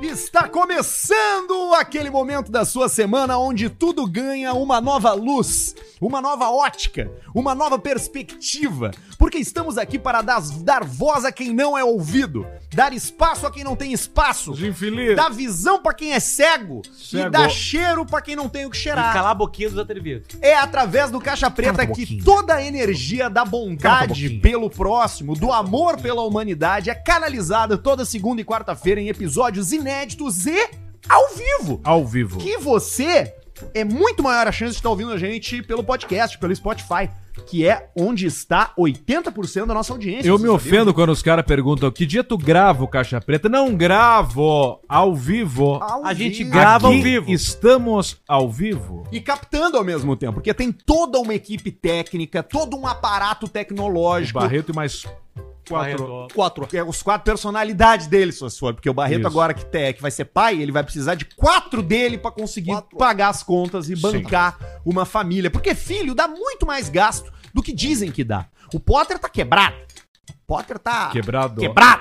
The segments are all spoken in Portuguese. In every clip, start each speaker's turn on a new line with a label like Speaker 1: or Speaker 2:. Speaker 1: Está começando aquele momento da sua semana onde tudo ganha uma nova luz, uma nova ótica, uma nova perspectiva, porque estamos aqui para dar, dar voz a quem não é ouvido, dar espaço a quem não tem espaço,
Speaker 2: Os infelizes.
Speaker 1: dar visão para quem é cego, e
Speaker 2: Cego.
Speaker 1: dar cheiro para quem não tem o que cheirar.
Speaker 3: Calar a boquinha dos atrevidos.
Speaker 1: É através do Caixa Preta
Speaker 4: tua
Speaker 1: que
Speaker 4: boquinha.
Speaker 1: toda a energia da
Speaker 4: Cala tua
Speaker 1: bondade
Speaker 4: boquinha.
Speaker 1: pelo próximo, do amor pela humanidade, é canalizada toda segunda e quarta-feira em episódios inéditos e ao vivo.
Speaker 2: Ao vivo.
Speaker 1: Que você é muito maior a chance de estar ouvindo a gente pelo podcast, pelo Spotify, que é onde está 80% da nossa audiência.
Speaker 2: Eu
Speaker 1: você
Speaker 2: me
Speaker 1: sabia?
Speaker 2: ofendo quando os caras perguntam que dia tu grava o Caixa Preta. Não gravo! Ao vivo.
Speaker 1: Ao
Speaker 3: A gente
Speaker 1: vivo.
Speaker 3: grava ao
Speaker 2: Aqui
Speaker 3: vivo.
Speaker 2: Estamos ao vivo.
Speaker 1: e captando ao mesmo tempo, porque tem toda uma equipe técnica, todo um aparato tecnológico,
Speaker 2: Barreto e mais quatro.
Speaker 3: Barreto.
Speaker 1: Quatro. É, os quatro personalidades dele, sua senhora. Porque o Barreto,
Speaker 2: Isso.
Speaker 1: agora que, te- que vai ser pai, ele vai precisar de quatro dele pra conseguir pagar as contas e bancar uma família. Porque filho dá muito mais gasto do que dizem que dá. O Potter tá quebrado. O Potter tá
Speaker 2: Quebrado.
Speaker 1: quebrado.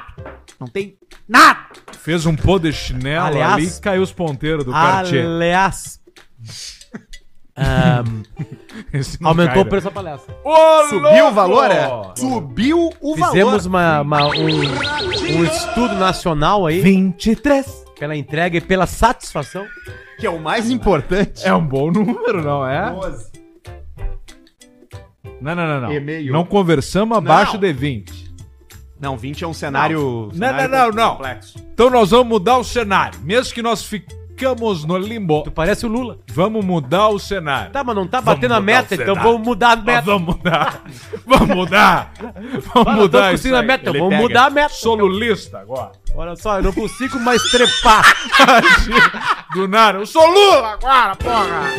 Speaker 1: Não tem nada.
Speaker 2: Fez um pô de chinelo
Speaker 3: Aliás-
Speaker 2: ali e caiu os ponteiros do Cartier.
Speaker 3: Aliás. Ahn,
Speaker 2: Esse não
Speaker 3: aumentou
Speaker 2: cai,
Speaker 3: o preço da palestra.
Speaker 2: né? Ô,
Speaker 1: Subiu o valor, é?
Speaker 2: louco!
Speaker 1: Subiu o valor.
Speaker 3: Fizemos
Speaker 1: Tá
Speaker 3: uma, uma- um, um estudo nacional aí. 23. Pela entrega e pela satisfação.
Speaker 1: Que é o mais importante.
Speaker 2: É um bom número, não é?
Speaker 1: Doze.
Speaker 2: Não, não, não, não.
Speaker 1: E meio.
Speaker 2: Não conversamos abaixo
Speaker 1: Não.
Speaker 2: de 20.
Speaker 1: Não, 20 é um cenário.
Speaker 2: Não, não, não, não.
Speaker 1: Complexo.
Speaker 2: Então nós vamos mudar o cenário. Mesmo que nós ficamos no limbo,
Speaker 3: Tu parece o Lula.
Speaker 2: vamos mudar o cenário.
Speaker 3: Tá, mas não tá batendo a
Speaker 2: mudar
Speaker 3: meta,
Speaker 2: o Tá
Speaker 3: então
Speaker 2: cenário.
Speaker 3: vamos mudar a meta.
Speaker 2: Nós vamos mudar. Vamos mudar. Vamos
Speaker 3: Fala,
Speaker 2: mudar
Speaker 3: tô
Speaker 2: isso
Speaker 3: conseguindo a
Speaker 2: aí.
Speaker 3: meta,
Speaker 2: Ele
Speaker 3: vamos
Speaker 2: pega.
Speaker 3: mudar a meta.
Speaker 2: Solulista agora.
Speaker 3: Olha só, eu não consigo mais trepar.
Speaker 2: Do nada. Eu sou Lula agora, porra.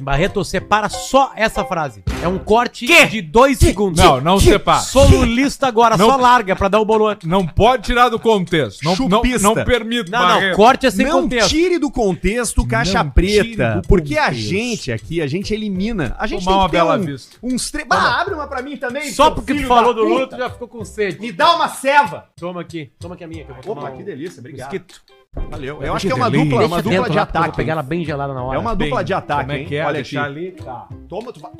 Speaker 3: Barreto, separa só essa frase. É um corte de dois segundos.
Speaker 2: Não, não separa.
Speaker 3: Solulista agora,
Speaker 2: Não-
Speaker 3: só larga pra dar o bolão.
Speaker 2: Não pode tirar do contexto. Não, não,
Speaker 1: Chupista.
Speaker 2: não permito.
Speaker 3: Não, não,
Speaker 2: Barreto.
Speaker 3: corte é sem
Speaker 1: não
Speaker 3: contexto.
Speaker 1: tire do contexto caixa
Speaker 2: Não
Speaker 1: preta,
Speaker 2: tire do
Speaker 1: porque a
Speaker 2: contexto.
Speaker 1: gente aqui, a gente elimina. A gente
Speaker 2: Tomar uma
Speaker 1: ter
Speaker 2: Bela
Speaker 1: um-
Speaker 2: Vista.
Speaker 1: uns três.
Speaker 3: Tá
Speaker 1: Ah, abre uma pra mim também.
Speaker 3: Só
Speaker 1: seu
Speaker 3: porque tu
Speaker 1: filho
Speaker 3: falou
Speaker 1: da
Speaker 3: do
Speaker 1: puta.
Speaker 3: Lula, tu já ficou com sede.
Speaker 1: Me dá uma ceva.
Speaker 3: Toma aqui, toma aqui a minha. Que eu vou tomar
Speaker 1: Opa,
Speaker 3: um-
Speaker 1: que delícia,
Speaker 3: um
Speaker 1: obrigado.
Speaker 3: esquito.
Speaker 1: Valeu. Eu acho que é uma
Speaker 2: delícia.
Speaker 1: dupla, uma
Speaker 3: Deixa
Speaker 1: dupla
Speaker 3: dentro
Speaker 1: de
Speaker 3: lá, porque eu Vou
Speaker 1: ataque.
Speaker 3: pegar ela bem gelada na hora.
Speaker 1: É uma
Speaker 2: Bem,
Speaker 1: dupla de ataque,
Speaker 2: como é
Speaker 1: hein?
Speaker 2: que é?
Speaker 1: Olha aqui.
Speaker 2: Deixar ali, tá.
Speaker 1: Toma, tu vai.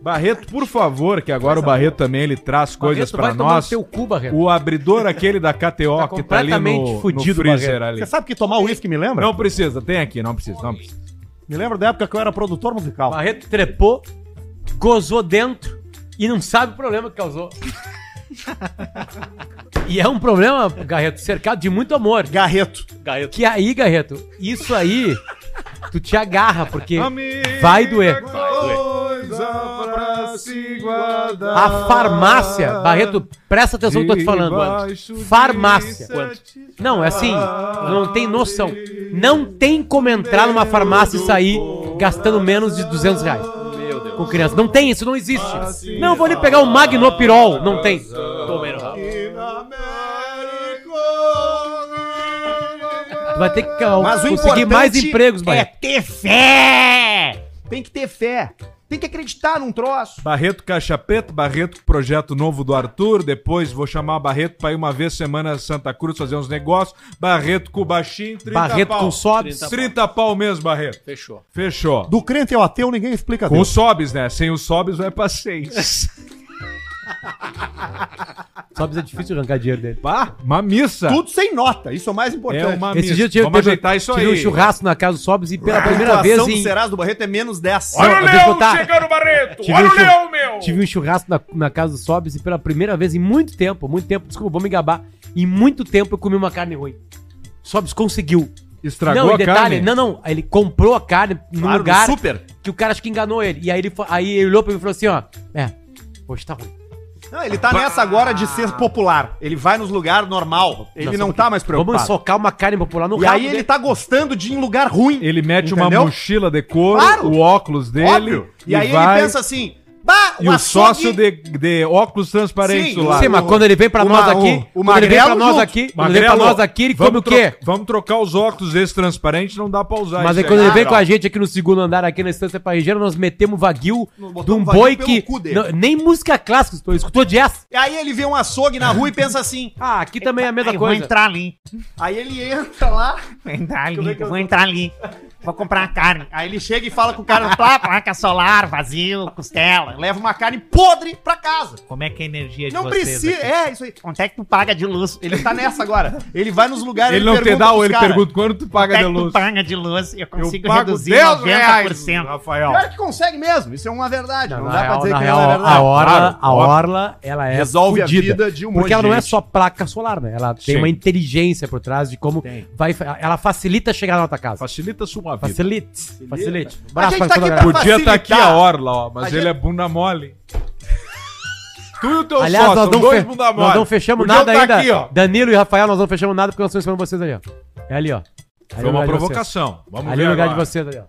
Speaker 2: Barreto, por favor, que agora o Barreto também ele traz coisas
Speaker 3: Barreto,
Speaker 2: pra
Speaker 3: vai tomar
Speaker 2: nós.
Speaker 3: no teu cu, Barreto.
Speaker 2: O abridor aquele da KTO
Speaker 3: Tá
Speaker 2: que tá ali
Speaker 3: completamente
Speaker 2: no, no
Speaker 3: fudido,
Speaker 2: freezer
Speaker 3: Barreto.
Speaker 2: ali.
Speaker 4: Você sabe que tomar uísque me
Speaker 3: é
Speaker 4: lembra?
Speaker 2: Não precisa, tem aqui, não precisa, não precisa.
Speaker 4: Me lembra da época que eu era produtor musical.
Speaker 3: Barreto trepou, gozou dentro e não sabe o problema que causou. e é um problema, Garreto, cercado de muito amor.
Speaker 1: Garreto.
Speaker 3: Que é aí, Garreto, isso aí, tu te agarra, porque
Speaker 2: Amiga,
Speaker 3: vai doer.
Speaker 2: Coisa pra se guardar.
Speaker 3: A farmácia, Barreto, presta atenção no que eu tô te falando.
Speaker 2: Debaixo
Speaker 3: Anderson.
Speaker 2: de
Speaker 3: Farmácia.
Speaker 2: sete
Speaker 3: Não, é assim, não tem noção. Não tem como entrar numa farmácia e sair gastando menos de 200 reais. Com criança. Não tem, isso não existe. Não, vou ali pegar o Magnopirol. Não tem. Tu vai ter que cal-
Speaker 1: Mas o
Speaker 3: conseguir
Speaker 1: importante
Speaker 3: mais empregos,
Speaker 1: é
Speaker 3: Barreto.
Speaker 1: ter fé. Tem que ter fé. Tem que acreditar num troço.
Speaker 2: Barreto Caixa Preta, Barreto com o projeto novo do Arthur. Depois vou chamar Barreto pra ir uma vez semana a Santa Cruz fazer uns negócios. Barreto com o baixinho, 30
Speaker 3: Barreto
Speaker 2: pau.
Speaker 3: com Sobs.
Speaker 2: 30, 30 pau mesmo, Barreto.
Speaker 3: Fechou.
Speaker 2: Fechou.
Speaker 4: Do crente ao ateu, ninguém explica
Speaker 2: Com o
Speaker 4: Deus.
Speaker 2: Sobs, né? Sem o Sobs vai pra 6.
Speaker 3: Só precisa é difícil arrancar dinheiro dele.
Speaker 2: uma missa.
Speaker 1: Tudo sem nota. Isso é o mais
Speaker 2: é
Speaker 1: importante.
Speaker 2: uma
Speaker 3: Esse
Speaker 2: missa.
Speaker 3: dia eu tive,
Speaker 2: Vamos
Speaker 3: teve-
Speaker 2: ajeitar isso
Speaker 3: tive
Speaker 2: aí.
Speaker 3: um churrasco na casa do Sobs e pela primeira
Speaker 1: A
Speaker 3: vez
Speaker 1: do
Speaker 3: em...
Speaker 1: Serasa do Barreto é menos 10.
Speaker 3: Olha Não, eu vou botar-
Speaker 2: chegando, Barreto!
Speaker 3: Tive um, chu-
Speaker 2: meu!
Speaker 3: tive um churrasco na, na casa do Sobs e pela primeira vez em muito tempo, muito tempo, desculpa, vou me gabar, em muito tempo eu comi uma carne ruim. Sobs conseguiu.
Speaker 2: Estragou
Speaker 3: não,
Speaker 2: a carne?
Speaker 3: não, não, ele comprou a carne num
Speaker 1: Claro, no
Speaker 3: lugar
Speaker 1: super.
Speaker 3: que o cara acho que enganou ele. E aí ele, fa- aí ele olhou pra mim e falou assim, ó, é, hoje tá ruim.
Speaker 1: Não, ele tá nessa agora de ser popular. Ele vai nos lugares normal. Ele
Speaker 2: um
Speaker 1: não, tá mais preocupado.
Speaker 3: Vamos socar uma carne popular no
Speaker 1: E aí
Speaker 3: rabo
Speaker 1: ele
Speaker 3: dele.
Speaker 1: tá gostando de ir em lugar ruim.
Speaker 2: Ele mete uma
Speaker 1: Entendeu?
Speaker 2: mochila de couro,
Speaker 1: Claro.
Speaker 2: o óculos dele.
Speaker 1: Óbvio. E, aí ele pensa assim: Bah,
Speaker 2: E o
Speaker 1: açougue-
Speaker 2: sócio de, de óculos transparentes
Speaker 1: Sim,
Speaker 2: lá.
Speaker 3: Sim, mas quando ele vem pra
Speaker 1: O
Speaker 3: nós
Speaker 1: ma-
Speaker 3: aqui,
Speaker 1: o- o
Speaker 3: quando ele vem pra
Speaker 1: magrelo
Speaker 3: nós
Speaker 1: junto.
Speaker 3: aqui, quando ele vem pra
Speaker 2: Magrelo,
Speaker 3: nós aqui, ele come
Speaker 2: vamos
Speaker 3: o quê?
Speaker 2: troca- Vamos trocar os óculos esse transparente, não dá pra usar
Speaker 3: Mas aí
Speaker 2: isso
Speaker 3: quando
Speaker 2: aí.
Speaker 3: ele vem
Speaker 1: Ah,
Speaker 3: com a gente aqui no segundo andar, aqui na estância parrigeira, nós metemos vaguio
Speaker 1: botamos
Speaker 3: de um
Speaker 1: vaguio
Speaker 3: boi
Speaker 1: pelo
Speaker 3: que.
Speaker 1: cu dele.
Speaker 3: não- nem música clássica, escutou, escutou jazz.
Speaker 1: E Aí ele vê um açougue na rua e pensa assim.
Speaker 3: Ah, aqui também é a mesma
Speaker 5: Eu
Speaker 3: coisa.
Speaker 5: Vou tá entrar ali.
Speaker 1: Aí ele entra lá,
Speaker 5: Vou entrar ali.
Speaker 1: Como é que eu
Speaker 5: eu vou entrar ali. Vou comprar carne.
Speaker 1: aí ele chega e fala com o cara,
Speaker 5: Pla- "Ah, Placa solar, vazio, costela.
Speaker 1: leva uma carne podre pra casa.
Speaker 5: Como é que é a energia de
Speaker 1: Não
Speaker 5: vocês
Speaker 1: precisa.
Speaker 5: aqui?
Speaker 1: É, isso aí.
Speaker 5: Quanto é que tu paga de luz?
Speaker 1: Ele tá nessa agora. Ele vai nos lugares.
Speaker 2: Ele, não te dá,
Speaker 1: pros
Speaker 2: ou ele
Speaker 1: cara.
Speaker 2: pergunta quando tu paga
Speaker 5: Quanto é
Speaker 2: de
Speaker 5: que tu
Speaker 2: luz.
Speaker 5: paga de luz? Eu consigo reduzir
Speaker 2: 10
Speaker 5: 90%.
Speaker 2: né, Rafael.
Speaker 1: Pior que consegue mesmo. Isso é uma verdade. Não,
Speaker 3: Na
Speaker 1: dá pra
Speaker 3: real-
Speaker 1: dizer
Speaker 3: na
Speaker 1: que
Speaker 3: real,
Speaker 1: não é verdade.
Speaker 3: A orla,
Speaker 2: Claro,
Speaker 3: a
Speaker 2: óbvio.
Speaker 3: orla ela é
Speaker 1: Resolve a
Speaker 3: fodida.
Speaker 1: vida de um monte
Speaker 3: Porque ela
Speaker 1: de
Speaker 3: não é
Speaker 1: gente.
Speaker 3: só placa solar, né? Ela tem
Speaker 2: Sim.
Speaker 3: uma inteligência por trás de como vai. Ela facilita chegar na tua casa.
Speaker 2: Facilita a sua vida.
Speaker 3: Facilite. Facilite.
Speaker 1: A gente tá aqui
Speaker 3: galera.
Speaker 1: pra-
Speaker 2: Podia estar aqui
Speaker 1: facilitar.
Speaker 2: a orla, ó, mas
Speaker 1: A
Speaker 2: ele
Speaker 1: gente-
Speaker 2: é bunda mole. tu e o teu
Speaker 3: Aliás,
Speaker 2: sócio,
Speaker 3: nós
Speaker 2: são
Speaker 3: não,
Speaker 2: dois
Speaker 3: fe-
Speaker 2: bunda mole.
Speaker 3: nós não fechamos
Speaker 2: Podiam
Speaker 3: nada
Speaker 2: tá
Speaker 3: ainda.
Speaker 2: aqui, ó.
Speaker 3: Danilo e Rafael, nós não fechamos nada porque nós estamos esperando vocês ali, ó. É ali, ó. Ali
Speaker 2: Foi
Speaker 3: no
Speaker 2: uma
Speaker 3: lugar de vocês.
Speaker 2: provocação. Vamos
Speaker 3: Ali
Speaker 2: ver
Speaker 3: no lugar de
Speaker 2: agora.
Speaker 3: vocês, ali, ó.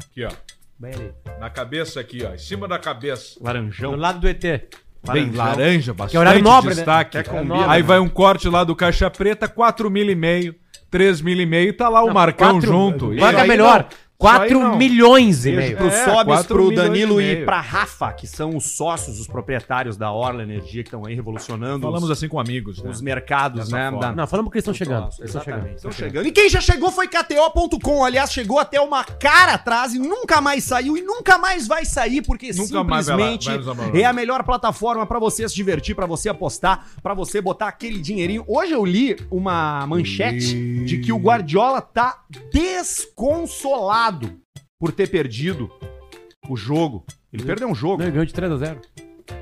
Speaker 2: Aqui, ó.
Speaker 3: Bem ali.
Speaker 2: Na cabeça aqui, ó. Em cima da cabeça. né?
Speaker 3: Do lado do ET.
Speaker 2: Bem laranja, bastante
Speaker 3: Que é horário nobre, né?
Speaker 2: destaque.
Speaker 3: É combina.
Speaker 2: Aí vai um corte lá do caixa preta, 4 mil e meio, 3 mil e meio, tá lá o Marcão
Speaker 3: quatro-
Speaker 2: junto.
Speaker 3: Vaga
Speaker 2: Isso aí
Speaker 3: melhor.
Speaker 2: Isso aí
Speaker 3: 4
Speaker 2: não.
Speaker 3: milhões e
Speaker 1: Beijo
Speaker 3: meio.
Speaker 1: pro
Speaker 2: É,
Speaker 1: Sobes,
Speaker 2: quatro
Speaker 1: pro
Speaker 2: milhões
Speaker 1: Danilo
Speaker 2: e
Speaker 1: e,
Speaker 2: meio.
Speaker 1: pra Rafa, que são os sócios, os proprietários da Orla Energia, que estão aí revolucionando
Speaker 2: Falamos
Speaker 1: os,
Speaker 2: assim com amigos, né?
Speaker 1: os mercados,
Speaker 2: Dessa
Speaker 1: né?
Speaker 2: forma.
Speaker 1: da-
Speaker 3: É. Não, falamos que eles estão chegando.
Speaker 2: tá
Speaker 3: Eles estão chegando.
Speaker 1: Estão chegando. E quem já chegou foi KTO.com. Aliás, chegou até uma cara atrás e nunca mais saiu e nunca mais vai sair, porque
Speaker 2: Nunca mais vai lá,
Speaker 1: simplesmente
Speaker 2: vai nos abandonar.
Speaker 1: é a melhor plataforma pra você se divertir, pra você apostar, pra você botar aquele dinheirinho. Hoje eu li uma manchete de que o Guardiola tá desconsolado por ter perdido o jogo. Ele perdeu um jogo.
Speaker 2: Né?
Speaker 3: Não, ele ganhou de 3 a 0.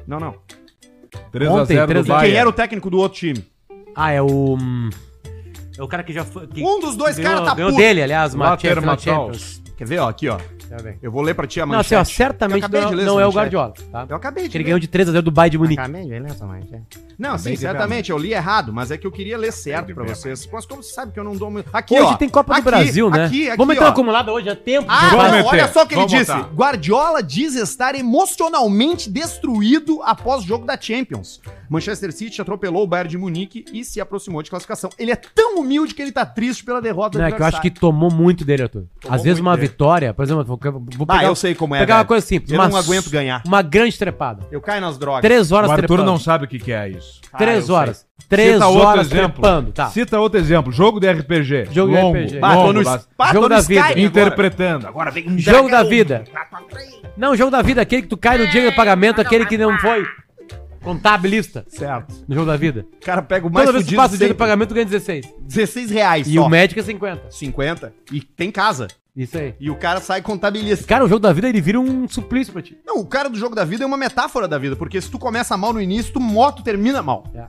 Speaker 1: Não, não.
Speaker 2: 3 a
Speaker 3: Ontem,
Speaker 2: 0
Speaker 3: três
Speaker 2: do
Speaker 3: a-
Speaker 2: Bayern.
Speaker 1: Quem era o técnico do outro time?
Speaker 3: Ah, é o. hum, É o cara que já foi. Que
Speaker 1: Um dos dois
Speaker 3: ganhou,
Speaker 1: caras tá
Speaker 3: ganhou
Speaker 1: puto.
Speaker 3: dele, aliás, uma
Speaker 2: Walter
Speaker 3: Champions-
Speaker 2: Matal.
Speaker 3: Champions.
Speaker 1: Quer ver, ó, aqui, ó.
Speaker 3: Tá bem.
Speaker 1: Eu vou ler pra ti a
Speaker 3: Não, assim,
Speaker 1: manchete.
Speaker 3: ó, certamente
Speaker 1: Eu acabei
Speaker 3: não,
Speaker 1: de ler essa
Speaker 3: não é o
Speaker 1: manchete. Então,
Speaker 3: Guardiola. Tá?
Speaker 1: Eu acabei de
Speaker 3: Que ele
Speaker 1: ler.
Speaker 3: ganhou de 3 a 0 do Bayern de Munique.
Speaker 5: Acabei de ler essa manchete.
Speaker 1: Não, sim, certamente, eu li errado, mas é que eu queria ler certo pra vocês. Mas como você sabe que eu não dou muito. Aqui,
Speaker 3: Hoje
Speaker 1: ó,
Speaker 3: tem Copa
Speaker 1: aqui,
Speaker 3: do Brasil, né?
Speaker 1: Aqui, aqui,
Speaker 3: Vamos entrar
Speaker 1: ó.
Speaker 3: acumulado hoje, há tempo.
Speaker 1: Ah,
Speaker 2: Vamos
Speaker 1: não,
Speaker 2: meter.
Speaker 1: olha só o que ele
Speaker 2: Vamos
Speaker 1: disse.
Speaker 2: botar.
Speaker 1: Guardiola diz estar emocionalmente destruído após o jogo da Champions. Manchester City atropelou o Bayern de Munique e se aproximou de classificação. Ele é tão humilde que ele tá triste pela derrota
Speaker 3: Não, é que eu acho que tomou muito dele, Arthur. Às vezes
Speaker 1: muito
Speaker 3: uma
Speaker 1: dele.
Speaker 3: vitória, por exemplo, vou vou
Speaker 1: Ah,
Speaker 3: pegar,
Speaker 1: eu sei como é.
Speaker 3: pegar uma
Speaker 1: velho.
Speaker 3: coisa simples.
Speaker 1: Eu
Speaker 3: uma
Speaker 1: não aguento ganhar.
Speaker 3: Uma grande trepada.
Speaker 1: Eu caio nas drogas.
Speaker 3: Três horas
Speaker 2: O Arthur
Speaker 3: trepando.
Speaker 2: não sabe o que que é isso.
Speaker 3: Três
Speaker 1: Ah, eu
Speaker 3: horas. Três horas
Speaker 2: exemplo.
Speaker 3: trepando. Tá.
Speaker 2: Cita outro exemplo. Jogo de RPG.
Speaker 3: Jogo de
Speaker 2: longo,
Speaker 3: RPG.
Speaker 1: Bah, tô
Speaker 2: Longo,
Speaker 1: no,
Speaker 2: bastante.
Speaker 1: bah, tô no
Speaker 3: Jogo da vida.
Speaker 1: Skype agora.
Speaker 2: Interpretando.
Speaker 5: um
Speaker 3: Jogo da vida.
Speaker 5: Tá
Speaker 3: Não, jogo da vida, aquele que tu cai no dia do pagamento, aquele que não foi contabilista
Speaker 1: Certo.
Speaker 3: no jogo da vida.
Speaker 1: O cara pega o mais
Speaker 3: Toda vez que tu
Speaker 1: fudido
Speaker 3: passa o dia do
Speaker 1: sempre.
Speaker 3: pagamento, tu ganha 16.
Speaker 1: 16 reais
Speaker 3: E
Speaker 1: só.
Speaker 3: o médico é 50.
Speaker 1: 50 e tem casa.
Speaker 3: Isso aí.
Speaker 1: E o cara sai contabilista.
Speaker 3: Cara, o jogo da vida ele vira um suplício pra ti.
Speaker 1: Não, o cara do jogo da vida é uma metáfora da vida, porque se tu começa mal no início, tu moto termina mal.
Speaker 3: É.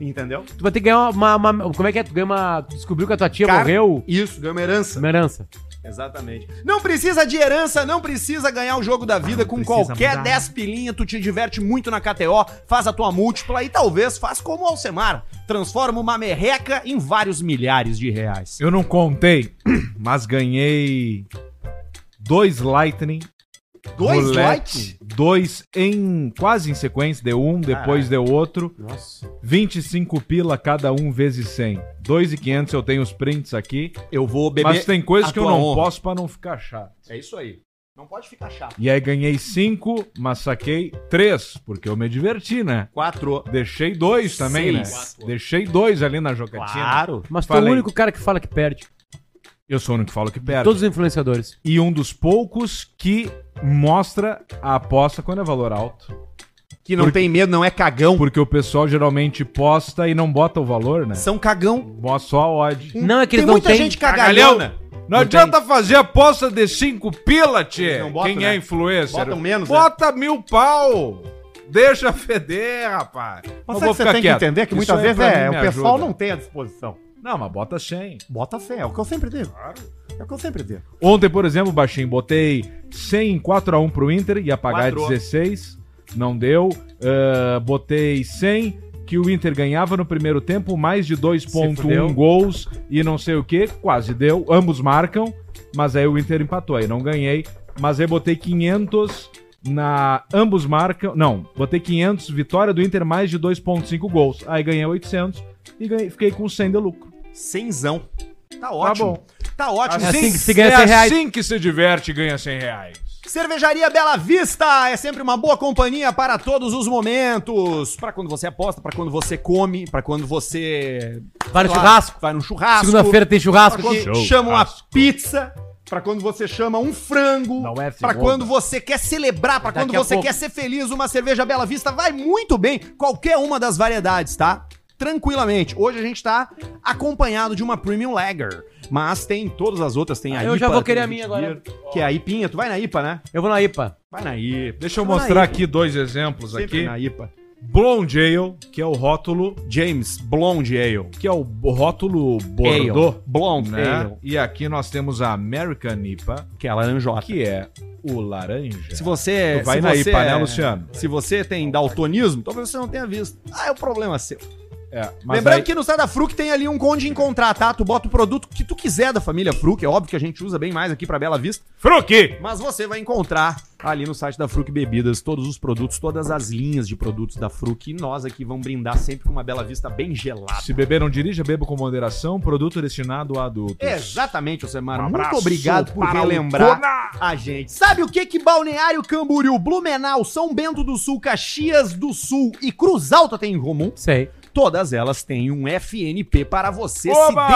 Speaker 1: Entendeu?
Speaker 3: Tu vai ter que ganhar uma. uma- como é que é? Tu ganha uma. Tu descobriu que a tua tia
Speaker 1: Cara-
Speaker 3: morreu.
Speaker 1: Isso, ganha uma herança.
Speaker 3: Uma herança.
Speaker 1: Exatamente. Não precisa de herança, não precisa ganhar o jogo da vida com qualquer 10 pilinha, tu te diverte muito na KTO, faz a tua múltipla e talvez faz como o Alcemar, transforma uma merreca em vários milhares de reais.
Speaker 2: Eu não contei, mas ganhei dois Lightning.
Speaker 1: Dois
Speaker 2: Roulette, Dois em quase em sequência, deu um, depois deu outro.
Speaker 3: Nossa.
Speaker 2: 25 pila cada um vezes 100. 2,500 eu tenho os prints aqui,
Speaker 1: Eu vou beber.
Speaker 2: mas tem coisas
Speaker 1: a
Speaker 2: que eu
Speaker 1: tua
Speaker 2: não
Speaker 1: honra.
Speaker 2: posso pra não ficar chato.
Speaker 1: É isso aí. Não pode ficar chato.
Speaker 2: E aí ganhei 5, mas saquei 3, porque eu me diverti, né?
Speaker 1: Quatro.
Speaker 2: Deixei dois também, né?
Speaker 1: Seis.
Speaker 2: Deixei dois ali na jogatina.
Speaker 3: Mas tu é
Speaker 2: Falei.
Speaker 3: o único cara que fala que perde.
Speaker 2: Eu sou o único que falo que perde.
Speaker 3: Todos os influenciadores.
Speaker 2: E um dos poucos que mostra a aposta quando é valor alto.
Speaker 1: Que não tem medo, não é cagão.
Speaker 2: Porque o pessoal geralmente posta e não bota o valor, né?
Speaker 1: São cagão.
Speaker 2: Mostra só a odd.
Speaker 3: Não é que
Speaker 1: Tem
Speaker 3: eles não
Speaker 1: muita
Speaker 3: têm.
Speaker 1: gente cagalhona.
Speaker 2: Não adianta fazer aposta de 5 pila, tchê.
Speaker 1: Eles não botam,
Speaker 2: Quem
Speaker 1: né?
Speaker 2: é influencer?
Speaker 1: Botam menos, né?
Speaker 2: Bota mil pau. Deixa feder, rapaz.
Speaker 4: Mas sabe que você tem que entender que muitas vezes é, o pessoal não tem a disposição.
Speaker 2: não... Não, mas bota 100.
Speaker 4: Bota fé, é o que eu sempre digo. É o que eu sempre digo.
Speaker 2: Ontem, por exemplo, baixinho, botei 100 em 4x1 pro Inter, ia pagar
Speaker 1: Quatro.
Speaker 2: 16, não deu. Ah, botei 100 que o Inter ganhava no primeiro tempo, mais de
Speaker 3: fudeu.
Speaker 2: 2.1 gols e não sei o que, quase deu. Ambos marcam, mas aí o Inter empatou, aí não ganhei. Mas aí botei 500 Na ambos marcam, não, botei 500, vitória do Inter mais de 2.5 gols. Aí ganhei 800 e ganhei- fiquei com 100 de lucro.
Speaker 1: Senzão. Tá ótimo.
Speaker 2: bom.
Speaker 1: Tá ótimo.
Speaker 3: É assim
Speaker 1: Sim.
Speaker 3: que se ganha 100 reais.
Speaker 2: assim que se diverte e ganha 100 reais.
Speaker 1: Cervejaria Bela Vista é sempre uma boa companhia para todos os momentos. Para quando você aposta, para quando você come, para quando você
Speaker 3: Vai
Speaker 1: Claro,
Speaker 3: no churrasco.
Speaker 1: vai no churrasco.
Speaker 3: Segunda-feira tem
Speaker 1: pra
Speaker 3: churrasco
Speaker 1: quando
Speaker 3: aqui.
Speaker 2: Show,
Speaker 1: chama uma
Speaker 2: churrasco.
Speaker 1: pizza, pra quando você chama um frango,
Speaker 3: Não é
Speaker 1: pra
Speaker 3: segunda.
Speaker 1: quando você quer celebrar, pra
Speaker 3: Daqui
Speaker 1: quando
Speaker 3: a
Speaker 1: você
Speaker 3: pouco.
Speaker 1: quer ser feliz, uma cerveja Bela Vista vai muito bem, qualquer uma das variedades, tá? Tranquilamente. Hoje a gente tá acompanhado de uma Premium Lager, mas tem todas as outras, tem a
Speaker 3: Eu já vou querer
Speaker 1: tem
Speaker 3: a minha
Speaker 1: Root
Speaker 3: agora.
Speaker 1: Beer, Que é a IPinha, tu vai na IPA, né?
Speaker 3: Eu vou na IPA.
Speaker 1: Vai na IPA.
Speaker 2: Deixa eu
Speaker 1: Vai na
Speaker 2: mostrar
Speaker 1: IPA,
Speaker 2: aqui dois exemplos
Speaker 1: sempre
Speaker 2: aqui.
Speaker 1: na IPA.
Speaker 2: Blonde Ale, que é o rótulo,
Speaker 1: James Blonde Ale.
Speaker 2: que é o bo- rótulo Bordeaux,
Speaker 1: Blonde
Speaker 2: né?
Speaker 1: Ale,
Speaker 2: E aqui nós temos a American IPA,
Speaker 1: que é a laranjota.
Speaker 2: que é o laranja.
Speaker 1: Se você.
Speaker 2: Tu vai
Speaker 1: se
Speaker 2: na
Speaker 1: você
Speaker 2: IPA,
Speaker 1: é-
Speaker 2: né, Luciano?
Speaker 1: Se você tem daltonismo, talvez você não tenha visto. Ah, é o problema seu.
Speaker 2: É,
Speaker 1: Lembrando que no site da Fruc tem ali um conde em contratar, tá? Tu bota o produto que tu quiser da família Fruc, é óbvio que a gente usa bem mais aqui pra Bela Vista,
Speaker 2: Fruque!
Speaker 1: mas você vai encontrar ali no site da Fruc Bebidas todos os produtos, todas as linhas de produtos da Fruc e nós aqui vamos brindar sempre com uma Bela Vista bem gelada.
Speaker 2: Se beber não dirija, beba com moderação. Produto destinado a adultos.
Speaker 1: Exatamente, Osemar.
Speaker 2: Um
Speaker 1: Muito
Speaker 2: abraço
Speaker 1: obrigado por
Speaker 2: para o
Speaker 1: relembrar a gente. Sabe o que que Balneário Camboriú, Blumenau, São Bento do Sul, Caxias do Sul e Cruz Alta têm em comum?
Speaker 3: Sei.
Speaker 1: Todas elas têm um FNP para você se
Speaker 2: Oba!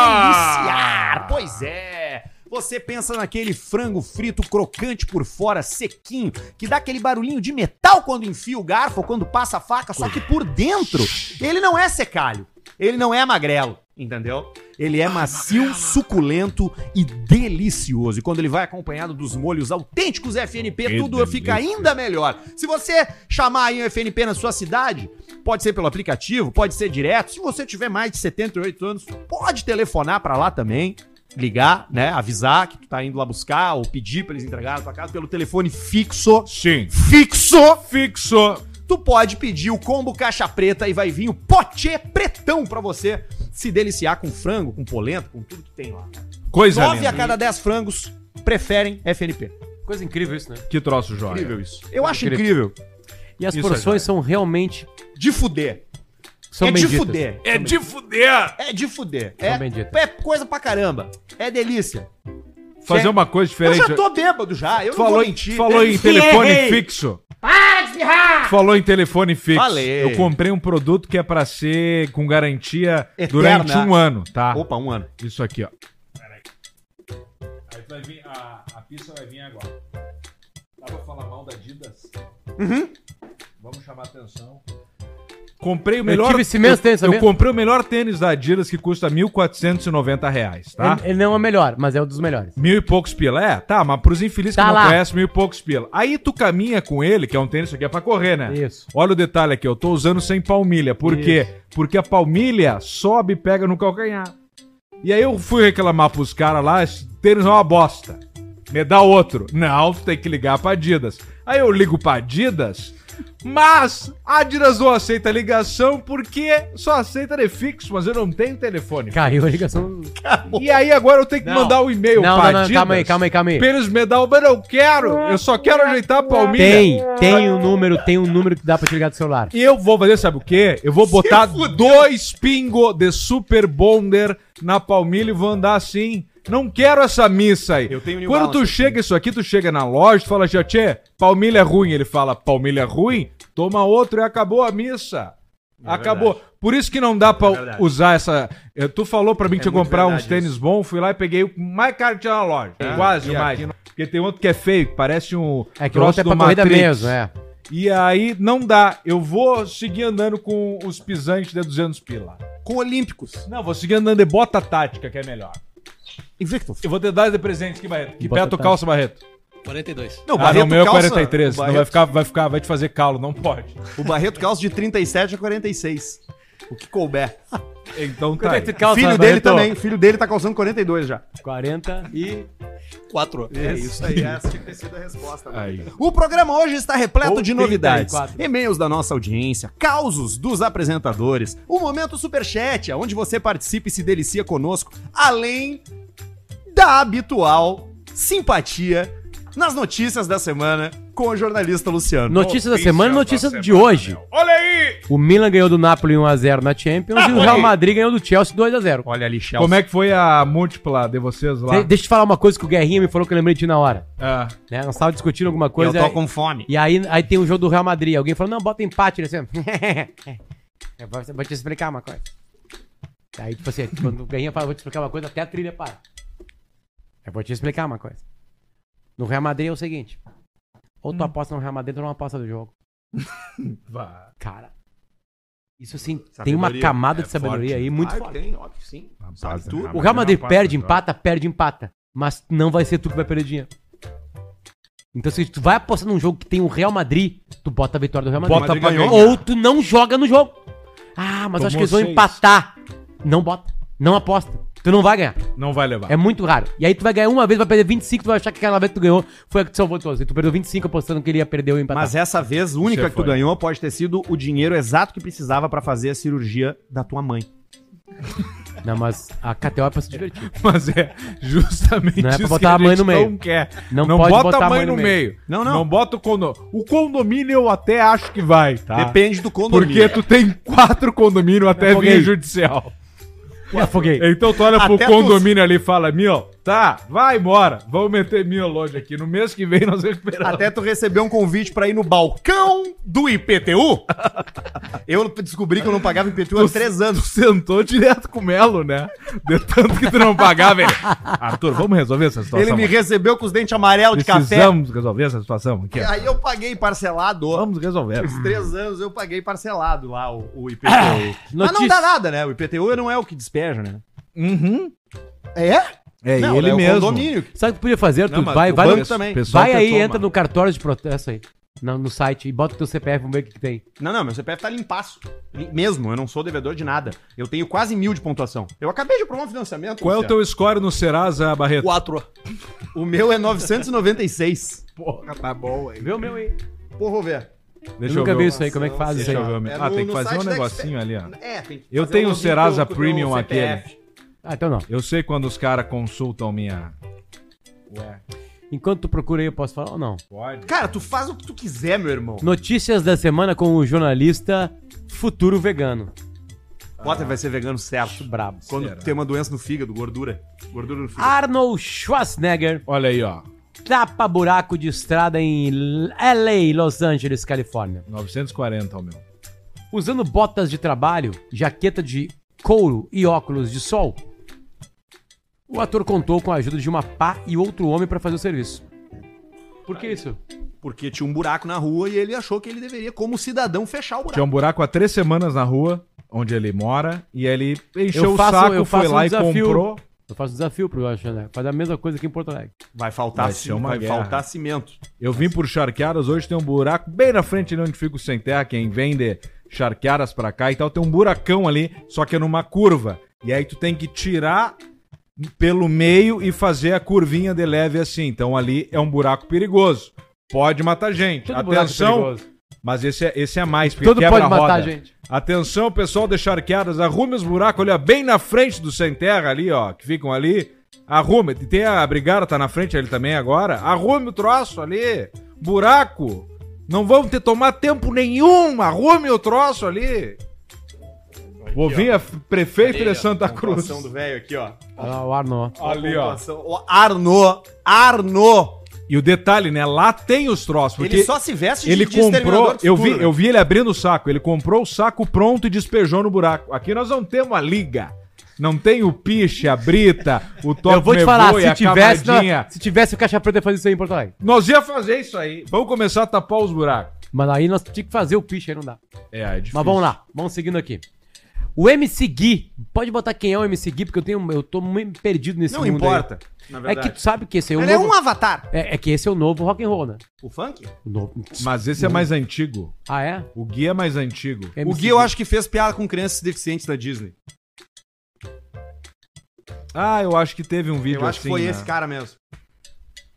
Speaker 1: deliciar. Pois é. Você pensa naquele frango frito crocante por fora, sequinho, que dá aquele barulhinho de metal quando enfia o garfo ou quando passa a faca, só que por dentro ele não é secalho, ele não é magrelo, entendeu? Ele é macio, suculento e delicioso. E quando ele vai acompanhado dos molhos autênticos FNP,
Speaker 2: Que
Speaker 1: tudo fica
Speaker 2: delícia.
Speaker 1: ainda melhor. Se você chamar aí um FNP na sua cidade, pode ser pelo aplicativo, pode ser direto. Se você tiver mais de 78 anos, pode telefonar pra lá também, ligar, né, avisar que tu tá indo lá buscar ou pedir pra eles entregarem na tua casa pelo telefone fixo.
Speaker 2: Sim.
Speaker 1: Fixo!
Speaker 2: Fixo.
Speaker 1: Tu pode pedir o combo caixa preta e vai vir o pote pretão pra você se deliciar com frango, com polenta, com tudo que tem lá.
Speaker 2: Coisa
Speaker 1: 9
Speaker 2: linda.
Speaker 1: a cada 10 frangos preferem FNP.
Speaker 3: Coisa incrível isso, né?
Speaker 2: Que troço, joia.
Speaker 1: isso. Eu acho
Speaker 2: Incrível.
Speaker 1: incrível.
Speaker 3: E as
Speaker 2: Isso é
Speaker 3: porções são realmente.
Speaker 1: De fuder.
Speaker 3: São
Speaker 1: é de
Speaker 3: benditas.
Speaker 1: fuder.
Speaker 2: É de fuder.
Speaker 1: É de fuder.
Speaker 3: São
Speaker 1: É,
Speaker 3: benditas.
Speaker 1: é coisa pra caramba. É delícia.
Speaker 2: Fazer
Speaker 1: Sim.
Speaker 2: uma coisa
Speaker 1: Eu
Speaker 2: diferente.
Speaker 1: já tô bêbado já. Eu
Speaker 2: Tu
Speaker 1: não
Speaker 2: falou,
Speaker 1: vou
Speaker 2: em,
Speaker 1: mentir.
Speaker 2: falou em telefone fixo. Para de ferrar! Falou em telefone fixo.
Speaker 1: Falei.
Speaker 2: Eu comprei um produto que é pra ser com garantia
Speaker 1: Eterna.
Speaker 2: durante um ano, tá?
Speaker 1: Opa, um ano.
Speaker 2: Isso aqui, ó. Aí vai vir, a, a pista vai vir agora. Dá pra falar mal da Adidas?
Speaker 1: Uhum.
Speaker 2: Vamos chamar atenção. Comprei o melhor.
Speaker 3: tive esse mesmo tênis,
Speaker 2: eu,
Speaker 3: sabia?
Speaker 2: comprei o melhor tênis da Adidas que custa R$ 1.490, reais, tá?
Speaker 3: Ele, ele não é o melhor, mas é um dos melhores.
Speaker 2: Mil e poucos pila, é? Tá, mas pros infelizes
Speaker 3: Tá
Speaker 2: que
Speaker 3: lá.
Speaker 2: não conhecem, mil e poucos pila. Aí tu caminha com ele, que é um tênis, isso aqui é pra correr, né?
Speaker 3: Isso.
Speaker 2: Olha o detalhe aqui, eu tô usando sem palmilha. Por quê? Porque a palmilha sobe e pega no calcanhar. E aí eu fui reclamar pros caras lá, esse tênis é uma bosta. Me dá outro. Não, tu tem que ligar pra Adidas. Aí eu ligo pra Adidas, mas a Adidas não aceita ligação porque só aceita prefixo, mas eu não tenho telefone.
Speaker 3: Caiu a ligação.
Speaker 2: E aí agora eu tenho que
Speaker 3: Não.
Speaker 2: mandar um e-mail
Speaker 3: Não,
Speaker 2: pra
Speaker 3: não, não, calma aí, calma aí, calma aí.
Speaker 2: Pra eles me dar o mas eu quero, eu só quero ajeitar a palmilha.
Speaker 3: Tem, tem um número, tem um número que dá pra te ligar do celular.
Speaker 2: E eu vou fazer, sabe o quê? Eu vou botar dois pingo de Super Bonder na palmilha e vou andar assim. Não quero essa missa aí.
Speaker 1: Eu tenho New
Speaker 2: Quando tu
Speaker 1: Balance
Speaker 2: chega isso aqui, tu chega na loja, tu fala, tia, tchê, palmilha é ruim. Ele fala, palmilha é ruim? Toma outro e acabou a missa.
Speaker 1: É
Speaker 2: acabou. Por isso que não dá pra usar essa... Eh, Tu falou pra mim
Speaker 1: É
Speaker 2: que tinha que comprar uns tênis bons, fui lá e peguei o mais caro que tinha na loja.
Speaker 1: É.
Speaker 2: Quase o mais. Porque tem outro que é feio, que parece um
Speaker 3: É que o outro é
Speaker 2: do
Speaker 3: pra corrida
Speaker 2: Matrix.
Speaker 3: mesmo, é.
Speaker 2: E aí não dá. Eu vou seguir andando com os pisantes de 200 pila.
Speaker 1: Com Olímpicos.
Speaker 2: Não, vou seguir andando de bota tática, que é melhor.
Speaker 1: Invictus.
Speaker 2: Eu vou te dar de presente aqui, Barreto. Que
Speaker 3: Bota
Speaker 2: pé tu
Speaker 3: tática.
Speaker 2: calça, Barreto?
Speaker 6: 42.
Speaker 1: Não,
Speaker 2: ah, não, meu é
Speaker 1: calça-
Speaker 2: 43.
Speaker 1: O
Speaker 2: Não vai
Speaker 1: Barreto,
Speaker 2: ficar, vai ficar, vai te fazer calo, não pode.
Speaker 1: o Barreto calça de 37 a 46. O que couber.
Speaker 2: Então tá. aí.
Speaker 3: calça,
Speaker 1: filho dele
Speaker 3: Barreto?
Speaker 1: também. Filho dele tá calçando 42 já.
Speaker 3: 40 e.
Speaker 6: 4.
Speaker 1: É isso aí. Essa tinha que ter sido a resposta.
Speaker 2: Aí.
Speaker 1: O programa hoje está repleto de novidades.
Speaker 3: 84.
Speaker 1: E-mails da nossa audiência, causos dos apresentadores, o Momento Superchat, onde você participa e se delicia conosco, além da habitual simpatia nas notícias da semana com o jornalista Luciano.
Speaker 3: Notícia da semana, notícia de hoje.
Speaker 2: Olha aí!
Speaker 3: O Milan ganhou do Napoli 1x0 na Champions e o Real Madrid ganhou do Chelsea 2x0.
Speaker 4: Olha ali, Chelsea.
Speaker 2: Como é que foi a múltipla de vocês lá?
Speaker 3: De- deixa eu te falar uma coisa que o Guerrinha me falou que eu lembrei de ti na hora.
Speaker 2: Ah,
Speaker 3: Né? Nós estávamos discutindo alguma coisa.
Speaker 2: é?
Speaker 4: eu tô com fome.
Speaker 3: E aí, aí tem um jogo do Real Madrid. Alguém falou, não, bota empate. Ele assim, eu vou, vou te explicar uma coisa. Aí, tipo assim, quando o Guerrinha fala, vou te explicar uma coisa, até a trilha para. Eu vou te explicar uma coisa. No Real Madrid é o seguinte. Ou tu aposta no Real Madrid ou tu não aposta do jogo.
Speaker 2: vá.
Speaker 3: Cara, isso assim, tem uma camada de sabedoria aí muito
Speaker 1: Ah,
Speaker 3: forte.
Speaker 1: tem, óbvio, sim.
Speaker 2: Rapaz,
Speaker 1: tudo.
Speaker 2: rapaz,
Speaker 3: O Real Madrid
Speaker 2: não passa, tá?
Speaker 3: perde,
Speaker 2: não.
Speaker 3: empata, perde, empata. Mas não vai ser tu que vai perder dinheiro. Então, se tu vai apostar num jogo que tem o Real Madrid, tu bota a vitória do Real Madrid.
Speaker 2: Bota
Speaker 1: Madrid ganhou.
Speaker 2: apanhou.
Speaker 3: Ou tu não joga no jogo. Ah, mas
Speaker 2: Tomou
Speaker 3: acho que eles vão
Speaker 2: seis.
Speaker 3: empatar. Não bota. Não aposta. Tu não vai ganhar.
Speaker 2: Não vai levar.
Speaker 3: É muito raro. E aí tu vai ganhar uma vez, vai perder 25, tu vai achar que aquela vez que tu ganhou foi a que tu salvou todas. E tu perdeu 25 apostando que ele ia perder ou empatar.
Speaker 1: Mas essa vez, a única
Speaker 2: Você
Speaker 1: que tu
Speaker 2: foi.
Speaker 1: ganhou pode ter sido o dinheiro exato que precisava pra fazer a cirurgia da tua mãe.
Speaker 3: Não, mas a KTO é pra se divertir.
Speaker 2: Mas é justamente
Speaker 3: Não é pra
Speaker 2: isso
Speaker 3: botar a
Speaker 2: que
Speaker 3: mãe no meio.
Speaker 2: não quer.
Speaker 3: Não
Speaker 2: Não,
Speaker 3: pode
Speaker 2: bota
Speaker 3: botar
Speaker 2: a mãe no meio.
Speaker 1: Não, não.
Speaker 2: bota o condomínio. O condomínio eu até acho que vai, tá?
Speaker 1: Depende do condomínio.
Speaker 2: Porque tu tem quatro condomínios até
Speaker 3: afoguei.
Speaker 2: via judicial.
Speaker 3: Me afoguei.
Speaker 2: Então tu olha
Speaker 1: Até
Speaker 2: pro condomínio ali e fala, Mil, tá, vai embora. Vamos meter Mil longe aqui. No mês que vem nós recuperamos.
Speaker 1: Até tu receber um convite pra ir no balcão do IPTU. Eu descobri que eu não pagava IPTU há três
Speaker 2: Tu
Speaker 1: anos.
Speaker 2: sentou direto com o Melo, né? De tanto que tu não pagava, velho. Arthur, vamos resolver essa situação.
Speaker 1: Ele me recebeu com os dentes amarelos de café.
Speaker 2: Precisamos resolver essa situação aqui.
Speaker 1: E
Speaker 2: ó.
Speaker 1: aí eu paguei parcelado.
Speaker 2: Vamos resolver.
Speaker 1: Os três anos eu paguei parcelado lá o, o
Speaker 2: Ah,
Speaker 1: IPTU. Mas não
Speaker 3: notícia.
Speaker 1: dá nada, né? O IPTU não é o que despeja, né?
Speaker 2: Uhum.
Speaker 1: É?
Speaker 2: É
Speaker 1: não,
Speaker 2: ele
Speaker 1: é
Speaker 2: mesmo.
Speaker 1: O condomínio.
Speaker 3: Sabe o que tu podia fazer, Arthur?
Speaker 2: Não, mas
Speaker 3: vai,
Speaker 2: o
Speaker 3: vai,
Speaker 2: banco
Speaker 3: no-
Speaker 1: também.
Speaker 2: Pessoal
Speaker 3: vai aí,
Speaker 2: tentou,
Speaker 3: entra
Speaker 2: mano.
Speaker 3: no cartório de protesto aí. na- No, site e bota o teu CPF, vamos ver o que, que tem.
Speaker 1: Não, não, meu CPF tá limpaço. Lim- Mesmo, eu não sou devedor de nada. Eu tenho quase mil de pontuação. Eu acabei de provar um financiamento.
Speaker 2: Qual é o
Speaker 1: Luciano.
Speaker 2: teu score no Serasa, Barreto?
Speaker 6: Quatro.
Speaker 1: O meu é 996.
Speaker 2: Porra, tá bom, hein?
Speaker 3: Vê o meu aí.
Speaker 1: Pô, vou ver.
Speaker 2: Deixa
Speaker 3: eu
Speaker 2: eu
Speaker 3: nunca
Speaker 2: ver.
Speaker 3: vi
Speaker 2: o-
Speaker 3: isso aí, como é que faz isso
Speaker 2: Deixa
Speaker 3: aí?
Speaker 2: eu ver. o meu.
Speaker 1: É
Speaker 2: Ah,
Speaker 1: no-
Speaker 2: tem
Speaker 1: no
Speaker 2: que fazer um
Speaker 1: site da
Speaker 2: negoginho ali, ó.
Speaker 1: É, tem que
Speaker 2: Eu
Speaker 1: fazer
Speaker 2: tenho o
Speaker 1: login
Speaker 2: Serasa
Speaker 1: com o teu
Speaker 2: Premium
Speaker 1: CPF.
Speaker 2: aquele.
Speaker 3: Ah, então não.
Speaker 2: Eu sei quando os caras consultam minha.
Speaker 3: Enquanto tu procura aí, eu posso falar ou não?
Speaker 2: Pode.
Speaker 1: Cara, tu faz o que tu quiser, meu irmão.
Speaker 3: Notícias da semana com o jornalista Futuro Vegano.
Speaker 1: Potter vai ser vegano certo.
Speaker 3: Brabo.
Speaker 1: Quando
Speaker 2: Será?
Speaker 1: tem uma doença no fígado, gordura. Gordura no fígado.
Speaker 3: Arnold Schwarzenegger
Speaker 2: Olha aí, ó.
Speaker 3: tapa buraco de estrada em LA, Los Angeles, Califórnia.
Speaker 2: 940 o meu.
Speaker 3: Usando botas de trabalho, jaqueta de couro e óculos de sol, o ator contou com a ajuda de uma pá e outro homem para fazer o serviço. Por que isso?
Speaker 1: Porque tinha um buraco na rua e ele achou que ele deveria, como cidadão, fechar o buraco.
Speaker 2: Tinha um buraco há três semanas na rua, onde ele mora, e ele encheu
Speaker 3: Eu
Speaker 2: o
Speaker 3: faço- eu
Speaker 2: saco, foi
Speaker 3: faço um
Speaker 2: lá e
Speaker 3: desafio.
Speaker 2: comprou.
Speaker 3: Eu faço um desafio pro Alexandre. Faz a mesma coisa aqui em Porto Alegre.
Speaker 1: Vai faltar,
Speaker 2: um- Vai
Speaker 1: cim-
Speaker 2: ser uma
Speaker 1: vai
Speaker 2: guerra.
Speaker 1: faltar cimento.
Speaker 2: Eu vim por charqueadas, hoje tem um buraco bem na frente ali onde fica o Sem Terra, quem vende charqueadas pra cá e tal, tem um buracão ali, só que é numa curva. E aí tu tem que tirar pelo meio e fazer a curvinha de leve assim. Então ali é um buraco perigoso. Pode matar gente.
Speaker 3: é
Speaker 2: Atenção, mas esse é, esse é mais, porque
Speaker 3: Tudo
Speaker 2: quebra
Speaker 3: pode
Speaker 2: a
Speaker 3: matar
Speaker 2: roda.
Speaker 3: gente.
Speaker 2: Atenção, pessoal de charqueadas, arrume os buracos, olha, bem na frente do Sem Terra ali, ó, que ficam ali. Arrume, tem a Brigada, tá na frente ali também agora. Arrume o troço ali, buraco. Não vamos ter tomar tempo nenhum, arrume o troço ali. Vou vir a f- prefeito
Speaker 6: Ali, ó,
Speaker 2: de Santa Cruz.
Speaker 1: Pontuação do velho aqui, ó.
Speaker 3: Ah, o Arnold.
Speaker 2: Ali, ó.
Speaker 1: Pontuação. Ó, Arno, Arno.
Speaker 2: E o detalhe, né, lá tem os troços, porque
Speaker 1: ele só se veste
Speaker 2: ele comprou, eu vi, eu
Speaker 1: vi.
Speaker 2: vi ele abrindo o saco, ele comprou o saco pronto e despejou no buraco. Aqui nós não temos a liga. Não tem o piche, a brita, o top
Speaker 3: eu vou te falar,
Speaker 2: Meboi,
Speaker 3: se tivesse,
Speaker 2: cavadinha.
Speaker 3: não, se tivesse o Caixa Preta ia fazer isso aí em Porto Alegre.
Speaker 2: Nós ia fazer isso aí. Vamos começar a tapar os buracos.
Speaker 3: Mas aí nós tínhamos que fazer o piche, aí não dá.
Speaker 2: É, é difícil.
Speaker 3: Mas vamos lá, vamos seguindo aqui. O MC Gui, pode botar quem é o MC Gui, porque eu, tenho, eu tô meio perdido nesse
Speaker 1: Não
Speaker 3: mundo
Speaker 1: importa.
Speaker 3: aí. É que tu sabe que esse é o
Speaker 1: Ele é
Speaker 3: novo...
Speaker 1: um avatar.
Speaker 3: É, é que esse é o novo rock and roll, né?
Speaker 1: O funk?
Speaker 3: O novo...
Speaker 2: Mas esse é mais antigo.
Speaker 3: Ah, é?
Speaker 2: O guia é mais antigo.
Speaker 1: O
Speaker 3: MC
Speaker 1: Gui eu acho que fez piada com crianças deficientes da Disney.
Speaker 2: Ah, eu acho que teve um vídeo
Speaker 1: Eu acho que
Speaker 2: assim,
Speaker 1: foi
Speaker 2: né?
Speaker 1: esse cara mesmo.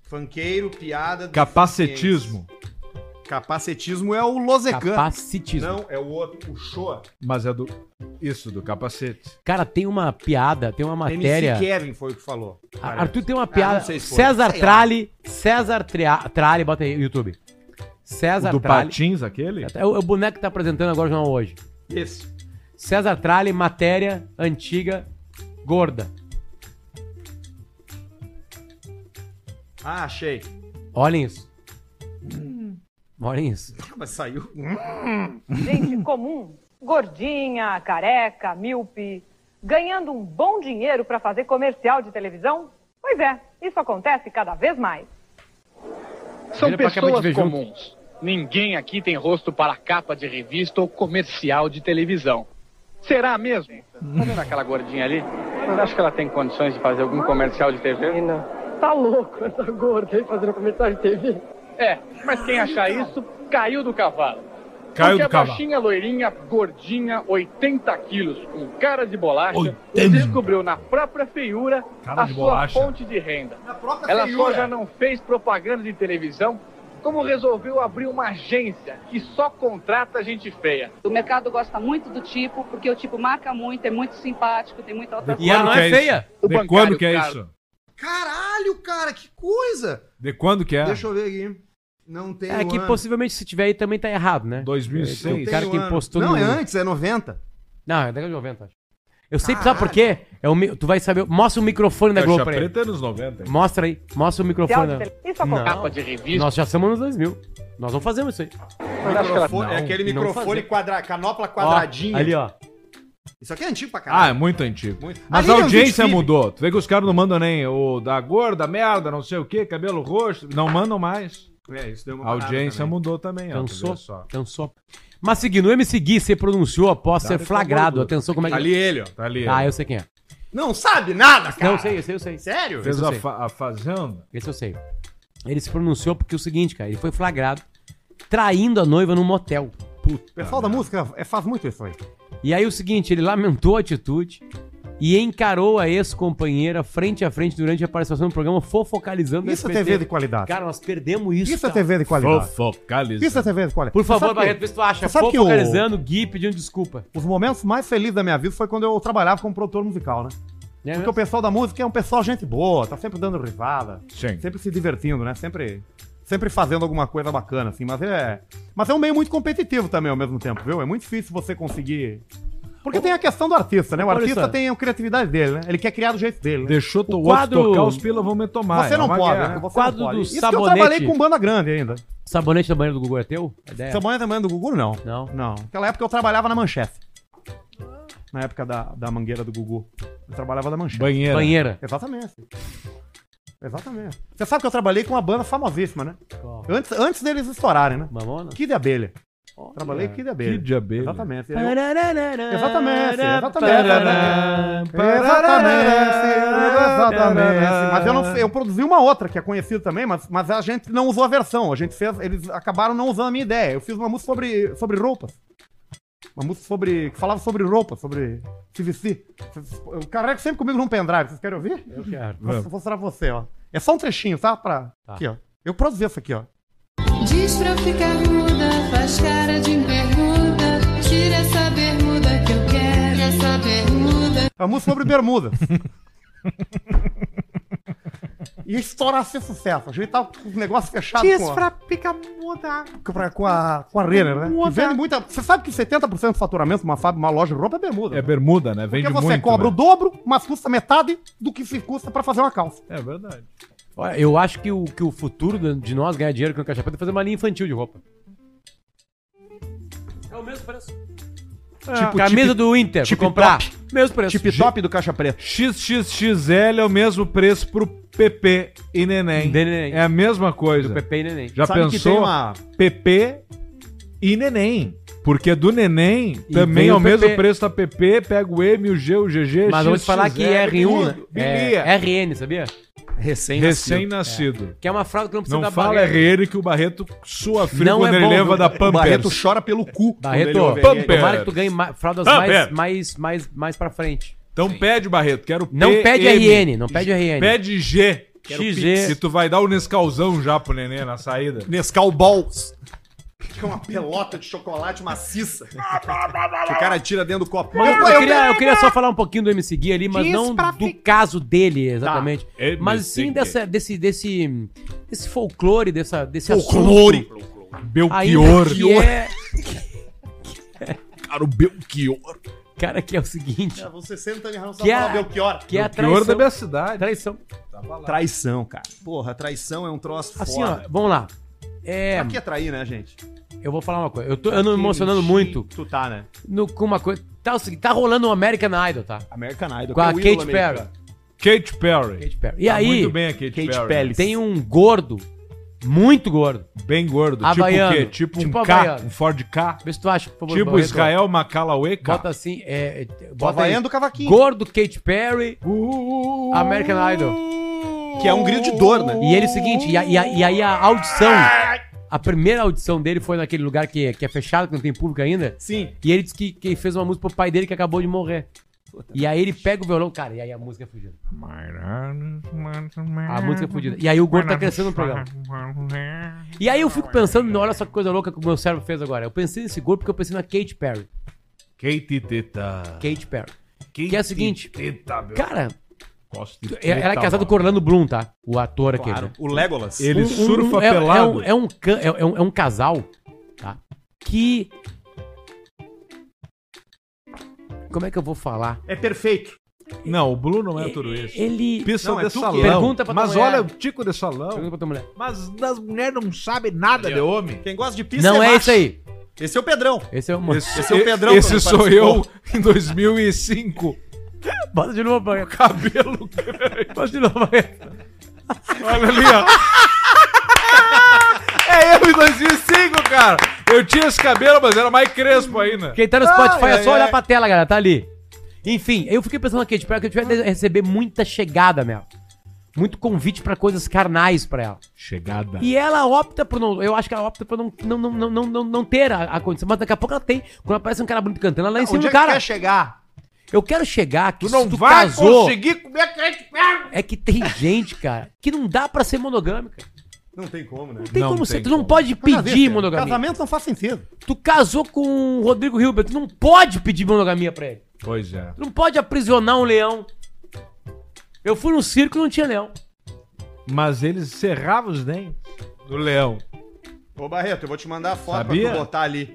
Speaker 1: Funkeiro, piada.
Speaker 2: Capacetismo.
Speaker 1: deficientes. Capacetismo é o Lozecan.
Speaker 3: Capacitismo.
Speaker 1: Não, é o outro, o Shoa.
Speaker 2: Mas é do... Isso, do capacete.
Speaker 3: Cara, tem uma piada, tem uma matéria...
Speaker 1: MC Kevin foi o que falou.
Speaker 3: Arthur tem uma piada.
Speaker 1: não sei se foi.
Speaker 3: César
Speaker 1: Sei lá.
Speaker 3: Tralli, César Tria- Tralli, bota aí, YouTube.
Speaker 2: O
Speaker 3: César
Speaker 2: do
Speaker 3: Tralli.
Speaker 2: Patins, aquele?
Speaker 3: É o, é o boneco que tá apresentando agora o jornal hoje.
Speaker 2: Esse.
Speaker 3: César Tralli, matéria antiga, gorda.
Speaker 7: Ah, achei.
Speaker 3: Olhem isso. Olhem isso.
Speaker 7: Ah, Mas saiu.
Speaker 8: gente comum, gordinha, careca, míope, ganhando um bom dinheiro para fazer comercial de televisão? Pois é, isso acontece cada vez mais.
Speaker 9: São
Speaker 3: Vira pra capa de
Speaker 9: pessoas
Speaker 3: beijão.
Speaker 9: comuns. Ninguém aqui tem rosto para capa de revista ou comercial de televisão. Será mesmo? Tá vendo aquela gordinha ali? Você acha que ela tem condições de fazer algum comercial de TV?
Speaker 10: Tá louco essa gorda aí fazendo comentário de TV?
Speaker 9: É, mas quem achar isso, caiu do cavalo.
Speaker 2: Caiu
Speaker 9: Porque é
Speaker 2: do
Speaker 9: a
Speaker 2: cavalo.
Speaker 9: baixinha, loirinha, gordinha, 80 quilos, com cara de bolacha,
Speaker 2: 80.
Speaker 9: descobriu na própria feiura
Speaker 2: Cara
Speaker 9: a
Speaker 2: de
Speaker 9: sua
Speaker 2: bolacha.
Speaker 9: fonte de renda.
Speaker 7: própria
Speaker 9: Ela só já não fez propaganda de televisão, como resolveu abrir uma agência que só contrata gente feia.
Speaker 10: O mercado gosta muito do tipo, porque o tipo marca muito, é muito simpático, tem muita atração.
Speaker 3: E ela não
Speaker 2: que
Speaker 3: é
Speaker 2: isso?
Speaker 3: feia.
Speaker 9: O
Speaker 2: De
Speaker 9: bancário
Speaker 2: quando que é
Speaker 9: Carlos-
Speaker 2: isso?
Speaker 7: Caralho, cara, que coisa!
Speaker 2: De quando que é?
Speaker 7: Deixa eu ver aqui. Não tem. um
Speaker 1: um
Speaker 3: É que
Speaker 7: ano.
Speaker 3: possivelmente se tiver aí também tá errado, né?
Speaker 2: 2006.
Speaker 3: O cara
Speaker 7: Tem
Speaker 3: que
Speaker 7: um ano.
Speaker 3: impostou
Speaker 7: Não,
Speaker 3: no-
Speaker 7: é antes, é 90.
Speaker 3: Não, é década de 90, acho. Eu sei sabe por quê? É o mi- Tu vai saber. Mostra o microfone da Globo
Speaker 2: Caixa
Speaker 3: pra ele.
Speaker 2: Preta é anos 90. hein?
Speaker 3: Mostra aí. Mostra o
Speaker 8: Comercial
Speaker 3: microfone.
Speaker 8: de
Speaker 3: da-
Speaker 8: tele- Isso
Speaker 3: Não.
Speaker 8: acontece.
Speaker 9: Capa de revista.
Speaker 3: Nós já estamos nos 2000. Nós não fazemos isso aí.
Speaker 7: Microfone- é
Speaker 3: Não,
Speaker 7: aquele
Speaker 3: não
Speaker 7: microfone quadra, canopla
Speaker 3: Ó,
Speaker 7: quadradinha.
Speaker 3: ali, ó.
Speaker 7: Isso aqui é antigo pra
Speaker 2: Ah, é
Speaker 7: caralho.
Speaker 2: muito antigo.
Speaker 7: Ali
Speaker 2: Mas a
Speaker 7: não
Speaker 2: audiência
Speaker 7: existe filme.
Speaker 2: mudou. Tu vê que os caras não mandam nem o da gorda, merda, não sei o que, cabelo roxo. Não mandam mais.
Speaker 7: é, isso deu
Speaker 2: A audiência
Speaker 7: parada também.
Speaker 2: mudou também. ó, tu vê
Speaker 3: Cansou.
Speaker 2: só.
Speaker 3: Cansou. Mas seguindo, o MC Gui se pronunciou após ser flagrado. Atenção como é que...
Speaker 2: Ali ele, ó. Tá ali.
Speaker 3: Ah,
Speaker 2: ele.
Speaker 3: eu sei quem é.
Speaker 7: Não sabe nada, cara.
Speaker 3: Não, eu sei, eu sei, eu sei.
Speaker 7: Sério? é
Speaker 2: Fez
Speaker 3: eu
Speaker 2: a,
Speaker 3: sei.
Speaker 2: fa- a fazenda.
Speaker 3: Esse eu sei. Ele se pronunciou porque é o seguinte, cara. Ele foi flagrado traindo a noiva num motel.
Speaker 1: O pessoal da música é, faz muito isso aí.
Speaker 3: E aí o seguinte, ele lamentou a atitude e encarou a ex-companheira frente a frente durante a participação no programa fofocalizando o
Speaker 1: Isso é
Speaker 3: SBT.
Speaker 1: TV de qualidade.
Speaker 3: Cara, nós perdemos isso,
Speaker 1: Isso é
Speaker 3: cara.
Speaker 1: TV de qualidade. Isso é
Speaker 2: Fofocalizando.
Speaker 1: TV de qualidade.
Speaker 3: Por favor,
Speaker 1: Sabe que
Speaker 3: Barreto, vê se tu acha.
Speaker 1: Você sabe que o-
Speaker 3: Fofocalizando, Gui pedindo desculpa.
Speaker 1: Os momentos mais felizes da minha vida foi quando eu trabalhava como produtor musical, né?
Speaker 3: Né?
Speaker 1: Porque o pessoal da música é um pessoal gente boa, tá sempre dando risada,
Speaker 2: Sim.
Speaker 1: sempre se divertindo, né? Sempre, sempre fazendo alguma coisa bacana, assim. Mas é, mas é um meio muito competitivo também ao mesmo tempo, viu? É muito difícil você conseguir. Porque tem a questão do artista, né? O artista
Speaker 3: Paulistano.
Speaker 1: tem a criatividade dele, né? Ele quer criar do jeito dele. Né?
Speaker 2: Deixou o
Speaker 3: quadro-
Speaker 2: outro tocar, os pila vão me tomar.
Speaker 1: Você
Speaker 2: É
Speaker 1: não
Speaker 2: uma
Speaker 1: pode,
Speaker 2: guerra.
Speaker 1: né? Você
Speaker 3: Quadro
Speaker 1: não pode.
Speaker 3: do
Speaker 1: Isso que eu
Speaker 3: sabonete.
Speaker 1: trabalhei com banda grande ainda.
Speaker 3: Sabonete da banheira do Gugu é teu? A ideia?
Speaker 1: Sabonete da manhã do Gugu, não.
Speaker 3: Não.
Speaker 1: Não. Naquela época eu trabalhava na Manchete. Na época da, da mangueira do Gugu. Eu trabalhava na Manchete.
Speaker 2: Banheira.
Speaker 3: Banheira.
Speaker 1: Exatamente. Exatamente. Você sabe que eu trabalhei com uma banda famosíssima, né?
Speaker 3: Qual?
Speaker 1: Antes, antes deles estourarem, né?
Speaker 3: Mamona?
Speaker 1: Kid Abelha.
Speaker 3: É.
Speaker 1: Trabalhei com Kid Abelha.
Speaker 2: Que de abelha.
Speaker 1: Exatamente. Eu-
Speaker 3: Exatamente,
Speaker 1: Exatamente, exatamente. Exatamente, exatamente. Mas eu, não, eu produzi uma outra que é conhecida também, mas, mas a gente não usou a versão. A gente fez, eles acabaram não usando a minha ideia. Eu fiz uma música sobre, sobre roupas. Uma música sobre. que falava sobre roupas, sobre se vestir. Eu carrego sempre comigo num pendrive. Vocês querem ouvir?
Speaker 3: Eu quero.
Speaker 1: Vou vou mostrar pra você, ó. É só um trechinho, tá? Pra... Aqui, ó. Eu produzi isso aqui, ó.
Speaker 11: Diz pra eu ficar muda, faz cara de bermuda. Tira essa bermuda que eu quero, essa bermuda.
Speaker 1: A música sobre bermuda. E estourasse sucesso. A gente tava com o negócio fechado com a,
Speaker 5: ficar muda.
Speaker 1: pra- com a, com a Renner, né? Que
Speaker 5: Bermuda.
Speaker 1: vende muita. Você sabe que 70% do faturamento de uma, fábrica, uma loja de roupa é bermuda. né?
Speaker 2: É bermuda, né?
Speaker 1: Porque
Speaker 2: Vende
Speaker 1: você
Speaker 2: muito.
Speaker 1: cobra
Speaker 2: né?
Speaker 1: o dobro, mas custa metade do que se custa pra fazer uma calça.
Speaker 2: É verdade.
Speaker 3: Olha, eu acho que o, que o futuro de nós ganhar dinheiro com o Caixa Preta é fazer uma linha infantil de roupa. É o mesmo preço.
Speaker 1: Tipo,
Speaker 3: Ah, Camisa do Inter,
Speaker 1: tip
Speaker 3: vou comprar. Mesmo preço.
Speaker 1: tip top do caixa preta.
Speaker 2: XXXL é o mesmo preço pro PP e neném.
Speaker 3: Neném.
Speaker 2: É a mesma coisa.
Speaker 3: Do Pepe e Neném.
Speaker 2: Já
Speaker 1: Sabe que
Speaker 2: pensou?
Speaker 1: tem uma-
Speaker 2: PP e neném. Porque do neném
Speaker 3: E
Speaker 2: também
Speaker 3: vem
Speaker 2: é
Speaker 3: o
Speaker 2: o mesmo
Speaker 3: PP.
Speaker 2: preço da PP, pega o M, o G, o GG,
Speaker 3: Mas vamos falar que é R1, né?
Speaker 2: Bilia.
Speaker 3: É RN, sabia?
Speaker 7: Recém-nascido.
Speaker 2: é Recém-nascido.
Speaker 3: Que é uma frase que não um, precisa
Speaker 2: Não
Speaker 3: dar
Speaker 2: fala
Speaker 3: barreira.
Speaker 2: RN que o Barreto sua frio
Speaker 3: Não
Speaker 2: quando
Speaker 3: é
Speaker 2: ele
Speaker 3: bom,
Speaker 2: leva
Speaker 3: viu?
Speaker 2: da
Speaker 7: O Barreto
Speaker 2: Pampers.
Speaker 7: chora pelo cu.
Speaker 3: Barreto,
Speaker 7: quando ele ouve
Speaker 2: Pampers.
Speaker 7: aí.
Speaker 3: tomara que tu ganhe ma- fraldas
Speaker 2: Ah,
Speaker 3: mais,
Speaker 2: pera.
Speaker 3: mais, mais, mais pra frente.
Speaker 2: Então pede, Barreto, quero
Speaker 3: Não
Speaker 2: PM.
Speaker 3: pede RN, não pede RN.
Speaker 2: Pede G.
Speaker 3: Quero Pix.
Speaker 2: E tu vai dar o Nescauzão já pro neném na saída.
Speaker 7: Nescau Balls. Que é uma pelota de chocolate maciça. que o cara tira dentro do copo.
Speaker 3: Mas eu,
Speaker 7: Eu- eu-
Speaker 3: queria, eu queria só falar um pouquinho do MC Gui ali, mas
Speaker 5: Diz
Speaker 3: não
Speaker 5: pra
Speaker 3: do
Speaker 5: fi-
Speaker 3: caso dele, exatamente.
Speaker 2: MC
Speaker 3: Mas sim
Speaker 2: Gui.
Speaker 3: dessa, desse, desse, desse folclore, dessa, desse
Speaker 7: Folclore.
Speaker 3: assunto
Speaker 2: Belchior.
Speaker 3: Tá Aí, que é-
Speaker 2: Cara, o Belchior.
Speaker 3: Cara, que é o seguinte.
Speaker 4: É, você senta e não
Speaker 3: Que
Speaker 4: sabe
Speaker 3: é,
Speaker 4: falar Belchior.
Speaker 3: que é a
Speaker 2: Belchior
Speaker 3: traição.
Speaker 2: da minha cidade.
Speaker 3: Traição.
Speaker 1: Traição, cara. Porra, traição é um troço
Speaker 3: Assim,
Speaker 1: foda.
Speaker 3: ó, vamos lá. É,
Speaker 1: Aqui é trair, né, gente?
Speaker 3: eu vou falar uma coisa. Eu tô
Speaker 2: Tá
Speaker 3: ando me emocionando muito
Speaker 1: Tu tá, né?
Speaker 3: no, com uma coisa. Tá, o seguinte, tá rolando um American Idol, tá?
Speaker 1: American Idol.
Speaker 3: Com a
Speaker 1: que é o ídolo
Speaker 3: Kate Perry.
Speaker 1: americano.
Speaker 2: Kate Perry.
Speaker 3: Katy Perry. E
Speaker 2: Tá
Speaker 3: aí,
Speaker 2: Muito bem a Kate,
Speaker 1: Kate
Speaker 2: Perry. né?
Speaker 1: Perry.
Speaker 3: tem um gordo, muito gordo.
Speaker 2: Bem gordo.
Speaker 3: Havaiano.
Speaker 2: Tipo o quê? Tipo,
Speaker 3: Tipo
Speaker 2: um K,
Speaker 3: havaiano.
Speaker 2: um Ford K.
Speaker 3: Vê se tu acha, por favor.
Speaker 2: Tipo
Speaker 3: Barreto.
Speaker 2: Israel Macalauê, K.
Speaker 3: Bota assim, é, é,
Speaker 1: Tá
Speaker 4: O
Speaker 3: bota aí.
Speaker 4: Havaiano do Cavaquinho.
Speaker 3: Gordo, Kate Perry, American Idol.
Speaker 1: Que é um grito de dor, né?
Speaker 3: E ele é o seguinte, e, a- e a- e aí a audição, a primeira audição dele foi naquele lugar que, é- que é fechado, que não tem público ainda.
Speaker 1: Sim.
Speaker 3: E ele disse que, que fez uma música pro pai dele que acabou de morrer. E aí ele pega o violão, cara, e aí a música é fugida. A música é fugida. E aí o gordo tá crescendo no programa. E aí eu fico pensando, olha só que coisa louca que o meu cérebro fez agora. Eu pensei nesse gordo porque eu pensei na Kate Perry.
Speaker 2: Kate Teta.
Speaker 3: Kate Perry.
Speaker 2: Kate
Speaker 3: que é o seguinte,
Speaker 2: Teta, meu.
Speaker 3: Cara,
Speaker 2: Gosto de
Speaker 3: ela é
Speaker 2: teta,
Speaker 3: casada
Speaker 2: mano.
Speaker 3: com o Orlando Bloom, tá? O ator aquele.
Speaker 1: Claro. O Legolas.
Speaker 2: Ele
Speaker 3: Um- um-
Speaker 2: surfa
Speaker 3: um- é-
Speaker 2: pelado.
Speaker 3: É, um, é, um, ca- é- é um, é um casal, tá? Que. Como é que eu vou falar?
Speaker 4: É perfeito.
Speaker 2: Não, o Blue não é tudo isso.
Speaker 3: Ele.
Speaker 2: Pista
Speaker 4: Não, é
Speaker 2: de
Speaker 4: tu que-
Speaker 2: salão.
Speaker 3: Pergunta pra tua
Speaker 2: Mas
Speaker 3: mulher.
Speaker 2: olha o tico de salão.
Speaker 3: Pergunta pra tua mulher.
Speaker 2: Mas das mulheres não sabem nada de homem.
Speaker 1: Quem gosta de pista
Speaker 3: Não é
Speaker 1: macho.
Speaker 3: isso aí.
Speaker 1: Esse é o Pedrão.
Speaker 3: Esse é uma.
Speaker 1: Esse é o Pedrão
Speaker 2: Esse
Speaker 1: quando
Speaker 2: sou eu
Speaker 1: participou.
Speaker 2: em 2005.
Speaker 3: Bota de novo, Bahia.
Speaker 2: Cabelo.
Speaker 3: Bota de novo, Bahia.
Speaker 2: Olha ali, ó. É eu em 2005, cara. Eu tinha esse cabelo, mas era mais crespo ainda.
Speaker 3: Quem tá no Spotify é
Speaker 2: ai,
Speaker 3: só
Speaker 2: ai.
Speaker 3: olhar pra tela, galera. Tá ali. Enfim, eu fiquei pensando na Kate Perry que eu tivesse receber muita chegada nela. Muito convite pra coisas carnais pra ela.
Speaker 2: Chegada.
Speaker 3: E ela opta por não. Eu acho que ela opta por não, não, não, não, não, não- não ter a, a condição. Mas daqui a pouco ela tem. Quando aparece um cara bonito cantando, ela lá em cima
Speaker 4: Onde
Speaker 3: do
Speaker 4: é que
Speaker 3: cara.
Speaker 4: quer chegar?
Speaker 3: Eu quero chegar que
Speaker 2: Tu não
Speaker 3: se tu
Speaker 2: vai
Speaker 3: casou,
Speaker 2: conseguir comer Kate Perry.
Speaker 3: é que tem gente, cara, que não dá pra ser monogâmica.
Speaker 4: Não tem como, né?
Speaker 3: Não tem
Speaker 2: Não
Speaker 3: como
Speaker 2: tem
Speaker 3: ser. Tu não
Speaker 2: como.
Speaker 3: pode
Speaker 4: Nada a ver,
Speaker 3: pedir
Speaker 4: cara.
Speaker 3: monogamia.
Speaker 4: Casamento não faz sentido.
Speaker 3: Tu casou com o Rodrigo Hilbert, tu não pode pedir monogamia pra ele.
Speaker 2: Pois é.
Speaker 3: Tu não pode aprisionar um leão. Eu fui num circo e não tinha leão.
Speaker 2: Mas eles cerravam os dentes do leão.
Speaker 1: Ô, Barreto, eu vou te mandar a foto
Speaker 2: Sabia?
Speaker 1: pra tu botar ali.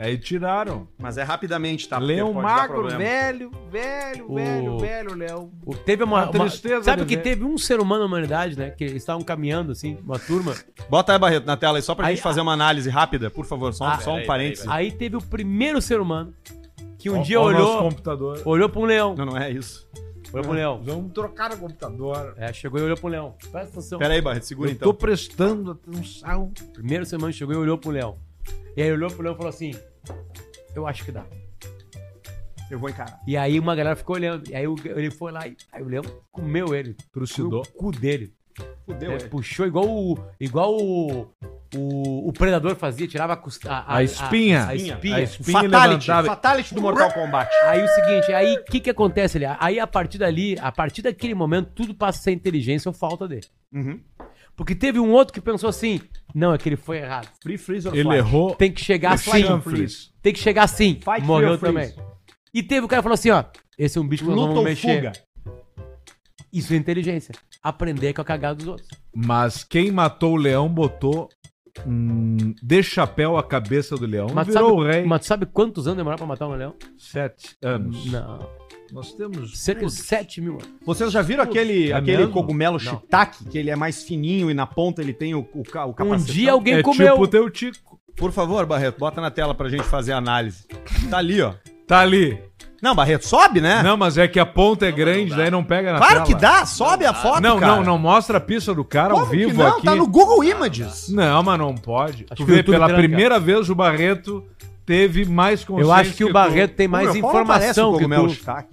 Speaker 2: Aí tiraram.
Speaker 1: Mas é rapidamente, tá? Porque
Speaker 2: Leão
Speaker 1: pode dar
Speaker 2: magro,
Speaker 1: problema.
Speaker 2: velho, velho,
Speaker 3: O-
Speaker 2: velho, velho, leão.
Speaker 3: O- Teve uma,
Speaker 2: Uma
Speaker 3: uma-
Speaker 2: tristeza
Speaker 3: sabe
Speaker 2: de
Speaker 3: que
Speaker 2: ver.
Speaker 3: teve um ser humano na humanidade, né? Que eles estavam caminhando assim, uma turma.
Speaker 1: Bota aí, Barreto, na tela aí, só pra
Speaker 3: Aí,
Speaker 1: gente fazer uma análise rápida, por favor. Só,
Speaker 3: Ah,
Speaker 1: só um
Speaker 6: peraí,
Speaker 1: parênteses.
Speaker 3: Aí teve o primeiro ser humano que um
Speaker 2: Ó-
Speaker 3: dia
Speaker 2: ó o nosso
Speaker 3: olhou,
Speaker 2: computador.
Speaker 3: olhou pra um leão.
Speaker 1: Não, não é isso.
Speaker 3: Olhou pra um leão.
Speaker 2: Vamos trocar o computador.
Speaker 3: É, chegou e olhou pra um leão. Presta atenção.
Speaker 1: Pera aí, Barreto, segura
Speaker 2: Eu
Speaker 1: então.
Speaker 2: tô prestando atenção.
Speaker 3: Primeiro ser humano chegou e olhou pro leão. E aí olhou pro leão e falou assim: Eu acho que dá.
Speaker 1: Eu vou encarar.
Speaker 3: E aí uma galera ficou olhando. E aí o- ele foi lá e aí o leão comeu ele. Comeu
Speaker 2: Trucidou.
Speaker 3: o cu dele.
Speaker 1: Fudeu,
Speaker 3: É, puxou igual o. igual o. O, o predador fazia, tirava a, cus-
Speaker 2: A espinha.
Speaker 3: A, espinha. É.
Speaker 2: A espinha
Speaker 4: fatality,
Speaker 2: levantava.
Speaker 4: fatality do Mortal Kombat.
Speaker 3: Aí o seguinte, aí o que que acontece ali? Aí a partir dali, a partir daquele momento, tudo passa a ser inteligência ou falta dele.
Speaker 4: Uhum.
Speaker 3: Porque teve um outro que pensou assim, não, é que ele foi errado.
Speaker 4: Free Freezer
Speaker 2: Ele errou.
Speaker 3: Tem que chegar assim.
Speaker 2: Freeze.
Speaker 3: Tem que chegar assim.
Speaker 4: Fight
Speaker 3: Morreu
Speaker 4: free or
Speaker 3: também.
Speaker 4: freeze.
Speaker 3: E teve o cara que falou assim, ó, esse é um bicho que nós
Speaker 4: Luta
Speaker 3: vamos
Speaker 4: ou
Speaker 3: mexer.
Speaker 4: fuga.
Speaker 3: Isso é inteligência. Aprender com a cagada dos outros.
Speaker 2: Mas quem matou o leão botou hum, de chapéu a cabeça do leão.
Speaker 3: Mas tu,
Speaker 2: virou o
Speaker 3: sabe,
Speaker 2: rei.
Speaker 3: mas tu sabe quantos anos demoraram pra matar um leão?
Speaker 2: Sete anos.
Speaker 3: Não.
Speaker 2: Nós temos.
Speaker 3: Cerca de 7 mil anos.
Speaker 1: Vocês já viram aquele,
Speaker 2: É
Speaker 1: aquele
Speaker 2: mesmo?
Speaker 1: cogumelo shiitake, que ele é mais fininho e na ponta ele tem o, o, ca- o
Speaker 3: Um
Speaker 1: capacetão?
Speaker 3: dia alguém
Speaker 2: é
Speaker 3: comeu.
Speaker 2: tipo o teu tico.
Speaker 1: Por favor, Barreto, bota na tela pra gente fazer a análise. Tá ali, ó.
Speaker 2: Tá ali.
Speaker 1: Não, Barreto, sobe, né?
Speaker 2: Não, mas é que a ponta é grande, daí não pega na
Speaker 1: claro
Speaker 2: tela.
Speaker 1: que dá, sobe a foto,
Speaker 2: Não,
Speaker 1: cara.
Speaker 2: não, não mostra a pista do cara ao
Speaker 1: Como que
Speaker 2: vivo
Speaker 1: não?
Speaker 2: aqui.
Speaker 1: Tá no Google Images.
Speaker 2: Não, mas não pode. tu
Speaker 3: Acho que o
Speaker 2: vê,
Speaker 3: YouTube
Speaker 2: pela
Speaker 3: tranca.
Speaker 2: primeira vez o Barreto teve mais consciência
Speaker 3: Eu acho um que, o
Speaker 2: tu.
Speaker 3: Barreto tem mais
Speaker 1: Meu, como aparece
Speaker 3: informação
Speaker 1: o
Speaker 3: que
Speaker 1: cogumelo
Speaker 3: tu.
Speaker 1: shiitake?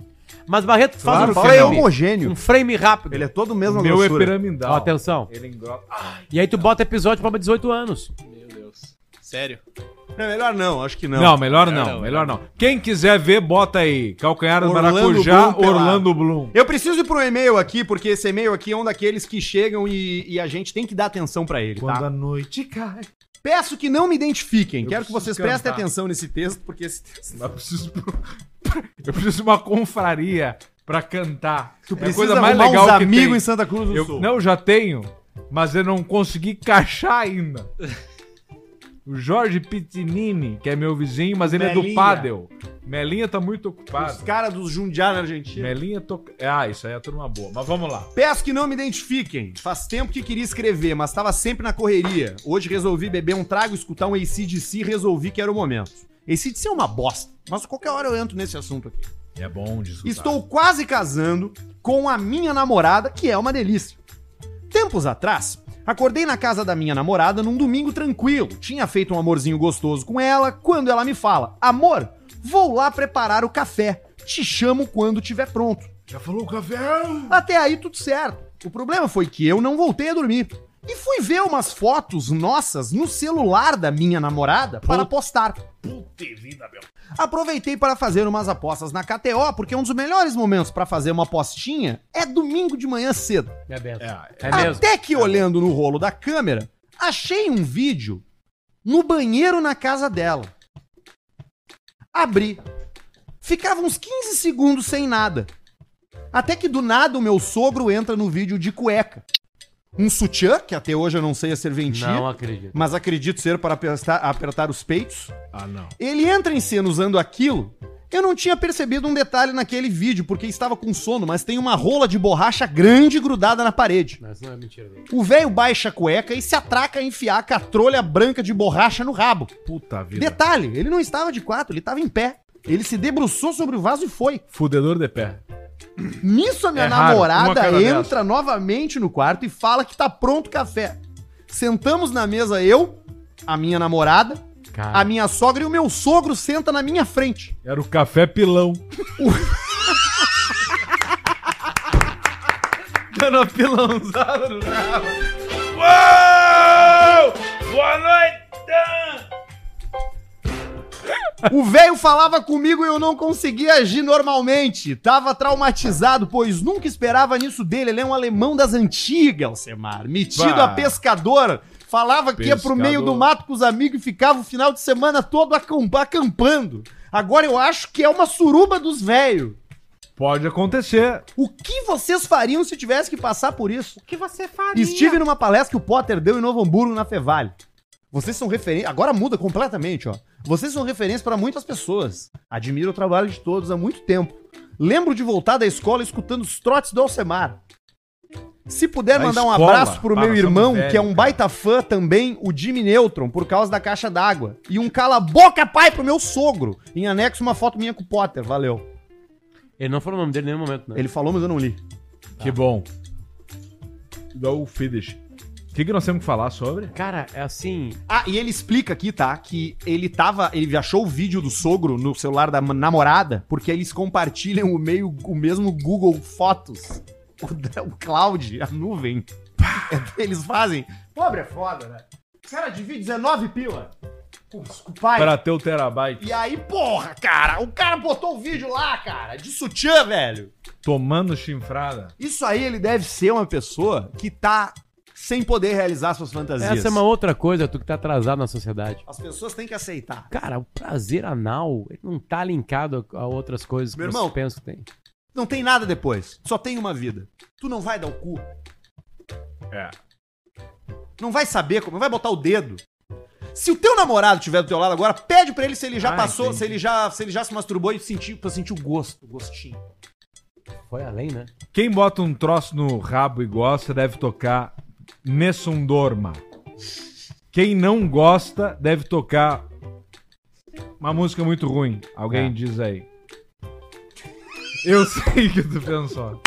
Speaker 3: Mas Barreto faz
Speaker 2: Claro que
Speaker 3: um
Speaker 1: Fala, é
Speaker 2: não.
Speaker 3: frame, um
Speaker 1: homogêneo.
Speaker 3: frame rápido.
Speaker 1: Ele é todo o mesmo
Speaker 2: O meu é piramidal.
Speaker 3: Ó, atenção.
Speaker 2: Ele engrossa.
Speaker 3: E aí tu bota episódio pra 18 anos.
Speaker 6: Meu Deus. Sério?
Speaker 1: Não, é melhor não, acho que não.
Speaker 2: Não, melhor não,
Speaker 6: Não, não.
Speaker 2: melhor não. Quem quiser ver, bota aí. Calcanhar do
Speaker 1: Orlando
Speaker 2: Maracujá,
Speaker 1: Bloom pelado.
Speaker 2: Orlando Bloom.
Speaker 1: Eu preciso ir pro e-mail aqui, porque esse e-mail aqui é um daqueles que chegam e, e a gente tem que dar atenção pra ele, tá?
Speaker 2: a noite cai.
Speaker 1: Peço que não me identifiquem.
Speaker 2: Eu
Speaker 1: Quero que
Speaker 2: preciso
Speaker 1: vocês prestem
Speaker 2: cantar. É
Speaker 1: atenção nesse texto, porque esse texto...
Speaker 2: Eu preciso, eu preciso de uma confraria pra cantar.
Speaker 1: Tu
Speaker 2: É a
Speaker 1: precisa
Speaker 2: coisa mais
Speaker 1: arrumar
Speaker 2: legal
Speaker 1: uns
Speaker 2: que
Speaker 1: amigos
Speaker 2: tem.
Speaker 1: em Santa Cruz do
Speaker 2: Eu,
Speaker 1: Sul.
Speaker 2: não, eu já tenho, mas eu não consegui encaixar ainda. O Jorge Pitinini, que é meu vizinho, mas ele é do
Speaker 1: Melinha.
Speaker 2: pádel. Melinha tá muito ocupado.
Speaker 1: Os caras dos Jundiá na Argentina.
Speaker 2: Melinha toca. Ah, isso aí é a turma boa. Mas vamos lá.
Speaker 1: Peço que não me identifiquem. Faz tempo que queria escrever, mas tava sempre na correria. Hoje resolvi beber um trago, escutar um ACDC e resolvi que era o momento. ACDC é uma bosta, mas qualquer hora eu entro nesse assunto aqui.
Speaker 2: É bom de escutar.
Speaker 1: Estou quase casando com a minha namorada, que é uma delícia. Tempos atrás, acordei na casa da minha namorada num domingo tranquilo. Tinha feito um amorzinho gostoso com ela, quando ela me fala: Amor, vou lá preparar o café. Te chamo quando tiver pronto.
Speaker 2: Já falou o café?
Speaker 1: Até aí tudo certo. O problema foi que eu não voltei a dormir. E fui ver umas fotos nossas no celular da minha namorada para postar. Aproveitei para fazer umas apostas na KTO, porque um dos melhores momentos para fazer uma apostinha é domingo de manhã cedo.
Speaker 3: É mesmo.
Speaker 2: É,
Speaker 3: É mesmo.
Speaker 1: Até que olhando no rolo da câmera, achei um vídeo no banheiro na casa dela. Abri. Ficava uns 15 segundos sem nada. Até que do nada o meu sogro entra no vídeo de cueca. Um sutiã, que até hoje eu não sei a serventia,
Speaker 3: Não acredito.
Speaker 1: mas acredito ser para apertar, apertar os peitos.
Speaker 2: Ah, não.
Speaker 1: Ele entra em cena usando aquilo. Eu não tinha percebido um detalhe naquele vídeo, porque estava com sono, mas tem uma rola de borracha grande grudada na parede.
Speaker 3: Mas não é mentira dele.
Speaker 1: O velho baixa a cueca e se atraca a enfiar a catrolha branca de borracha no rabo.
Speaker 2: Puta vida.
Speaker 1: Detalhe, ele não estava de quatro, ele estava em pé. Ele se debruçou sobre o vaso e foi.
Speaker 2: Fudedor de é pé.
Speaker 1: Nisso a minha
Speaker 2: É raro, uma
Speaker 1: namorada
Speaker 2: cara
Speaker 1: entra
Speaker 2: dessa.
Speaker 1: novamente no quarto e fala que tá pronto o café. Sentamos na mesa eu, a minha namorada,
Speaker 3: Cara.
Speaker 2: Ah.
Speaker 1: a minha sogra e o meu sogro senta na minha frente.
Speaker 2: Era o café pilão.
Speaker 3: Dando a pilãozada no
Speaker 1: O velho falava comigo e eu não conseguia agir normalmente. Tava traumatizado, pois nunca esperava nisso dele. Ele é um alemão das antigas, Alcemar. Metido
Speaker 2: Bah.
Speaker 1: a pescador. Falava que ia pro
Speaker 2: Pescador.
Speaker 1: meio do mato com os amigos e ficava o final de semana todo acam- acampando. Agora eu acho que é uma suruba dos velhos.
Speaker 2: Pode acontecer.
Speaker 1: O que vocês fariam se tivesse que passar por isso?
Speaker 5: que você faria?
Speaker 1: Estive numa palestra que o Potter deu em Novo Hamburgo, na Fevale. Vocês são referência. Agora muda completamente, ó. Vocês são referência para muitas pessoas. Admiro o trabalho de todos há muito tempo. Lembro de voltar da escola escutando os trotes do Alcemar. Se puder
Speaker 2: Da
Speaker 1: mandar um
Speaker 2: escola?
Speaker 1: abraço pro
Speaker 2: Para,
Speaker 1: meu
Speaker 2: somos
Speaker 1: irmão,
Speaker 2: velhos,
Speaker 1: que é um
Speaker 2: cara.
Speaker 1: baita fã também, o Jimmy Neutron, por causa da caixa d'água. E um cala-boca, pai, pro meu sogro. Em anexo, uma foto minha com o Potter. Valeu.
Speaker 3: Ele não falou o nome dele em nenhum momento, né?
Speaker 1: Ele falou, mas eu não li.
Speaker 2: Que bom. Tá. Igual o Fidesz. O que, que nós temos que falar sobre?
Speaker 3: Cara, é assim.
Speaker 1: Ah, e ele explica aqui, tá? Que ele tava. Ele achou o vídeo do sogro no celular da namorada, porque eles compartilham o, meio, o mesmo Google Fotos. O, da- o cloud, a nuvem. É, Eles fazem. Pobre é foda, né? Cara, divide 19 pila. Com com o pai.
Speaker 2: Para ter o terabyte.
Speaker 1: E aí, porra, cara, o cara botou o vídeo lá, cara, de sutiã, velho.
Speaker 2: Tomando chifrada.
Speaker 1: Isso aí ele deve ser uma pessoa que tá sem poder realizar suas fantasias.
Speaker 3: Essa é uma outra coisa, tu que tá atrasado na sociedade.
Speaker 1: As pessoas têm que aceitar.
Speaker 3: Cara, o prazer anal ele não tá linkado a a outras coisas que
Speaker 1: Meu
Speaker 3: você
Speaker 1: irmão.
Speaker 3: pensa que tem.
Speaker 1: Não tem nada depois. Só tem uma vida. Tu não vai dar o cu.
Speaker 2: É.
Speaker 1: Não vai saber como. Vai botar o dedo. Se o teu namorado estiver do teu lado agora, pede pra ele se ele já
Speaker 3: Ah,
Speaker 1: passou,
Speaker 3: entendi.
Speaker 1: se ele já, se ele já se masturbou e sentiu, pra sentir o gosto, o gostinho.
Speaker 3: Foi além, né?
Speaker 2: Quem bota um troço no rabo e gosta deve tocar Nessun Dorma. Quem não gosta deve tocar uma música muito ruim. Alguém
Speaker 3: É.
Speaker 2: diz aí. Eu sei que tu pensou.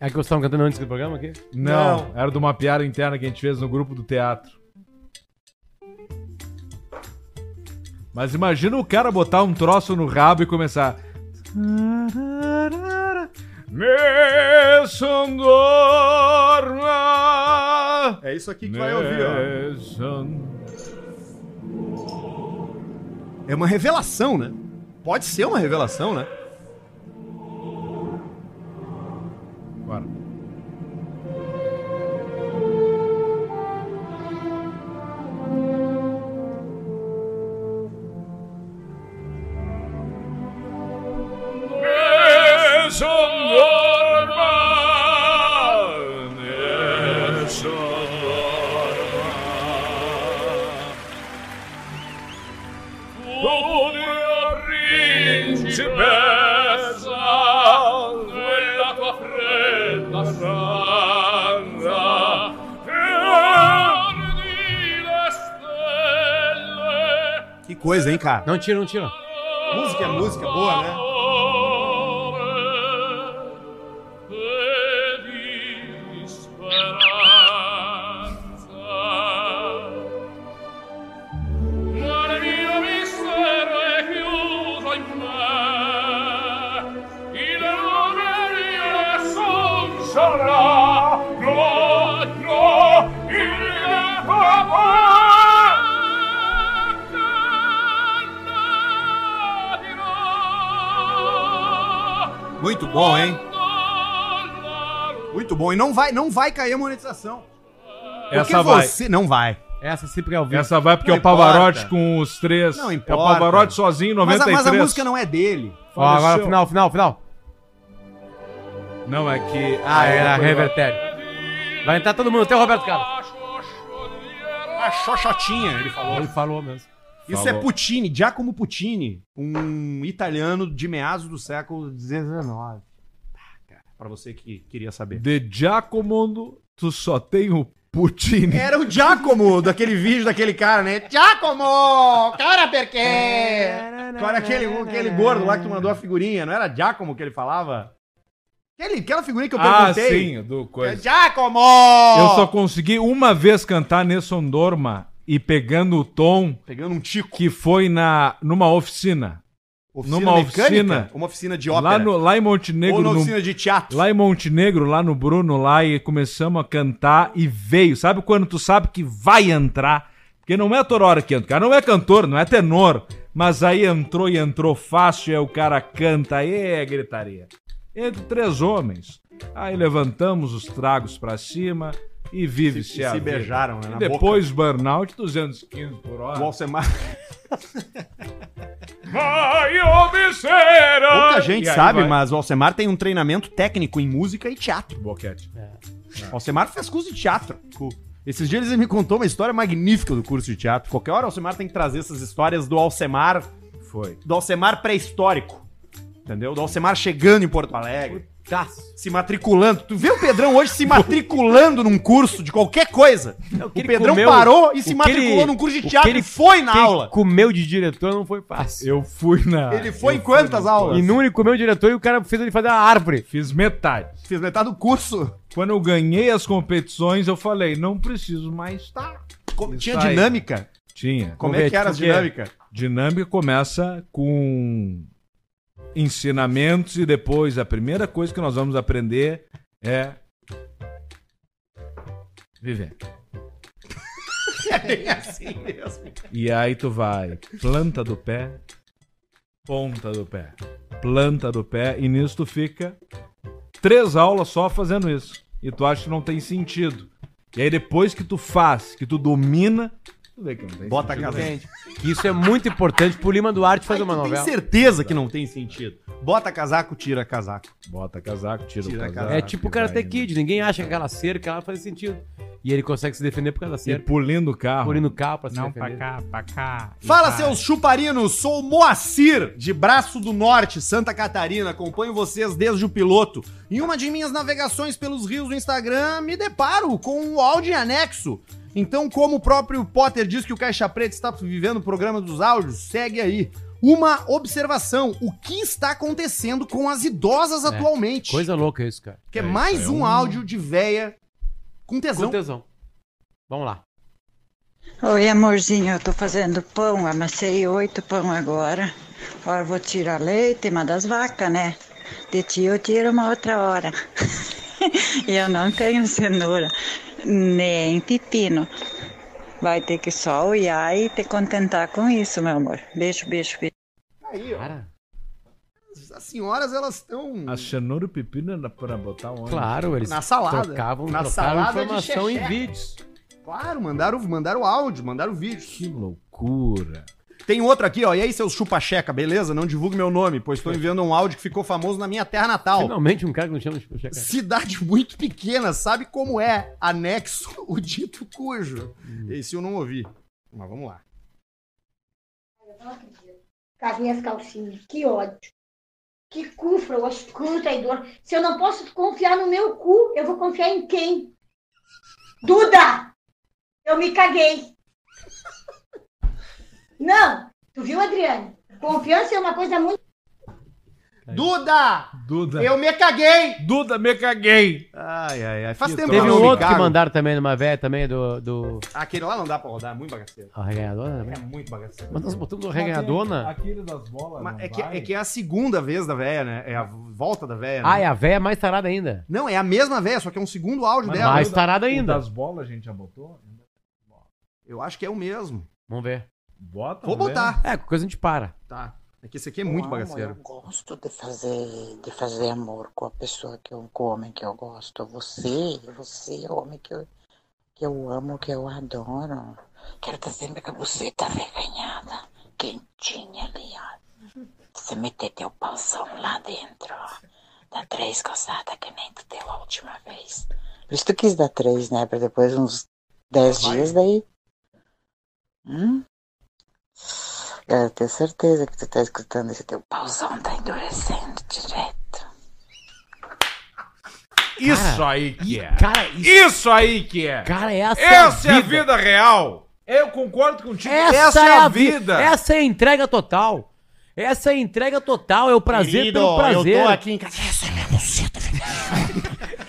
Speaker 3: É que vocês estavam cantando antes do programa aqui?
Speaker 2: Não, era de uma piada interna que a gente fez no grupo do teatro. Mas imagina o cara botar um troço no rabo e começar. Nessun Dorma.
Speaker 1: É isso aqui
Speaker 2: Nelson.
Speaker 1: É uma revelação, né? Pode ser uma revelação, né?
Speaker 2: Bora.
Speaker 9: ti pesa nella tua fredda stanza fior di le stelle
Speaker 1: Que coisa, hein, cara?
Speaker 3: Não tira, não tira.
Speaker 1: Música é música, boa, né?
Speaker 9: di speranza ma il mio mistero è chiuso in me il lume son sarà no, no il papà
Speaker 1: Muito bom, hein? Muito bom. E não vai, não vai cair a monetização.
Speaker 2: Essa vai.
Speaker 1: Você não vai.
Speaker 3: Essa sempre é ao vivo.
Speaker 2: Essa vai porque
Speaker 1: Não
Speaker 2: é o Pavarotti
Speaker 1: importa.
Speaker 2: com os três.
Speaker 1: Não
Speaker 2: É o
Speaker 1: importa.
Speaker 2: Pavarotti sozinho,
Speaker 1: Mas a,
Speaker 2: 93.
Speaker 1: mas a música não é dele.
Speaker 2: Ó, agora
Speaker 3: Agora, final, final, final.
Speaker 2: Não, é que.
Speaker 3: Ah, era revertério. Vai entrar todo mundo, até o Roberto Carlos.
Speaker 1: A xoxotinha, ele falou.
Speaker 3: Ele falou mesmo.
Speaker 1: Isso
Speaker 2: Falou.
Speaker 1: é Puccini, Giacomo Puccini, um italiano de meados do século XIX. Para você que queria saber.
Speaker 2: De Giacomo, tu só tem o Puccini.
Speaker 1: Era o Giacomo daquele vídeo daquele cara, né? Giacomo! Cara perché? Cara, aquele, aquele gordo lá que tu mandou a figurinha, não era Giacomo que ele falava? Aquele, aquela figurinha que eu
Speaker 2: ah,
Speaker 1: perguntei.
Speaker 2: sim, do coisa.
Speaker 1: É Giacomo!
Speaker 2: Eu só consegui uma vez cantar Nessun Dorma e pegando o tom
Speaker 1: Pegando um tico.
Speaker 2: que foi na numa oficina. numa oficina.
Speaker 1: Uma oficina de ópera.
Speaker 2: Lá, no, lá em
Speaker 1: Ou
Speaker 2: Montenegro,
Speaker 1: na
Speaker 2: num-
Speaker 1: oficina de teatro.
Speaker 2: lá em Montenegro, lá no Bruno, lá e começamos a cantar e veio. Sabe quando tu sabe que vai entrar? Porque não é toda hora que entra. O cara não é cantor, não é tenor. Mas aí entrou e entrou fácil, aí o cara canta, aí é gritaria. Entre três homens. Aí levantamos os tragos pra cima e
Speaker 1: E
Speaker 2: vive-se
Speaker 1: se,
Speaker 2: a vida.
Speaker 1: beijaram, né?
Speaker 2: E
Speaker 1: na
Speaker 2: depois burnout 215 por
Speaker 1: boca.
Speaker 2: hora.
Speaker 1: O Alcemar.
Speaker 9: ma io mi sera
Speaker 1: Pouca gente
Speaker 2: E aí
Speaker 1: sabe,
Speaker 2: vai.
Speaker 1: mas o Alcemar tem um treinamento técnico em música e teatro.
Speaker 2: Boquete.
Speaker 1: O Alcemar fez curso de teatro. Esses dias ele me contou uma história magnífica do curso de teatro. Qualquer hora o Alcemar tem que trazer essas histórias do Alcemar,
Speaker 2: Foi.
Speaker 1: do Alcemar pré-histórico. Entendeu? Do Alcemar chegando em Porto Alegre,
Speaker 3: Taço.
Speaker 1: se matriculando. Tu vê o Pedrão hoje se matriculando num curso de qualquer coisa. O
Speaker 3: que ele
Speaker 1: Pedrão
Speaker 3: comeu,
Speaker 1: parou e se
Speaker 3: o que ele-
Speaker 1: matriculou num curso
Speaker 3: o
Speaker 1: de
Speaker 3: que
Speaker 1: teatro
Speaker 3: ele-
Speaker 1: e foi na
Speaker 3: Quem
Speaker 1: aula.
Speaker 3: comeu de diretor não foi fácil.
Speaker 2: Ah, Eu fui na.
Speaker 1: Ele foi em quantas aulas?
Speaker 3: E Nune comeu o diretor Então, e o cara fez ele fazer a árvore.
Speaker 2: Fiz metade.
Speaker 1: Fiz metade do curso.
Speaker 2: Quando eu ganhei as competições, eu falei, não preciso mais estar.
Speaker 1: Co-
Speaker 2: Isso
Speaker 1: Tinha
Speaker 2: aí.
Speaker 1: dinâmica?
Speaker 2: Tinha.
Speaker 1: Como é que era a
Speaker 2: Porque
Speaker 1: dinâmica?
Speaker 2: Dinâmica começa com ensinamentos e depois a primeira coisa que nós vamos aprender é. Viver.
Speaker 1: É bem assim mesmo.
Speaker 2: E aí tu vai, planta do pé, ponta do pé, planta do pé, e nisso tu fica três aulas só fazendo isso. E tu acha que não tem sentido. E aí depois que tu faz, que tu domina, tu vê que não tem
Speaker 1: Bota a
Speaker 2: sentido.
Speaker 1: cabeça.
Speaker 3: Que isso é muito importante pro Lima Duarte fazer uma
Speaker 1: Aí tu
Speaker 3: novela.
Speaker 1: Tem certeza que não tem sentido. Bota casaco, tira casaco.
Speaker 2: Bota casaco, tira,
Speaker 1: Tira
Speaker 2: o casaco.
Speaker 1: casaco.
Speaker 3: É tipo o
Speaker 2: cara
Speaker 3: Karate Kid, ninguém acha que aquela cerca ela faz sentido. E ele consegue se defender por causa da
Speaker 2: E
Speaker 3: cerca.
Speaker 2: pulindo o carro.
Speaker 3: Por ir no carro pra se defender.
Speaker 5: cá, pra cá. Tá.
Speaker 1: Fala, seus chuparinos! Sou o Moacir, de Braço do Norte, Santa Catarina. Acompanho vocês desde o piloto. Em uma de minhas navegações pelos rios do Instagram, me deparo com um áudio em anexo. Então, como o próprio Potter diz que o Caixa Preta está vivendo o programa dos áudios, segue aí. Uma observação: o que está acontecendo com as idosas atualmente?
Speaker 3: Coisa louca isso, cara.
Speaker 1: que é, mais um, áudio de véia com
Speaker 3: Com
Speaker 1: tesão.
Speaker 3: tesão. Vamos lá.
Speaker 8: Oi, amorzinho, eu tô fazendo pão, amassei oito pão agora. Agora vou tirar leite, mas das vacas, né? De ti eu tiro uma outra hora. E eu não tenho cenoura, nem pepino. Vai ter que só olhar e te contentar com isso, meu amor. Beijo, beijo, beijo.
Speaker 1: Tá Aí, ó,
Speaker 3: Cara,
Speaker 1: as senhoras, elas estão.
Speaker 2: A cenoura e o pepino era pra botar um onde?
Speaker 3: claro, eles
Speaker 1: Na salada.
Speaker 3: trocavam,
Speaker 1: Na
Speaker 3: trocaram
Speaker 1: salada de
Speaker 3: informação em
Speaker 1: xexé.
Speaker 3: vídeos.
Speaker 1: Claro, mandaram, mandaram áudio, mandaram vídeo.
Speaker 2: Que loucura.
Speaker 1: Tem outro aqui, ó. E aí, seus chupa-checa, beleza? Não divulgue meu nome, pois estou enviando um áudio que ficou famoso na minha terra natal.
Speaker 3: Finalmente um cara que não chama de
Speaker 1: é.
Speaker 3: xexé, cara.
Speaker 1: Cidade muito pequena, sabe como é? Anexo o dito cujo. Esse eu não ouvi. Mas vamos lá.
Speaker 12: Eu não acredito. Cadê as calcinhas? Que ódio.
Speaker 13: que cu frouxo, traidor. Se eu não posso confiar no meu cu, eu vou confiar em quem? Duda! Eu me caguei. Não! Tu viu, Adriane? Confiança é uma coisa muito.
Speaker 1: Duda!
Speaker 2: Duda.
Speaker 1: Eu me caguei!
Speaker 2: Duda, me caguei!
Speaker 1: Ai, ai, ai. Faz
Speaker 3: Isso.
Speaker 1: tempo
Speaker 3: Teve
Speaker 1: eu
Speaker 3: um
Speaker 1: me
Speaker 3: outro que
Speaker 1: cago.
Speaker 3: mandaram também, numa véia também, do. do...
Speaker 1: Aquele lá não dá pra rodar, é muito bagaceiro.
Speaker 3: A reganhadona também?
Speaker 1: É muito bagaceiro.
Speaker 3: Mas nós botamos o reganhadona.
Speaker 2: Aquele das bolas.
Speaker 1: Mas é, que, é que é a segunda vez da véia, né? É a volta da véia.
Speaker 3: Ah,
Speaker 1: né?
Speaker 3: é a véia mais tarada ainda.
Speaker 1: Não, é a mesma véia, só que é um segundo áudio
Speaker 3: Mas
Speaker 1: dela.
Speaker 3: mais tarada
Speaker 1: O
Speaker 3: ainda.
Speaker 1: das-
Speaker 2: Das bolas a gente já botou?
Speaker 1: Eu acho que é o mesmo.
Speaker 3: Vamos ver.
Speaker 2: Bota.
Speaker 1: Vou
Speaker 3: Vamos
Speaker 1: botar.
Speaker 3: ver. É, qualquer coisa a gente para.
Speaker 1: Tá. É que esse aqui é muito bagaceiro.
Speaker 10: gosto de fazer, de fazer amor com a pessoa que eu, com o homem que eu gosto. Você, você é o homem que eu, que eu amo, que eu adoro. Quero estar sempre com a buceta reganhada, quentinha ali, ó. Você meter teu pauzão lá dentro, ó. Dá três coçadas que nem tu deu a última vez. Por isso tu quis dar três, né? Pra depois uns dez dias daí. Hum? Eu tenho certeza que tu tá escutando esse teu pauzão tá endurecendo direto.
Speaker 2: Isso aí que é.
Speaker 3: Cara,
Speaker 2: isso... aí que é.
Speaker 3: Cara, essa é a
Speaker 2: Essa é a vida real. Eu concordo contigo.
Speaker 3: Essa, é a vida. Essa é a entrega total. Essa é a entrega total. É o prazer
Speaker 5: Querido,
Speaker 3: pelo prazer.
Speaker 5: eu tô aqui em casa.
Speaker 3: Essa é minha buceta.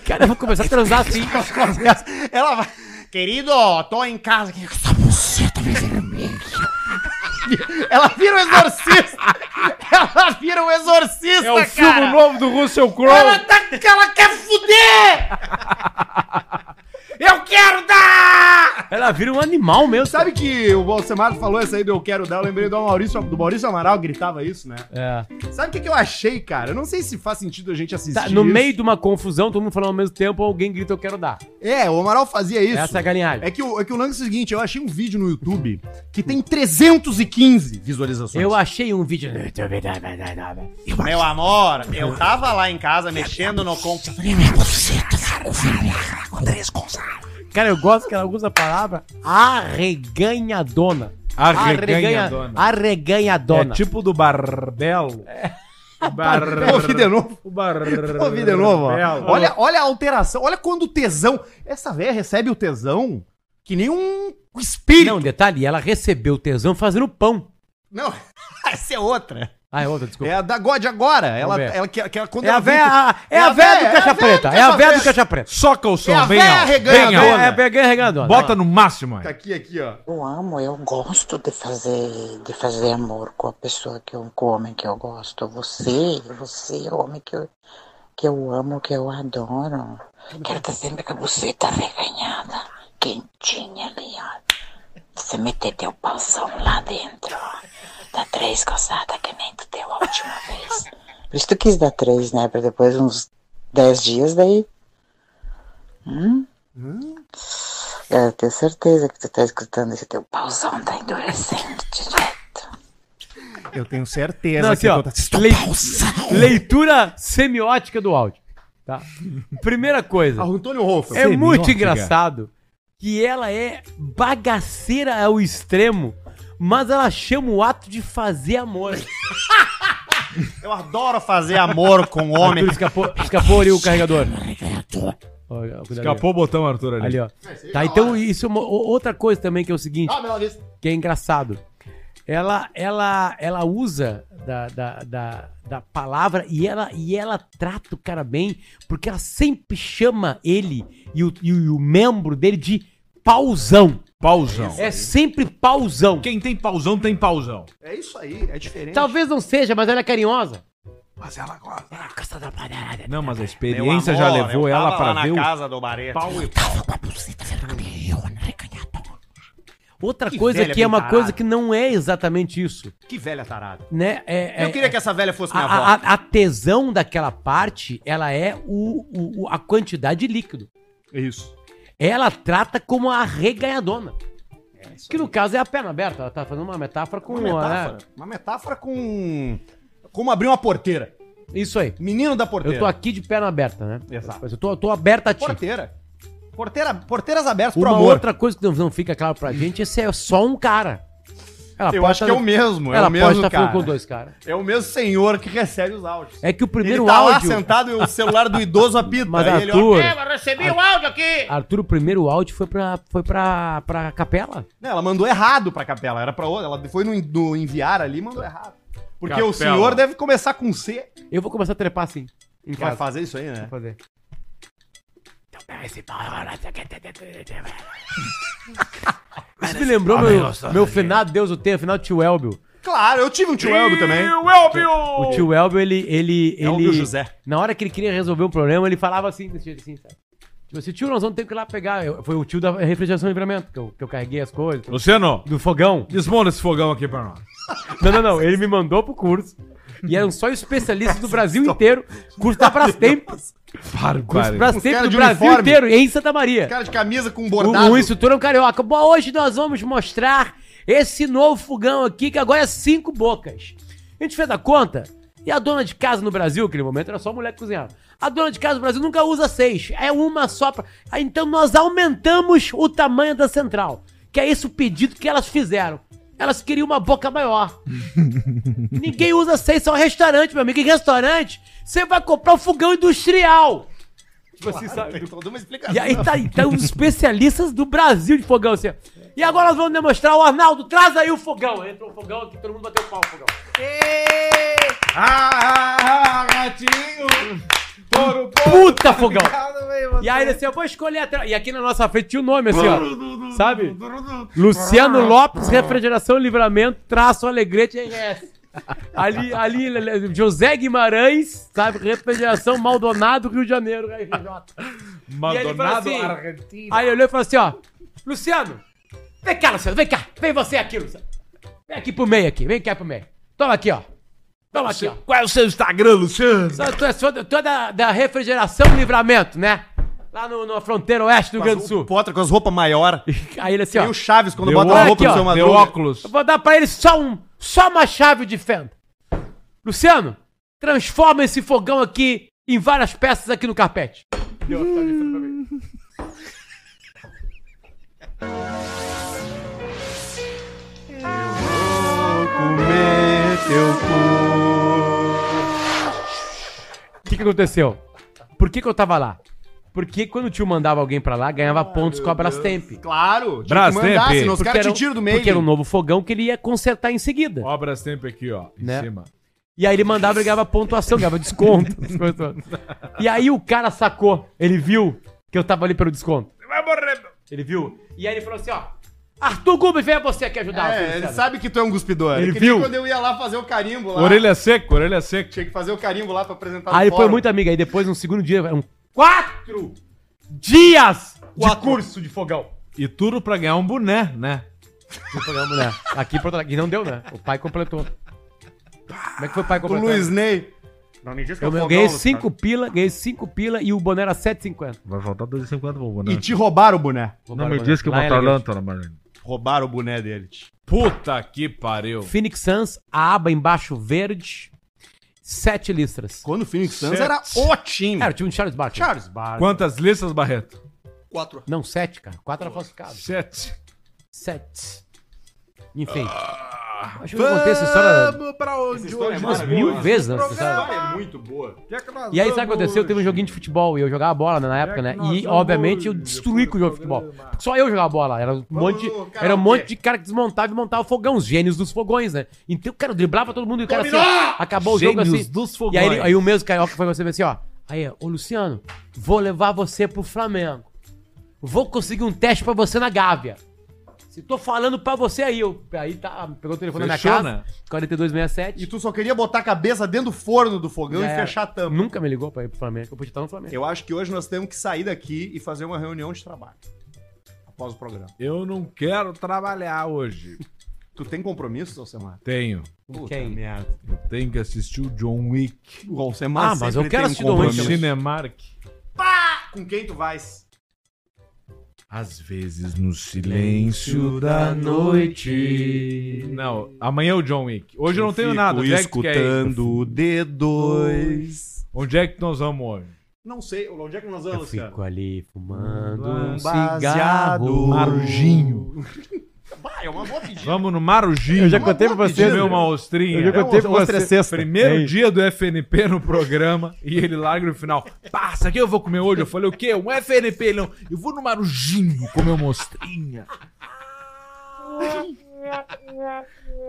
Speaker 3: Cara, eu vou começar a transar assim.
Speaker 5: Ela vai. Querido, tô em casa aqui.
Speaker 1: Ela vira um exorcista! Ela vira um exorcista,
Speaker 2: É o filme
Speaker 1: cara!
Speaker 2: novo do Russell Crowe.
Speaker 5: Ela, tá, ela quer fuder!
Speaker 1: Eu quero dar!
Speaker 3: Ela vira um animal mesmo.
Speaker 1: Sabe que o Bolsonaro falou essa aí do eu quero dar? Eu lembrei do Maurício, do Maurício Amaral gritava isso, né?
Speaker 3: É.
Speaker 1: Sabe o que, que eu achei, cara? Eu não sei se faz sentido a gente assistir.
Speaker 3: Tá, no
Speaker 1: isso.
Speaker 3: meio de uma confusão, todo mundo falando ao mesmo tempo, alguém grita eu quero dar.
Speaker 1: É, o Amaral fazia isso.
Speaker 3: Essa é a galinhagem.
Speaker 1: É que, o, é que o lance é o seguinte: eu achei um vídeo no YouTube que tem 315 visualizações.
Speaker 3: Eu achei um vídeo.
Speaker 5: Meu amor, eu tava lá em casa mexendo no computador.
Speaker 3: Cara, eu gosto que ela usa a palavra arreganhadona.
Speaker 2: Arreganhadona.
Speaker 3: Arreganha- Arreganhadona.
Speaker 2: É tipo do Barbelo.
Speaker 1: É. Vou ouvir Tá de novo.
Speaker 2: O Barbelo.
Speaker 1: Vou ouvir de novo. ó. Olha, olha a alteração. Olha quando o tesão. Essa véia recebe o tesão que nem um espírito.
Speaker 3: Não, detalhe, ela recebeu tesão fazendo pão.
Speaker 1: Não, essa é outra.
Speaker 3: Ah, é outra, desculpa.
Speaker 1: É a da God agora. Ela,
Speaker 3: ver.
Speaker 1: ela, que, que ela, quando
Speaker 3: É a
Speaker 1: ela
Speaker 3: véia,
Speaker 1: vem com-
Speaker 3: é a véia do
Speaker 1: véia-
Speaker 3: caixa
Speaker 1: a véia
Speaker 3: preta. É a véia do caixa preta.
Speaker 2: Soca o som,
Speaker 1: É a
Speaker 2: bem
Speaker 1: véia
Speaker 2: alto.
Speaker 1: reganhadona.
Speaker 2: Bem alto.
Speaker 3: É a véia reganhadona.
Speaker 2: Bota no máximo aí.
Speaker 1: Aqui, aqui, ó.
Speaker 10: Eu amo, eu gosto de fazer, de fazer amor com a pessoa que eu, com o homem que eu gosto. Você, você é o homem que eu, que eu amo, que eu adoro. Quero estar sempre com a buceta reganhada, quentinha ali, ó. Você meter teu pauzão lá dentro, ó. Dá três coçadas que nem tu deu a última vez. Por isso tu quis dar três, né? Pra depois uns dez dias daí. Hum? É, Eu tenho certeza que tu tá escutando esse teu pauzão tá endurecendo direto.
Speaker 1: Eu tenho certeza
Speaker 3: Não, assim,
Speaker 1: que
Speaker 3: ó,
Speaker 1: eu tô-
Speaker 3: lei- leitura semiótica do áudio. Tá? Primeira coisa.
Speaker 1: Ah, o Antônio Rolfo.
Speaker 3: É muito engraçado que ela é bagaceira ao extremo, mas ela chama o ato de fazer amor.
Speaker 5: Eu adoro fazer amor com homem.
Speaker 3: Arthur escapou, escapou ali o carregador. Olha, cuidado
Speaker 2: Escapou o botão, Arthur, ali.
Speaker 3: Ali, ó. Tá, então isso é uma- o- outra coisa também que é o seguinte,
Speaker 1: Ah,
Speaker 3: que é engraçado. Ela, ela, ela usa da, da, da, da palavra e ela, e ela trata o cara bem, porque ela sempre chama ele e o, e o, e o membro dele de pauzão.
Speaker 2: Pauzão.
Speaker 3: É sempre pauzão.
Speaker 2: Quem tem pauzão, tem pauzão.
Speaker 1: É isso aí, é diferente.
Speaker 3: Talvez não seja, mas ela é carinhosa.
Speaker 1: Mas ela gosta.
Speaker 3: Ela Ah, gosta da parada.
Speaker 2: Não, mas a
Speaker 5: Meu
Speaker 2: experiência já
Speaker 5: amor,
Speaker 2: levou
Speaker 5: eu tava
Speaker 2: ela pra
Speaker 5: lá
Speaker 2: ver
Speaker 5: na
Speaker 2: o
Speaker 5: casa do Barreto.
Speaker 2: pau e pau.
Speaker 3: Outra
Speaker 1: Que
Speaker 3: coisa
Speaker 1: velha
Speaker 3: que é uma
Speaker 1: pintarada.
Speaker 3: coisa que não é exatamente isso.
Speaker 1: Que velha tarada.
Speaker 3: Né? É,
Speaker 1: eu
Speaker 3: é-
Speaker 1: queria que essa velha fosse minha avó.
Speaker 3: a, a- a tesão daquela parte, ela é o, o- o- a quantidade de líquido.
Speaker 1: Isso.
Speaker 3: Ela trata como a reganhadona. que no caso é a perna aberta. Ela tá fazendo uma metáfora com...
Speaker 1: Uma
Speaker 3: né?
Speaker 1: metáfora. Uma metáfora com. Como abrir uma porteira.
Speaker 3: Isso aí.
Speaker 1: Menino da porteira.
Speaker 3: Eu tô aqui de perna aberta, né?
Speaker 1: Exato.
Speaker 3: Mas eu tô, eu tô aberta a ti.
Speaker 1: Porteira. Porteira. Porteiras abertas pro
Speaker 3: Uma
Speaker 1: amor.
Speaker 3: outra coisa que não- não fica claro pra gente, esse é só um cara. Ela
Speaker 1: eu
Speaker 3: pode
Speaker 1: acho
Speaker 3: tá
Speaker 1: que é
Speaker 3: no-
Speaker 1: o mesmo. é
Speaker 3: Ela
Speaker 1: o
Speaker 3: pode
Speaker 1: mesmo
Speaker 3: tá falando
Speaker 1: cara.
Speaker 3: com dois caras.
Speaker 1: É o mesmo senhor que recebe os áudios.
Speaker 3: É que o primeiro
Speaker 1: ele tá
Speaker 3: áudio-
Speaker 1: lá sentado e o celular do idoso apita.
Speaker 3: Mas,
Speaker 1: Aí ele,
Speaker 3: Arthur-
Speaker 1: "É, mas recebi o áudio aqui.
Speaker 3: Arthur, o primeiro áudio foi pra, foi pra, pra capela?
Speaker 1: Não, ela mandou errado pra capela. Era pra outra. Ela foi no, en- no enviar ali e mandou errado. Porque
Speaker 3: Capela.
Speaker 1: o senhor deve começar com C.
Speaker 3: Eu vou começar a trepar assim. em
Speaker 1: Vai
Speaker 3: casa.
Speaker 1: fazer isso aí, né?
Speaker 3: Vou fazer. Então, é Isso me lembrou
Speaker 1: Abre
Speaker 3: meu,
Speaker 1: os olhos
Speaker 3: meu
Speaker 1: aí.
Speaker 3: finado, Deus o tenha, finado tio Elbio.
Speaker 1: Claro, eu tive um tio Elbio também.
Speaker 2: Tio Elbio!
Speaker 3: O tio Elbio, ele. ele, ele
Speaker 1: Elbio José.
Speaker 3: Na hora que ele queria resolver um problema, ele falava assim, desse jeito assim, sabe? Tipo assim, tio, nós vamos ter que ir lá pegar. Eu- foi o tio da refrigeração e livramento, que eu, que eu carreguei as coisas.
Speaker 2: Luciano.
Speaker 3: Do fogão.
Speaker 2: Desmonta esse fogão aqui pra nós.
Speaker 3: Não, não, não. Ele me mandou pro curso. E eram só especialistas do Brasil inteiro. Curso da Brastemp. Curso Brastemp
Speaker 1: cara
Speaker 3: do
Speaker 1: de
Speaker 3: Brasil
Speaker 1: uniforme.
Speaker 3: inteiro, em Santa Maria.
Speaker 1: Cara de camisa com
Speaker 3: O,
Speaker 1: bordado.
Speaker 3: o instrutor é um carioca. Bom, hoje nós vamos mostrar esse novo fogão aqui, que agora é cinco bocas. A gente fez a conta e a dona de casa no Brasil, naquele momento, era só mulher que cozinhava. A dona de casa no Brasil nunca usa seis, é uma só. Pra... Ah, Então nós aumentamos o tamanho da central, que é esse o pedido que elas fizeram. Elas queriam uma boca maior. Ninguém usa seis, só um restaurante, meu amigo. Em restaurante, você vai comprar um fogão industrial. Tipo assim, sabe?
Speaker 1: Tem toda uma explicação.
Speaker 3: E aí tá, então os especialistas do Brasil de fogão, assim. ó. E agora nós vamos demonstrar o Arnaldo, traz aí o fogão. Entrou o fogão aqui, todo mundo bateu pau o fogão.
Speaker 2: Ah, gatinho! Poro,
Speaker 3: Puta fogão! E aí ele assim, eu vou escolher a tra- E aqui na nossa frente tinha o nome assim, ó. Sabe? Luciano Lopes, Refrigeração e Livramento, traço Alegrete RS. Ali, ali, le- le- José Guimarães, sabe? Refrigeração Maldonado, Rio de Janeiro, RJ. E ele falou
Speaker 2: Maldonado,
Speaker 3: assim-
Speaker 2: Argentina.
Speaker 3: Aí ele olhou e falou assim, ó. Luciano, vem cá, Luciano, vem cá. Vem você aqui, Luciano. Vem aqui pro meio aqui, vem cá pro meio. Toma aqui, ó. Toma aqui, ó.
Speaker 2: Qual é o seu Instagram, Luciano?
Speaker 3: Só- Tu é só da- tu é da, da refrigeração e livramento, né? Lá no, na fronteira oeste do Rio Grande do Sul.
Speaker 1: Potter com as roupas maiores.
Speaker 3: Aí ele assim, ó.
Speaker 1: E um o Chaves quando
Speaker 2: Deu
Speaker 1: bota a
Speaker 2: óculos,
Speaker 1: roupa no seu
Speaker 2: deu
Speaker 1: madruga.
Speaker 2: óculos.
Speaker 3: Eu vou dar pra ele só um, só uma chave de fenda. Luciano, transforma esse fogão aqui em várias peças aqui no carpete.
Speaker 1: Comer teu
Speaker 3: O que, que aconteceu? Por que, que eu tava lá? Porque quando o tio mandava alguém pra lá, ganhava pontos com a Brastemp.
Speaker 1: Claro, tinha
Speaker 2: Brás,
Speaker 1: que mandar,
Speaker 2: sempre.
Speaker 1: senão os
Speaker 3: Porque
Speaker 1: caras
Speaker 3: era
Speaker 1: te
Speaker 3: um-
Speaker 1: tiram do meio.
Speaker 3: Porque era um novo fogão que ele ia consertar em seguida.
Speaker 2: Obras sempre aqui, ó. Em
Speaker 1: Né?
Speaker 2: cima.
Speaker 3: E aí ele mandava e ganhava pontuação, ganhava desconto. essas coisas todas. e aí o cara sacou, ele viu que eu tava ali pelo desconto.
Speaker 2: Vai morrer.
Speaker 3: Ele viu. E aí ele falou assim, ó. Arthur Gomes, venha você aqui ajudar.
Speaker 1: É,
Speaker 3: Luciano."
Speaker 1: ele sabe que tu é um guspidor.
Speaker 2: Ele
Speaker 1: É que nem
Speaker 2: viu.
Speaker 1: quando eu ia lá fazer o carimbo lá.
Speaker 2: Orelha seca, orelha seca.
Speaker 1: Tinha que fazer o carimbo lá pra apresentar no
Speaker 3: Aí ele foi
Speaker 1: fórum.
Speaker 3: muito amigo. Aí depois, no segundo dia, eram quatro dias de curso de fogão.
Speaker 2: E tudo pra ganhar um boné, né?
Speaker 3: Não pegamos, né? Aqui em Porto Alegre. E não deu, né? O pai completou. Como é que foi o pai
Speaker 1: O
Speaker 3: completou?
Speaker 1: Luiz Ney.
Speaker 3: Eu, eu ganhei 5 pila, ganhei 5 pila e o boné era 7,50.
Speaker 2: Vai faltar 2,50 pro
Speaker 3: né?
Speaker 1: E te roubaram o boné.
Speaker 3: Roubaram o boné. Lá em Alegrete.
Speaker 2: na Marlene.
Speaker 1: Roubaram o boné dele.
Speaker 2: Puta que pariu.
Speaker 3: Phoenix Suns, a aba embaixo verde, 7 listras.
Speaker 1: Quando o Phoenix Suns
Speaker 2: Certo.
Speaker 1: era o time.
Speaker 3: Era o time de Charles Barkley.
Speaker 1: Charles Barkley.
Speaker 2: Quantas listas, Barreto?
Speaker 14: Quatro.
Speaker 3: Não, 7, cara. 4 era falsificado.
Speaker 2: Sete.
Speaker 3: 7. Enfim. Acho que eu contei essa história
Speaker 2: pra onde
Speaker 1: história é
Speaker 3: umas
Speaker 1: maravilhosa.
Speaker 3: mil vezes. né, essa
Speaker 1: Essa
Speaker 3: história.
Speaker 1: história é muito boa.
Speaker 3: E aí, sabe o que aconteceu? Teve um joguinho de futebol e eu jogava bola né, na época, né? E, obviamente, eu destruí com o jogo de futebol. Porque Só eu jogava bola. Era um monte de, era um monte de cara que desmontava e montava fogão, os gênios dos fogões, né? Então o cara driblava todo mundo e o cara assim, ó, acabou o jogo
Speaker 2: Gênios
Speaker 3: assim.
Speaker 2: dos
Speaker 3: E
Speaker 2: fogões.
Speaker 3: aí, ele- aí o mesmo carioca foi você assim, ó. Aí, ô Luciano, vou levar você pro Flamengo. Vou conseguir um teste pra você na Gávea. Se tô falando pra você aí, eu, aí tá, pegou o telefone
Speaker 2: Fechou,
Speaker 3: na minha
Speaker 2: né?
Speaker 3: casa, 4267.
Speaker 1: E tu só queria botar a cabeça dentro do forno do fogão
Speaker 3: Já
Speaker 1: e
Speaker 3: era.
Speaker 1: fechar a tampa.
Speaker 3: Nunca me ligou pra ir pro Flamengo, eu podia estar no Flamengo.
Speaker 1: Eu acho que hoje nós temos que sair daqui e fazer uma reunião de trabalho. Após o programa.
Speaker 2: Eu não quero trabalhar hoje.
Speaker 1: Tu tem compromissos, Alcemar?
Speaker 2: Tenho.
Speaker 3: Com
Speaker 1: Puta
Speaker 3: Quem?
Speaker 1: merda.
Speaker 2: Eu tenho que assistir o John Wick.
Speaker 1: O Alcemar
Speaker 3: Ah, mas
Speaker 1: sempre
Speaker 3: eu quero
Speaker 1: tem
Speaker 3: assistir
Speaker 2: No
Speaker 3: Doente,
Speaker 1: compromisso.
Speaker 2: Cinemark.
Speaker 1: Com quem tu vais?
Speaker 2: Às vezes no silêncio da noite. Não, amanhã é o John Wick. Hoje eu não tenho
Speaker 1: Fico
Speaker 2: nada. Onde é que tu quer ir?
Speaker 1: escutando o D2.
Speaker 2: Onde é que nós vamos hoje?
Speaker 1: Não sei, onde é que nós
Speaker 3: Eu
Speaker 1: vamos, cara?
Speaker 3: fico ali fumando um
Speaker 1: Baseado.
Speaker 3: cigarro.
Speaker 2: Marujinho.
Speaker 15: Bah, é uma boa pedida.
Speaker 2: Vamos no Marugi.
Speaker 15: Eu já contei pra vocês.
Speaker 2: Comer uma ostrinha.
Speaker 15: Eu já contei pra
Speaker 2: Ostra é
Speaker 15: vocês.
Speaker 2: sexta.
Speaker 15: É
Speaker 2: Primeiro
Speaker 15: isso.
Speaker 2: dia do FNP no programa e ele larga no final. Passa, que eu vou comer hoje? Eu falei, o quê? Um FNP? Ele, não. Eu vou no Marujinho comer uma ostrinha.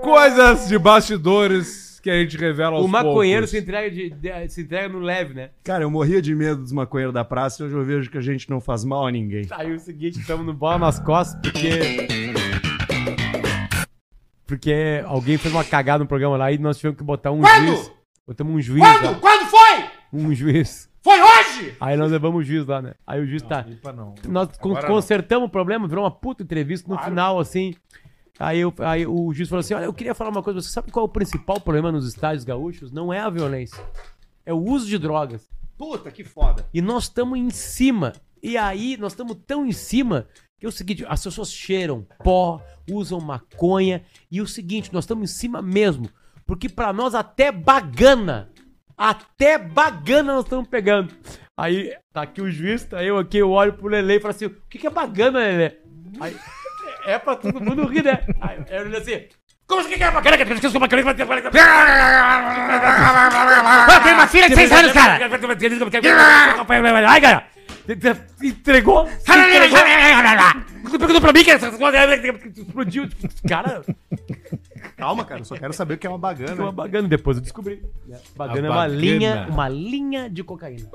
Speaker 2: Coisas de bastidores que a gente revela aos
Speaker 3: O maconheiro
Speaker 2: poucos.
Speaker 3: se entrega, de- de- se entrega no leve, né?
Speaker 1: Cara, eu morria de medo dos maconheiros da praça e hoje eu vejo que a gente não faz mal a ninguém.
Speaker 3: Aí o seguinte, estamos no bola nas costas, porque. Porque alguém fez uma cagada no programa lá e nós tivemos que botar um
Speaker 15: Quando?
Speaker 3: juiz. Botamos um juiz.
Speaker 15: Quando?
Speaker 3: lá.
Speaker 15: Quando foi?
Speaker 3: Um juiz.
Speaker 15: Foi hoje?
Speaker 3: Aí nós levamos o juiz lá, né? Aí o juiz tá. Nós con-
Speaker 15: Agora não.
Speaker 3: consertamos o problema, virou uma puta entrevista no final, assim. Aí, eu- aí o juiz falou assim: Olha, eu queria falar uma coisa, você sabe qual é o principal problema nos estádios gaúchos? Não é a violência, é o uso de drogas.
Speaker 15: Puta, que foda.
Speaker 3: E nós estamos em cima. E aí, nós estamos tão em cima que é o seguinte: as pessoas cheiram pó, usam maconha. E o seguinte, nós estamos em cima mesmo. Porque pra nós, até bagana, até bagana nós estamos pegando. Aí, tá aqui o juiz, tá eu aqui, eu olho pro Lele e falo assim: o que, que é bagana, Lele? Aí, é pra todo mundo rir, né? Aí eu olho assim. Como assim que é bacana? Que eu uma criança.
Speaker 5: Ah,
Speaker 3: Eu tenho uma filha de 6 anos, cara! Ai, cara! Entregou? se entregou. Tu perguntou pra mim que essa coisa explodiu. tipo, Cara,
Speaker 1: Calma, cara, eu só quero saber o que é uma bagana.
Speaker 3: Tem uma bagana, depois eu descobri. bagana é uma linha, uma linha de cocaína.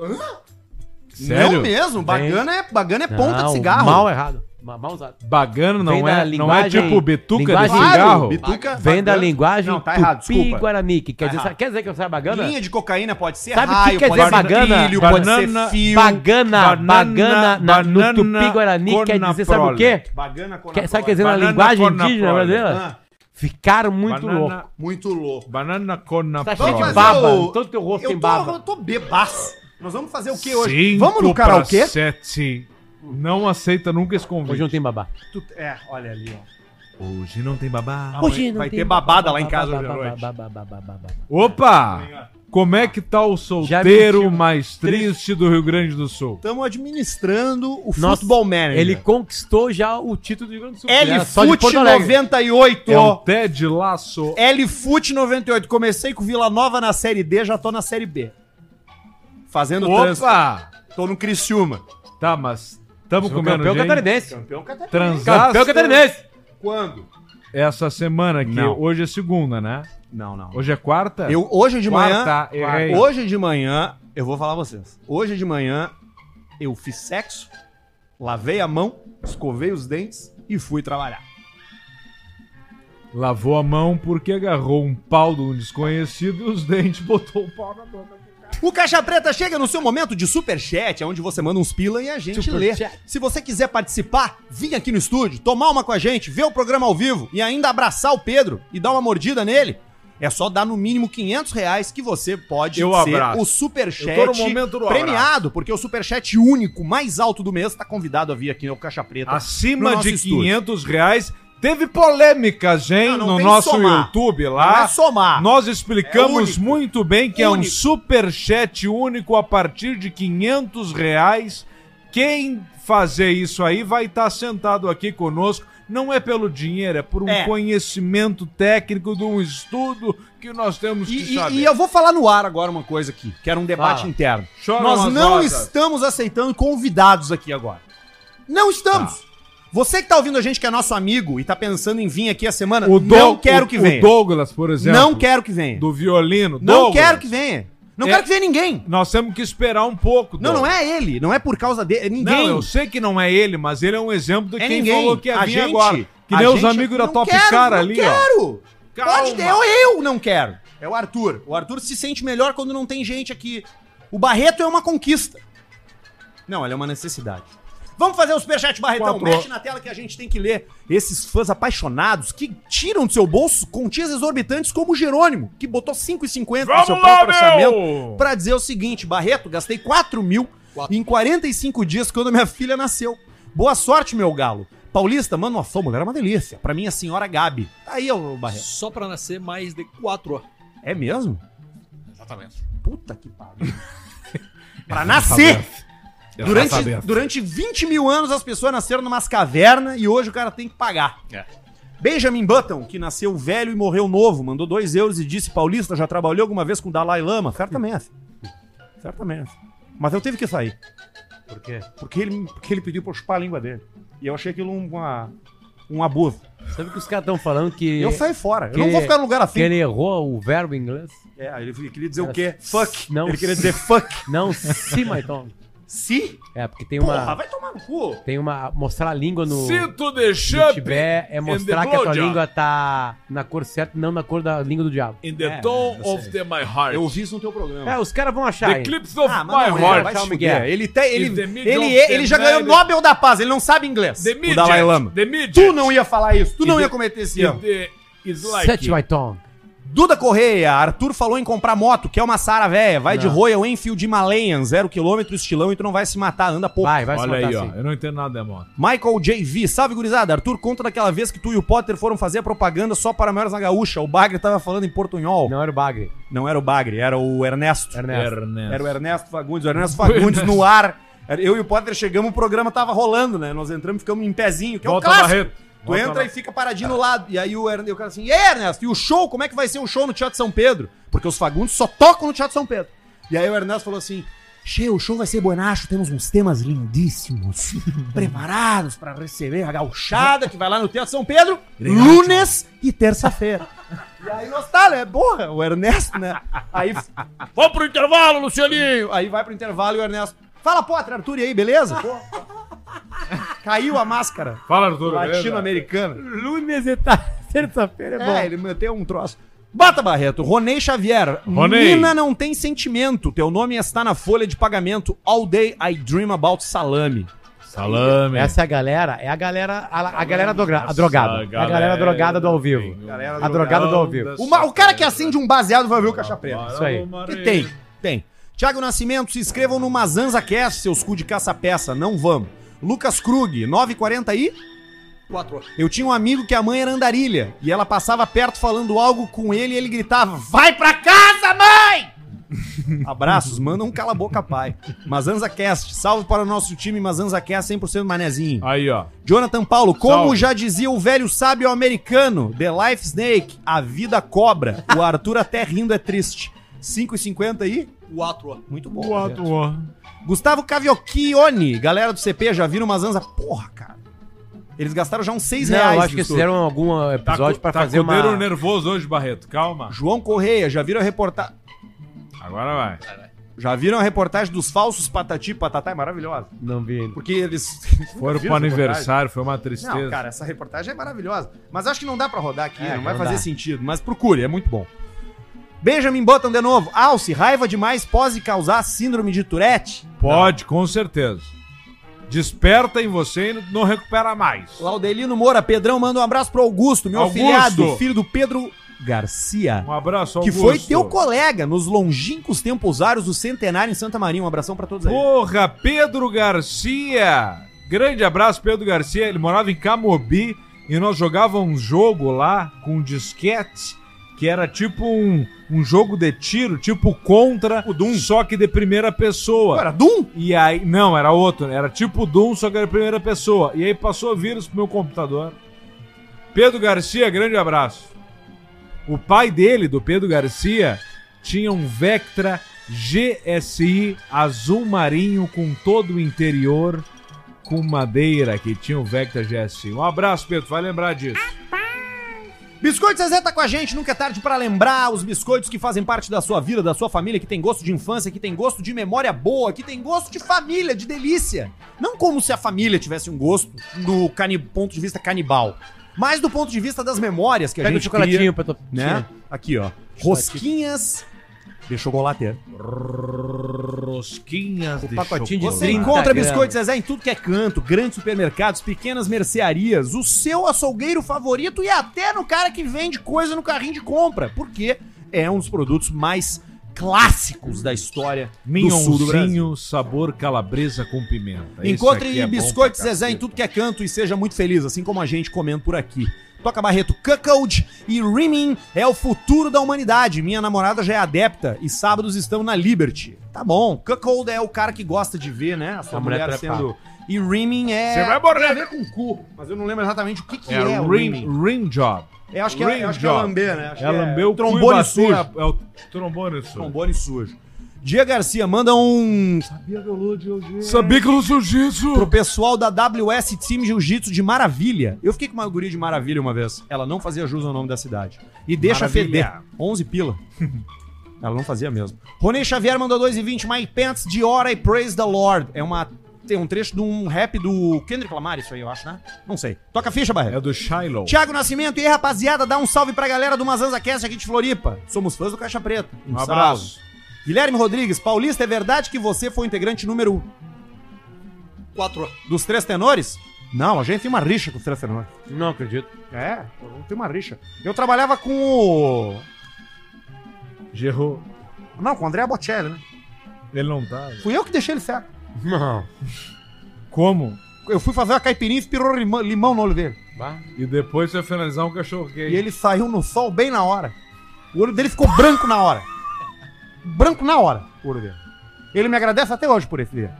Speaker 2: Sério?
Speaker 1: Não mesmo, bagana é, bagana é
Speaker 3: Não,
Speaker 1: ponta de cigarro.
Speaker 3: Mal errado. Ma- Mal usado.
Speaker 2: Bagana
Speaker 3: Vem
Speaker 2: não
Speaker 3: da
Speaker 2: é, não é
Speaker 3: linguagem-
Speaker 2: tipo bituca
Speaker 3: linguagem-
Speaker 2: de
Speaker 3: Claro,
Speaker 2: cigarro.
Speaker 3: bituca- Vem da linguagem
Speaker 2: Não, tá errado, desculpa.
Speaker 3: tupi-guarani, que quer dizer,
Speaker 2: errado.
Speaker 3: sabe- quer dizer que eu saio bagana?
Speaker 1: Linha de cocaína pode ser
Speaker 3: Sabe o que
Speaker 1: raio,
Speaker 3: quer
Speaker 1: pode
Speaker 3: dizer
Speaker 1: ser
Speaker 3: bagana?
Speaker 1: milho,
Speaker 3: Banana-
Speaker 1: pode ser fio.
Speaker 3: Bagana, bagana, na, no
Speaker 1: banana
Speaker 3: tupi-guarani quer dizer, sabe o
Speaker 1: conaprole.
Speaker 3: quê?
Speaker 1: Bagana
Speaker 3: Quer- Sabe
Speaker 1: conaprole.
Speaker 3: o que quer dizer na
Speaker 1: Banana
Speaker 3: linguagem
Speaker 1: conaprole.
Speaker 3: indígena brasileira? Ficaram muito
Speaker 2: Banana-
Speaker 3: loucos.
Speaker 1: Muito louco.
Speaker 2: Banana cona
Speaker 3: Tá cheio de
Speaker 1: Vamos
Speaker 3: baba.
Speaker 1: fazer o-
Speaker 3: Todo teu rosto
Speaker 1: eu
Speaker 3: tem
Speaker 1: tô-
Speaker 3: baba.
Speaker 1: Eu tô bebaço. Nós vamos fazer o que
Speaker 2: Cinco
Speaker 1: hoje? Vamos no karaokê?
Speaker 2: pra Sete. Não aceita nunca esse convite. Hoje
Speaker 3: não tem babá.
Speaker 1: Tu- É, olha ali, ó.
Speaker 2: Hoje não tem babá.
Speaker 1: vai ter babada lá em casa hoje à noite.
Speaker 2: Opa! Como é que tá o solteiro mais triste do Rio Grande do Sul?
Speaker 1: Estamos administrando o
Speaker 2: Nossa,
Speaker 1: Football Manager.
Speaker 2: ele
Speaker 3: conquistou já o título do Rio Grande do Sul.
Speaker 1: Ele
Speaker 2: Era é só de
Speaker 1: Fute
Speaker 2: Porto Alegre.
Speaker 1: 98.
Speaker 2: É um Ted Laço.
Speaker 3: É
Speaker 1: L Fute 98. Comecei com Vila Nova na Série D, já tô na Série B. Fazendo
Speaker 2: Opa!
Speaker 1: Tô no Criciúma.
Speaker 2: Tá, mas tamo
Speaker 1: Sou
Speaker 2: comendo
Speaker 1: campeão
Speaker 2: gente?
Speaker 1: catarinense. Campeão catarinense.
Speaker 2: Transaço
Speaker 1: Campeão catarinense. Quando?
Speaker 2: Essa semana aqui.
Speaker 1: Não.
Speaker 2: Hoje é segunda, né?
Speaker 1: Não, não.
Speaker 2: Hoje é quarta?
Speaker 1: Eu, hoje de manhã.
Speaker 2: Quarta, errei.
Speaker 1: Hoje de manhã, eu vou falar a vocês. Hoje de manhã, eu fiz sexo, lavei a mão, escovei os dentes e fui trabalhar.
Speaker 2: Lavou a mão porque agarrou um pau de um desconhecido e os dentes botou o pau na boca.
Speaker 1: O Caixa Preta chega no seu momento de superchat, onde você manda uns pila e a gente lê.
Speaker 2: Superchat.
Speaker 1: Se você quiser participar, vim aqui no estúdio, tomar uma com a gente, ver o programa ao vivo e ainda abraçar o Pedro e dar uma mordida nele, é só dar no mínimo 500 reais que você pode
Speaker 2: Eu abraço.
Speaker 1: o superchat
Speaker 2: Eu tô no momento do abraço.
Speaker 1: premiado, porque o superchat único, mais alto do mês, tá convidado a vir aqui no Caixa Preta.
Speaker 2: Acima
Speaker 1: no nosso
Speaker 2: de
Speaker 1: estúdio.
Speaker 2: 500 reais. Teve polêmicas, hein?
Speaker 1: não
Speaker 2: no
Speaker 1: tem
Speaker 2: nosso
Speaker 1: somar.
Speaker 2: YouTube lá.
Speaker 1: Não é somar.
Speaker 2: Nós explicamos
Speaker 1: É único.
Speaker 2: muito bem que é um
Speaker 1: Único.
Speaker 2: superchat único a partir de 500 reais. Quem fazer isso aí vai estar sentado aqui conosco. Não é pelo dinheiro, é por um
Speaker 1: É.
Speaker 2: conhecimento técnico de um estudo que nós temos que
Speaker 1: E,
Speaker 2: saber.
Speaker 1: e- e eu vou falar no ar agora uma coisa aqui, que era um debate
Speaker 2: Fala.
Speaker 1: interno.
Speaker 2: Choram
Speaker 1: Nós
Speaker 2: as
Speaker 1: não
Speaker 2: rosas.
Speaker 1: estamos aceitando convidados aqui agora. Não estamos. Você que tá ouvindo a gente, que é nosso amigo e tá pensando em vir aqui a semana,
Speaker 2: O
Speaker 1: não
Speaker 2: Dou-
Speaker 1: quero
Speaker 2: o-
Speaker 1: que venha.
Speaker 2: O Douglas, por exemplo.
Speaker 1: Não quero que venha.
Speaker 2: Do violino.
Speaker 1: Não
Speaker 2: Douglas.
Speaker 1: quero que venha. Não
Speaker 2: É.
Speaker 1: quero que venha ninguém.
Speaker 2: Nós temos que esperar um pouco.
Speaker 1: Não, não
Speaker 2: Douglas.
Speaker 1: é ele. Não é por causa dele. É ninguém.
Speaker 2: Não, eu sei que não é ele, mas ele é um exemplo de
Speaker 1: É
Speaker 2: quem
Speaker 1: ninguém.
Speaker 2: falou que ia
Speaker 1: A
Speaker 2: vir
Speaker 1: gente-
Speaker 2: agora. Que
Speaker 1: a
Speaker 2: nem os
Speaker 1: gente-
Speaker 2: amigos da
Speaker 1: não
Speaker 2: Top
Speaker 1: quero,
Speaker 2: Cara
Speaker 1: não
Speaker 2: ali, ó.
Speaker 1: quero.
Speaker 2: Calma.
Speaker 1: Pode ter, eu, eu não quero. É o Arthur. O Arthur se sente melhor quando não tem gente aqui. O Barreto é uma conquista. Não, ela é uma necessidade. Vamos fazer o superchat, Barretão.
Speaker 2: Quatro.
Speaker 1: Mete na tela que a gente tem que ler. Esses fãs apaixonados que tiram do seu bolso quantias exorbitantes como o Jerônimo, que botou 5,50 no
Speaker 2: Vamos
Speaker 1: seu
Speaker 2: lá,
Speaker 1: próprio orçamento
Speaker 2: meu!
Speaker 1: pra dizer o seguinte, Barreto, gastei 4 mil em 45 dias quando minha filha nasceu. Boa sorte, meu galo. Paulista, mano, a sua mulher é uma delícia. Pra minha senhora Gabi. Tá Aí, ô Barreto.
Speaker 9: Só pra nascer mais de 4 horas.
Speaker 1: É mesmo?
Speaker 9: Exatamente.
Speaker 1: Puta que pariu. Pra nascer.
Speaker 9: Eu
Speaker 1: Durante,
Speaker 9: tava sabendo.
Speaker 1: durante 20 mil anos as pessoas nasceram numas cavernas e hoje o cara tem que pagar.
Speaker 9: É.
Speaker 1: Benjamin Button, que nasceu velho e morreu novo, mandou dois euros e disse: Paulista, já trabalhou alguma vez com Dalai Lama? Certamente. Certamente. Mas eu tive que sair.
Speaker 3: Por quê?
Speaker 1: Porque ele, porque ele pediu pra eu chupar a língua dele. E eu achei aquilo uma, um abuso.
Speaker 3: Sabe que os caras estão falando que.
Speaker 1: Eu saí fora. Eu não vou ficar num lugar assim.
Speaker 3: Que ele errou o verbo em inglês.
Speaker 1: É, aí ele queria dizer o quê? Fuck.
Speaker 3: Não.
Speaker 1: Ele queria dizer fuck.
Speaker 3: Não, se, my tongue.
Speaker 1: Se?
Speaker 3: É, porque tem uma.
Speaker 1: Porra, vai tomar no cu.
Speaker 3: Tem uma. Mostrar a língua no.
Speaker 2: Se tu
Speaker 3: no
Speaker 2: deixar.
Speaker 3: Tibete é
Speaker 2: in
Speaker 3: mostrar
Speaker 2: the
Speaker 3: que a tua
Speaker 2: blowjob.
Speaker 3: língua tá na cor certa e não na cor da língua do diabo.
Speaker 2: In the tone of the my heart.
Speaker 1: é, Eu ouvi isso no teu programa.
Speaker 3: É, os caras vão achar.
Speaker 2: The
Speaker 3: hein?
Speaker 2: clips of
Speaker 1: Ah, mas
Speaker 2: my
Speaker 1: não é,
Speaker 2: heart.
Speaker 1: vai se
Speaker 3: Calma,
Speaker 1: fuder.
Speaker 3: Guerra.
Speaker 1: Ele, tem,
Speaker 2: In
Speaker 1: ele,
Speaker 2: the middle
Speaker 1: ele, é-
Speaker 2: of the
Speaker 1: ele já
Speaker 2: night.
Speaker 1: ganhou o Nobel da Paz, ele não sabe inglês.
Speaker 2: The
Speaker 1: o Dalai
Speaker 2: midget,
Speaker 1: Lama.
Speaker 2: The midget.
Speaker 1: Tu não ia falar isso, tu não
Speaker 2: E
Speaker 1: ia
Speaker 2: de-
Speaker 1: cometer esse
Speaker 2: E
Speaker 1: erro.
Speaker 2: the- It's like.
Speaker 3: Set my tongue.
Speaker 1: Duda Correia, Arthur falou em comprar moto, que é uma Sara véia. Vai de Royal Enfield Himalayan, zero quilômetro, estilão, e tu não vai se matar, anda pouco.
Speaker 3: Vai, vai se
Speaker 2: Olha
Speaker 3: matar
Speaker 2: aí, ó.
Speaker 3: assim.
Speaker 2: Eu não entendo nada da moto.
Speaker 1: Michael JV, salve gurizada. Arthur, conta daquela vez que tu e o Potter foram fazer a propaganda só para maiores na gaúcha. O Bagre tava falando em portunhol. Não,
Speaker 3: Não era o bagre.
Speaker 1: era o Bagre, era o Ernesto.
Speaker 3: Ernesto.
Speaker 2: Ernesto.
Speaker 1: Era o Ernesto Fagundes. O Ernesto Fagundes no ar. Eu e o Potter chegamos, o programa tava rolando, né? Nós entramos, ficamos em pezinho, que
Speaker 2: Volta
Speaker 1: é o clássico.
Speaker 2: Barreto.
Speaker 1: Tu
Speaker 2: Volta
Speaker 1: entra
Speaker 2: Barreto.
Speaker 1: e fica paradinho no lado. E aí o, Ern... o cara assim, e aí, Ernesto, e o show? Como é que vai ser o show no Teatro São Pedro? Porque os Fagundes só tocam no Teatro São Pedro. E aí o Ernesto falou assim, che, o show vai ser bonacho, temos uns temas lindíssimos, preparados para receber a gauchada que vai lá no Teatro São Pedro, lunes e terça-feira. E aí nós tá, né? Porra, o Ernesto, né? Aí Vamos pro intervalo, Lucianinho! Aí vai pro intervalo e o Ernesto. Fala, Potter, Arthur, e aí, beleza? Caiu a máscara
Speaker 2: Fala, Arthur.
Speaker 1: latino-americana.
Speaker 3: Lunes e tá. Terça-feira
Speaker 1: É, ele meteu um troço. Bata Barreto, Ronei Xavier.
Speaker 2: Ronei.
Speaker 1: Nina não tem sentimento. Teu nome está na folha de pagamento. All day I dream about salame.
Speaker 2: Salame.
Speaker 3: Essa galera é a galera, a, a galera droga- a drogada.
Speaker 2: galera-
Speaker 3: a galera drogada do ao vivo.
Speaker 1: Galera um
Speaker 3: A drogada do ao vivo.
Speaker 1: O, ma- o cara que acende um baseado vai ver o caixa preta.
Speaker 3: Isso aí.
Speaker 1: E tem, tem. Tiago Nascimento, se inscrevam no Mazanza Cast, seus cu de caça-peça, não vamos. Lucas Krug, 9h40 e...
Speaker 16: Quatro horas.
Speaker 1: Eu tinha um amigo que a mãe era andarilha, e ela passava perto falando algo com ele e ele gritava, vai pra casa, mãe! Abraços, manda um cala a boca, pai. Mazanza Cast, salve para o nosso time Mazanza Cast 100% manezinho.
Speaker 2: Aí, ó.
Speaker 1: Jonathan Paulo, como
Speaker 2: Salve.
Speaker 1: já dizia o velho sábio americano, The Life Snake, a vida cobra. O Arthur até rindo é triste. 5,50 aí?
Speaker 16: Quatro.
Speaker 1: Muito bom. Gustavo Caviochione, galera do CP, já viram umas anzas? Porra, cara. Eles gastaram já uns 6
Speaker 3: Não,
Speaker 1: reais.
Speaker 3: eu acho que eles
Speaker 1: nisso
Speaker 3: fizeram algum
Speaker 2: Tá,
Speaker 3: episódio pra fazer
Speaker 2: com o dedo
Speaker 3: uma...
Speaker 2: nervoso hoje, Barreto. Calma.
Speaker 1: tudo. João Correia, já viram a reportagem.
Speaker 2: Agora vai.
Speaker 1: Já viram a reportagem dos falsos Patati e Patatá? É maravilhosa.
Speaker 3: Não vi ainda.
Speaker 1: Porque eles.
Speaker 2: Foram
Speaker 1: Viram essa
Speaker 2: pro
Speaker 1: reportagem?
Speaker 2: aniversário, foi uma tristeza.
Speaker 1: Não, cara, essa reportagem é maravilhosa. Mas acho que não dá pra rodar aqui,
Speaker 3: É,
Speaker 1: não vai
Speaker 3: não
Speaker 1: fazer
Speaker 3: dá.
Speaker 1: sentido. Mas procure, é muito bom. Benjamin Button de novo. Alce, raiva demais pode causar síndrome de Tourette?
Speaker 2: Pode, com certeza. Desperta em você e não recupera mais.
Speaker 1: Laudelino Moura, Pedrão, manda um abraço pro Augusto, meu
Speaker 2: Augusto.
Speaker 1: afilhado, filho do Pedro Garcia.
Speaker 2: Um abraço,
Speaker 1: Que
Speaker 2: Augusto.
Speaker 1: foi teu colega nos longínquos tempos áreos do Centenário em Santa Maria. Um abração pra todos aí.
Speaker 2: Porra, Pedro Garcia. Grande abraço, Pedro Garcia. Ele morava em Camobi e nós jogávamos um jogo lá com um disquete que era tipo um, um jogo de tiro, tipo contra, o Doom. só que de primeira pessoa.
Speaker 1: Cara, Dum?
Speaker 2: E aí, não, era outro, era tipo Doom, só que era a primeira pessoa. E aí passou vírus pro meu computador. Pedro Garcia, grande abraço. O pai dele, do Pedro Garcia, tinha um Vectra GSI azul marinho com todo o interior com madeira que tinha o Vectra GSI. Um abraço, Pedro, vai lembrar disso.
Speaker 1: Biscoito Zezé tá com a gente, nunca é tarde pra lembrar os biscoitos que fazem parte da sua vida, da sua família, que tem gosto de infância, que tem gosto de memória boa, que tem gosto de família, de delícia. Não como se a família tivesse um gosto do cani- ponto de vista canibal, mas do ponto de vista das memórias que a
Speaker 3: Pega o
Speaker 1: gente cria,
Speaker 3: chocolatinho pra tu...
Speaker 1: né? Aqui, ó. Rosquinhas de chocolate.
Speaker 2: Rosquinhas de
Speaker 3: pacotinho de
Speaker 1: Você
Speaker 3: Sim,
Speaker 1: encontra
Speaker 3: tá
Speaker 1: Biscoito
Speaker 3: grande.
Speaker 1: Zezé em tudo que é canto, grandes supermercados, pequenas mercearias, o seu açougueiro favorito e até no cara que vende coisa no carrinho de compra, porque é um dos produtos mais clássicos da história do sul do Brasil.
Speaker 2: Minhãozinho, sabor calabresa com pimenta. Esse aqui
Speaker 1: Encontre
Speaker 2: é bom
Speaker 1: Biscoito
Speaker 2: pra
Speaker 1: Zezé em
Speaker 2: cacete.
Speaker 1: tudo que é canto e seja muito feliz, assim como a gente comendo por aqui. Toca Barreto Cuckold e Rimming é o futuro da humanidade. Minha namorada já é adepta e sábados estamos na Liberty. Tá bom, Cuckold é o cara que gosta de ver, né? A sua
Speaker 3: A mulher
Speaker 1: mulher,
Speaker 3: trepada.
Speaker 1: sendo E rimming é.
Speaker 2: Você vai morrer.
Speaker 1: Tem a ver com cu, mas eu não lembro exatamente o que, que é,
Speaker 2: É
Speaker 1: o rimming.
Speaker 2: rim, rim job.
Speaker 1: Eu acho que é-
Speaker 2: Rim
Speaker 1: eu acho que é
Speaker 2: job.
Speaker 1: lamber, né? Acho
Speaker 2: é
Speaker 1: que é
Speaker 2: lamber o cu e
Speaker 1: trombone
Speaker 2: bater
Speaker 1: sujo.
Speaker 2: a- É o trombone sujo.
Speaker 1: Trombone sujo. Dia Garcia, manda um.
Speaker 2: Sabia que eu não sou jiu-jitsu.
Speaker 1: Pro pessoal da WS Team Jiu-Jitsu de Maravilha. Eu fiquei com uma guria de Maravilha uma vez. Ela não fazia jus ao nome da cidade. E deixa
Speaker 2: Maravilha.
Speaker 1: feder. 11 pila. Ela não fazia mesmo. Rony Xavier mandou 2,20. My Pants de Hora e Praise the Lord. É uma. Tem um trecho de um rap do Kendrick Lamar, isso aí, eu acho, né? Não sei. Toca a ficha, Barreto.
Speaker 2: É do Shiloh.
Speaker 1: Tiago Nascimento, e aí, rapaziada, dá um salve pra galera do Mazanza Cast aqui de Floripa. Somos fãs do Caixa Preta.
Speaker 2: Um abraço.
Speaker 1: Guilherme Rodrigues, Paulista, é verdade que você foi o integrante número um?
Speaker 9: 4.
Speaker 1: dos três tenores? Não, a gente tem uma rixa com os três tenores.
Speaker 3: Não acredito.
Speaker 1: É, tem uma rixa. Eu trabalhava com o.
Speaker 2: Gerrou.
Speaker 1: Não, com o André Bocelli, né?
Speaker 2: Ele não tá.
Speaker 1: Fui eu que deixei ele certo.
Speaker 3: Não.
Speaker 2: Como?
Speaker 1: Eu fui fazer uma caipirinha e espirrou limão, limão no olho dele.
Speaker 2: E depois você vai finalizar um cachorro
Speaker 1: E
Speaker 2: quente.
Speaker 1: ele saiu no sol bem na hora. O olho dele ficou branco na hora. Branco na hora, o olho dele. Ele me agradece até hoje por esse dia.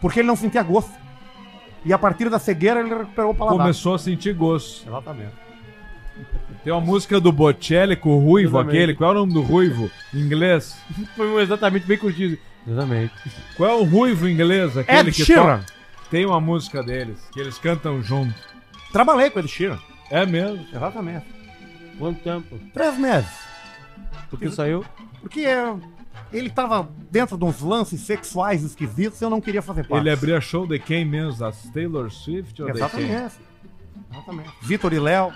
Speaker 1: Porque ele não sentia gosto. E a partir da cegueira ele recuperou o paladar.
Speaker 2: Começou a sentir gosto.
Speaker 1: Exatamente.
Speaker 2: Tem uma música do Bocelli com o Ruivo,
Speaker 3: Exatamente.
Speaker 2: aquele. Qual é o nome do Ruivo? Em inglês.
Speaker 3: Foi um exatamente bem curtido. Exatamente.
Speaker 2: Qual é o Ruivo em inglês? Aquele
Speaker 1: Ed
Speaker 2: que tá-
Speaker 1: Sheeran.
Speaker 2: toca? Tem uma música deles, que eles cantam junto.
Speaker 1: Trabalhei com ele, Sheeran.
Speaker 2: É mesmo?
Speaker 1: Exatamente.
Speaker 3: Quanto tempo?
Speaker 1: Três meses.
Speaker 3: Porque saiu.
Speaker 1: Porque é, ele tava dentro de uns lances sexuais esquisitos e eu não queria fazer parte.
Speaker 2: Ele abria show de quem mesmo? Das Taylor Swift ou de quem?
Speaker 1: Exatamente. Exatamente. Vitor e Léo,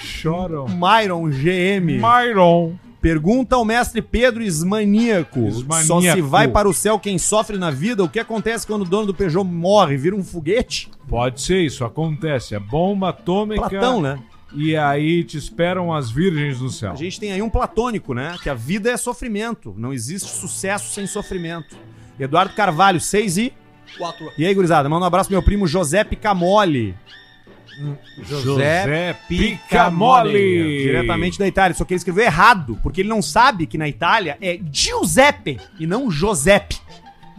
Speaker 2: Choram.
Speaker 1: Myron GM.
Speaker 2: Myron.
Speaker 1: Pergunta ao mestre Pedro Esmaníaco.
Speaker 2: Esmaníaco.
Speaker 1: Só se vai para o céu quem sofre na vida. O que acontece quando o dono do Peugeot morre? Vira um foguete?
Speaker 2: Pode ser, isso acontece. É bomba atômica.
Speaker 1: Platão, né?
Speaker 2: E aí te esperam as virgens no céu.
Speaker 1: A gente tem aí um platônico, né? Que a vida é sofrimento. Não existe sucesso sem sofrimento. Eduardo Carvalho, 6 e...
Speaker 9: 4.
Speaker 1: E aí, gurizada, manda um abraço pro meu primo José Picamole.
Speaker 2: José
Speaker 1: Picamole. Diretamente da Itália. Só que ele escreveu errado, porque ele não sabe que na Itália é Giuseppe e não Giuseppe.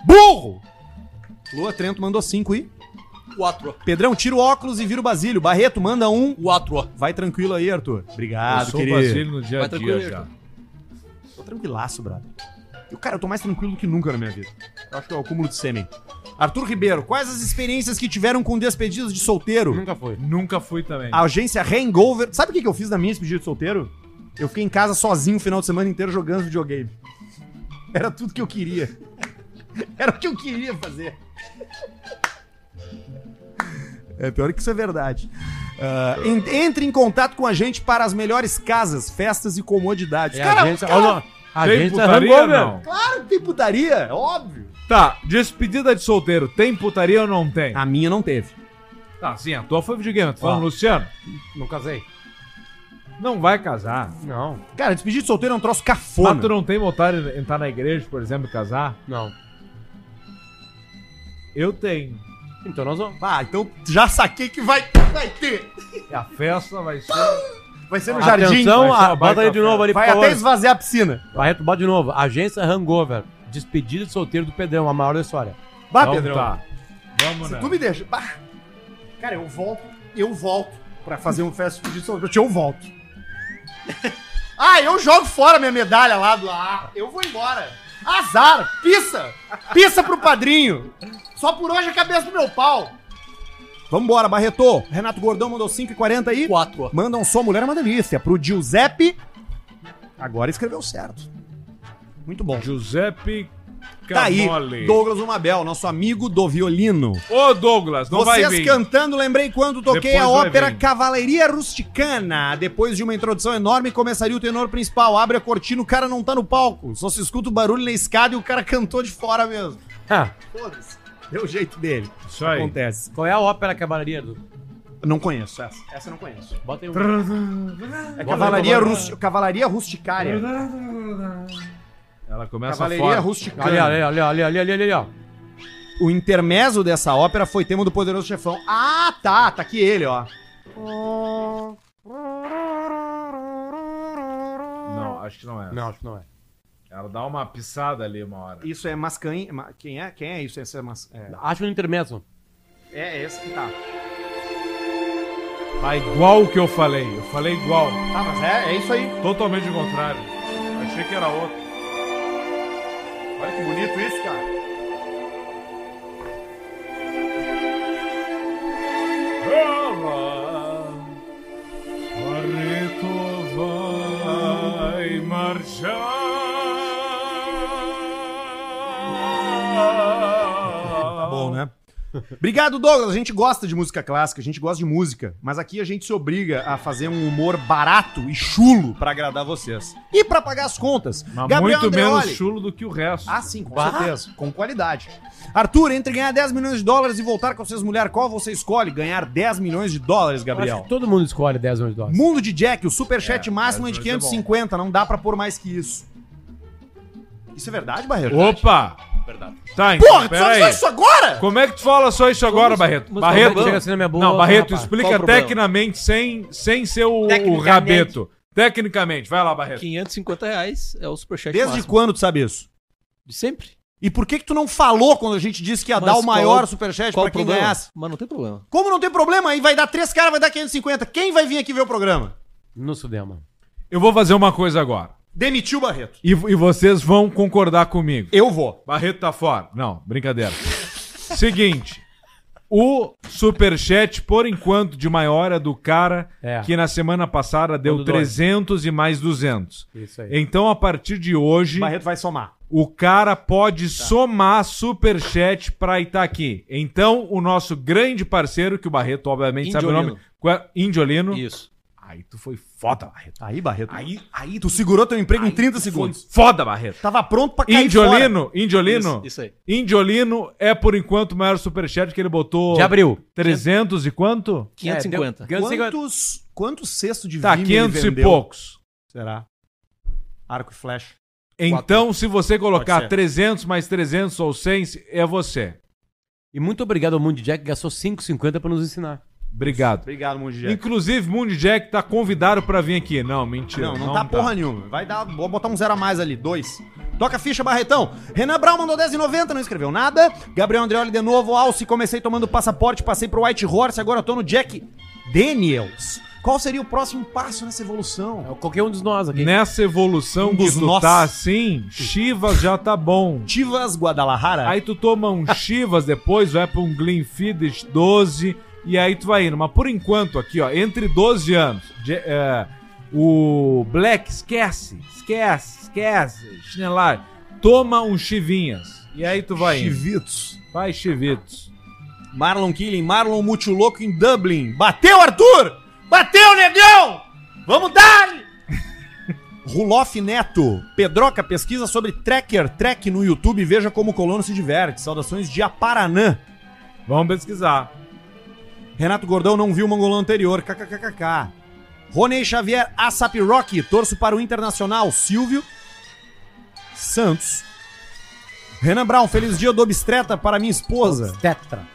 Speaker 1: Burro! Lua Trento mandou 5 e...
Speaker 9: 4.
Speaker 1: Pedrão, tira o óculos e vira o Basílio. Barreto, manda um.
Speaker 9: 4.
Speaker 1: Vai tranquilo aí, Arthur.
Speaker 2: Eu
Speaker 1: Obrigado,
Speaker 2: sou
Speaker 1: querido.
Speaker 2: Basílio no dia a
Speaker 9: Vai
Speaker 2: dia
Speaker 9: tranquilo,
Speaker 2: já.
Speaker 1: Tô tranquilaço, brother. Eu, cara, eu tô mais tranquilo do que nunca na minha vida. Eu acho que é o cúmulo de sêmen. Arthur Ribeiro, quais as experiências que tiveram com despedidas de solteiro?
Speaker 3: Nunca foi.
Speaker 2: Nunca fui também.
Speaker 1: A agência Hangover. Sabe o que que eu fiz na minha despedida de solteiro? Eu fiquei em casa sozinho o final de semana inteiro jogando videogame. Era tudo que eu queria. Era o que eu queria fazer. É pior que isso é verdade. Ah, en- entre em contato com a gente para as melhores casas, festas e comodidades.
Speaker 3: É,
Speaker 1: cara,
Speaker 3: a gente,
Speaker 1: cara,
Speaker 3: olha, a
Speaker 2: Tem
Speaker 3: gente
Speaker 2: putaria,
Speaker 3: arrancou,
Speaker 2: não?
Speaker 3: meu.
Speaker 1: claro que tem putaria, é óbvio.
Speaker 2: Tá, despedida de solteiro, tem putaria ou não tem?
Speaker 1: A minha não teve.
Speaker 2: Tá, sim, a tua foi videogame. Tu falando, Luciano,
Speaker 3: Não casei.
Speaker 2: não vai casar.
Speaker 3: Não.
Speaker 1: Cara, despedir de solteiro é um troço
Speaker 2: Mas tu
Speaker 1: cafona.
Speaker 2: não tem vontade de entrar na igreja, por exemplo, e casar?
Speaker 3: Não.
Speaker 2: Eu tenho.
Speaker 3: Então nós vamos.
Speaker 1: Ah, então já saquei que vai, vai ter.
Speaker 2: E a festa vai ser.
Speaker 1: Vai ser no jardim.
Speaker 2: vai ser
Speaker 3: Atenção,
Speaker 2: uma
Speaker 3: a, bota
Speaker 2: baita
Speaker 3: aí de novo ali,
Speaker 1: Vai
Speaker 3: por favor.
Speaker 1: até esvaziar a piscina.
Speaker 3: Barreto, bota de novo. Agência Hangover. Despedida de solteiro do Pedrão, a maior da história.
Speaker 1: Bah,
Speaker 2: Então
Speaker 1: Pedrão.
Speaker 2: tá. Vamos
Speaker 1: Se
Speaker 2: né?
Speaker 1: tu me deixa. Bah. Cara, eu volto. Eu volto pra fazer um festa de sorvete. Eu volto. ah, eu jogo fora minha medalha lá do. Ah, eu vou embora. Azar! Pissa! Pissa pro padrinho! Só por hoje a cabeça do meu pau! Vambora, Barreto! Renato Gordão mandou 5,40 aí.
Speaker 9: 4.
Speaker 1: Mandam só Mulher é uma Delícia pro Giuseppe. Agora escreveu certo. Muito bom.
Speaker 2: Giuseppe
Speaker 1: Tá aí,
Speaker 2: Camoli.
Speaker 1: Douglas Umabel, nosso amigo do violino.
Speaker 2: Ô, Douglas, não vai
Speaker 1: Vocês
Speaker 2: vir.
Speaker 1: cantando, lembrei quando toquei
Speaker 2: Depois
Speaker 1: a
Speaker 2: vai
Speaker 1: ópera
Speaker 2: vir.
Speaker 1: Cavalaria Rusticana. Depois de uma introdução enorme, começaria o tenor principal. Abre a cortina, o cara não tá no palco. Só se escuta o barulho na escada e o cara cantou de fora mesmo.
Speaker 3: Ah,
Speaker 1: Foda-se. Deu o jeito dele.
Speaker 2: Isso aí.
Speaker 1: Acontece.
Speaker 3: qual é a ópera cavalaria? Do...
Speaker 1: Não conheço essa. Essa eu não conheço.
Speaker 3: Bota aí um.
Speaker 1: É Cavalaria, Rusti- Cavalaria Rusticária.
Speaker 2: Ela começa
Speaker 1: Cavalaria
Speaker 2: fora.
Speaker 1: Rusticana.
Speaker 3: Ali, ali, ali, ali, ali, ali, ali, ali, ó.
Speaker 1: O intermezzo dessa ópera foi tema do Poderoso Chefão. Ah, tá, tá aqui ele, ó.
Speaker 2: Não, acho que não é.
Speaker 3: Não, acho que não é.
Speaker 2: Ela dá uma pisada ali uma hora.
Speaker 1: Isso é Mascaim. ma- Quem é? Quem é isso? Esse é, mas... é.
Speaker 3: Acho um intermezzo.
Speaker 1: é é esse que tá.
Speaker 2: Tá igual o que eu falei. Eu falei igual.
Speaker 1: Tá, mas é, é isso aí.
Speaker 2: Totalmente o contrário. Achei que era outro.
Speaker 1: Olha que bonito isso, cara.
Speaker 2: vai
Speaker 1: Tá bom, né? Obrigado, Douglas. A gente gosta de música clássica, a gente gosta de música, mas aqui a gente se obriga a fazer um humor barato e chulo pra agradar vocês. E pra pagar as contas.
Speaker 2: Mas
Speaker 1: Gabriel
Speaker 2: muito
Speaker 1: Andreoli.
Speaker 2: menos chulo do que o resto.
Speaker 1: Ah, sim, com
Speaker 2: Bah.
Speaker 1: certeza. Com qualidade. Arthur, entre ganhar 10 milhões de dólares e voltar com vocês mulher, qual você escolhe? Ganhar 10 milhões de dólares,
Speaker 3: Acho
Speaker 1: Gabriel.
Speaker 3: que todo mundo escolhe 10 milhões de dólares.
Speaker 1: Mundo de Jack, o superchat
Speaker 3: É,
Speaker 1: máximo é de
Speaker 3: 10 milhões é
Speaker 1: 550, não dá pra pôr mais que isso. Isso é verdade, Barreiro?
Speaker 2: Opa!
Speaker 9: Verdade.
Speaker 2: Tá,
Speaker 1: Porra,
Speaker 2: então,
Speaker 1: tu
Speaker 2: peraí.
Speaker 1: só isso agora?
Speaker 2: Como é que tu fala só isso agora, Barreto?
Speaker 3: mas
Speaker 2: Barreto,
Speaker 3: qual o problema? Chega assim na minha boca,
Speaker 2: não, Barreto,
Speaker 3: rapaz.
Speaker 2: explica
Speaker 3: Qual o problema?
Speaker 2: tecnicamente sem, sem ser o, o
Speaker 9: Tecnicamente.
Speaker 2: rabeto. Tecnicamente, vai lá, Barreto.
Speaker 9: 550 reais é o superchat
Speaker 1: Desde
Speaker 9: máximo.
Speaker 1: quando tu sabe isso?
Speaker 9: De sempre.
Speaker 1: E por que que tu não falou quando a gente disse que ia dar o
Speaker 9: é
Speaker 1: maior superchat pra quem ganhasse?
Speaker 9: Mas não tem problema.
Speaker 1: Como não tem problema? Aí vai dar três caras, vai dar 550. Quem vai vir aqui ver o programa?
Speaker 3: No Sudema.
Speaker 2: Eu vou fazer uma coisa agora.
Speaker 1: Demitiu o Barreto.
Speaker 2: E, e vocês vão concordar comigo.
Speaker 1: Eu vou.
Speaker 2: Barreto tá fora. Não, brincadeira. Seguinte. O superchat, por enquanto, de maior é do cara
Speaker 3: É.
Speaker 2: que na semana passada deu
Speaker 3: Quando dói.
Speaker 2: 300 e mais 200.
Speaker 3: Isso aí.
Speaker 2: Então, a partir de hoje,
Speaker 1: Barreto vai Tá. somar.
Speaker 2: o cara pode somar superchat pra estar aqui. Então, o nosso grande parceiro, que o Barreto obviamente sabe o nome,
Speaker 9: Indiolino.
Speaker 2: qual é? Indiolino.
Speaker 9: Isso.
Speaker 2: Aí tu foi foda, Barreto.
Speaker 1: Aí, Barreto.
Speaker 2: Aí, aí
Speaker 1: Tu segurou teu emprego em 30
Speaker 2: foi
Speaker 1: segundos.
Speaker 2: foda, Barreto.
Speaker 1: Tava pronto pra cair fora.
Speaker 2: Indiolino, Indiolino,
Speaker 9: Isso, isso aí.
Speaker 2: Indiolino é por enquanto o maior superchat que ele botou.
Speaker 3: De abril. É,
Speaker 2: 300 e quanto?
Speaker 9: 550.
Speaker 1: Quantos, quantos cestos de
Speaker 2: Tá,
Speaker 1: vime
Speaker 2: 500
Speaker 1: ele
Speaker 2: e
Speaker 1: vendeu?
Speaker 2: poucos.
Speaker 1: Será? Arco e flecha.
Speaker 2: Então, se você
Speaker 1: Pode
Speaker 2: colocar
Speaker 1: ser.
Speaker 2: 300 mais 300 ou 100, é você.
Speaker 3: E muito obrigado ao Mundo de Jack que gastou 5,50 pra nos ensinar.
Speaker 2: Obrigado.
Speaker 1: Obrigado, Mundial.
Speaker 2: Inclusive, Mundo Jack tá convidado pra vir aqui. Não, mentira.
Speaker 1: Não, não, tá porra nenhuma. Vai dar, vou botar um zero a mais ali, dois. Toca a ficha, Barretão. Renan Brown mandou 10,90, não escreveu nada. Gabriel Andreoli de novo, Alce, comecei tomando passaporte, passei pro White Horse, agora tô no Jack Daniels. Qual seria o próximo passo nessa evolução?
Speaker 3: Qualquer um dos nós aqui.
Speaker 2: Nessa evolução
Speaker 1: Um
Speaker 2: que
Speaker 1: dos
Speaker 2: tu
Speaker 1: nós.
Speaker 2: tá assim, Chivas já tá bom.
Speaker 1: Chivas Guadalajara?
Speaker 2: Aí tu toma um Chivas depois, vai pra um Glenfiddich 12 e aí tu vai indo. Mas por enquanto aqui, ó, entre 12 anos, de- é, o Black esquece, esquece, esquece, chinelar. Toma um Chivinhas e aí tu vai indo.
Speaker 1: Chivitos.
Speaker 2: Vai Chivitos.
Speaker 1: Marlon Killing, Marlon Multiloco em Dublin. Bateu, Arthur! Bateu, negão! Vamos dar! Rulof Neto, Pedroca, pesquisa sobre Trekker, Trek no YouTube, veja como o colono se diverte. Saudações de Aparanã.
Speaker 2: Vamos pesquisar.
Speaker 1: Renato Gordão não viu o mangolão anterior, kkkk. Ronei Xavier, ASAP Rock, torço para o Internacional, Silvio Santos. Renan Brown, feliz dia do Obstreta para minha esposa.
Speaker 3: Tetra.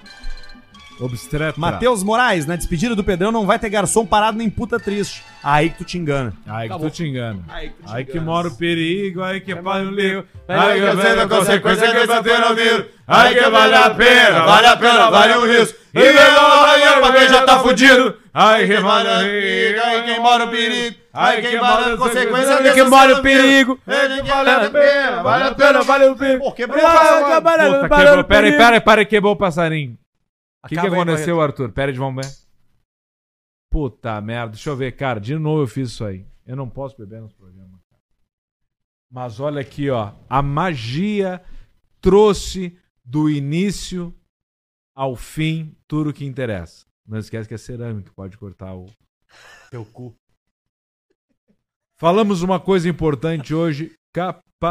Speaker 2: Obstreta.
Speaker 1: Matheus Moraes, na despedida do Pedrão não vai ter garçom parado nem puta triste. Aí que tu te engana.
Speaker 2: Aí que tu te engana. Aí que,
Speaker 9: te
Speaker 2: mora o perigo, aí que para o livro.
Speaker 3: Aí
Speaker 2: Aí que
Speaker 3: que
Speaker 2: eu sei da consequência que bater no vidro. Aí que vale a pena,
Speaker 5: vale a pena, vale o risco.
Speaker 2: E quem mora pra quem já tá fudido.
Speaker 5: fudido.
Speaker 2: Aí
Speaker 5: Quem
Speaker 2: quem mora
Speaker 5: mora
Speaker 2: o perigo, aí quem mora o perigo. Aí quem mora a consequência
Speaker 3: Aí
Speaker 2: dessa
Speaker 3: quem mora o
Speaker 2: cena
Speaker 3: perigo.
Speaker 2: vira. Aí que vale a pena, vale a pena, vale o perigo. Ah, tá,
Speaker 1: Pô, quebrou o passarinho.
Speaker 2: Puta, quebrou. Peraí, peraí, peraí, quebrou o passarinho. O que, que
Speaker 3: Acaba aí,
Speaker 2: aconteceu, Arthur? Pera aí, vamos ver. Puta merda, deixa eu ver, cara. De novo eu fiz isso aí. Eu não posso beber nos programas. cara. Mas olha aqui, ó. A magia trouxe do início ao fim tudo que interessa. Não esquece que é cerâmica, pode cortar o
Speaker 3: Teu cu.
Speaker 2: Falamos uma coisa importante hoje,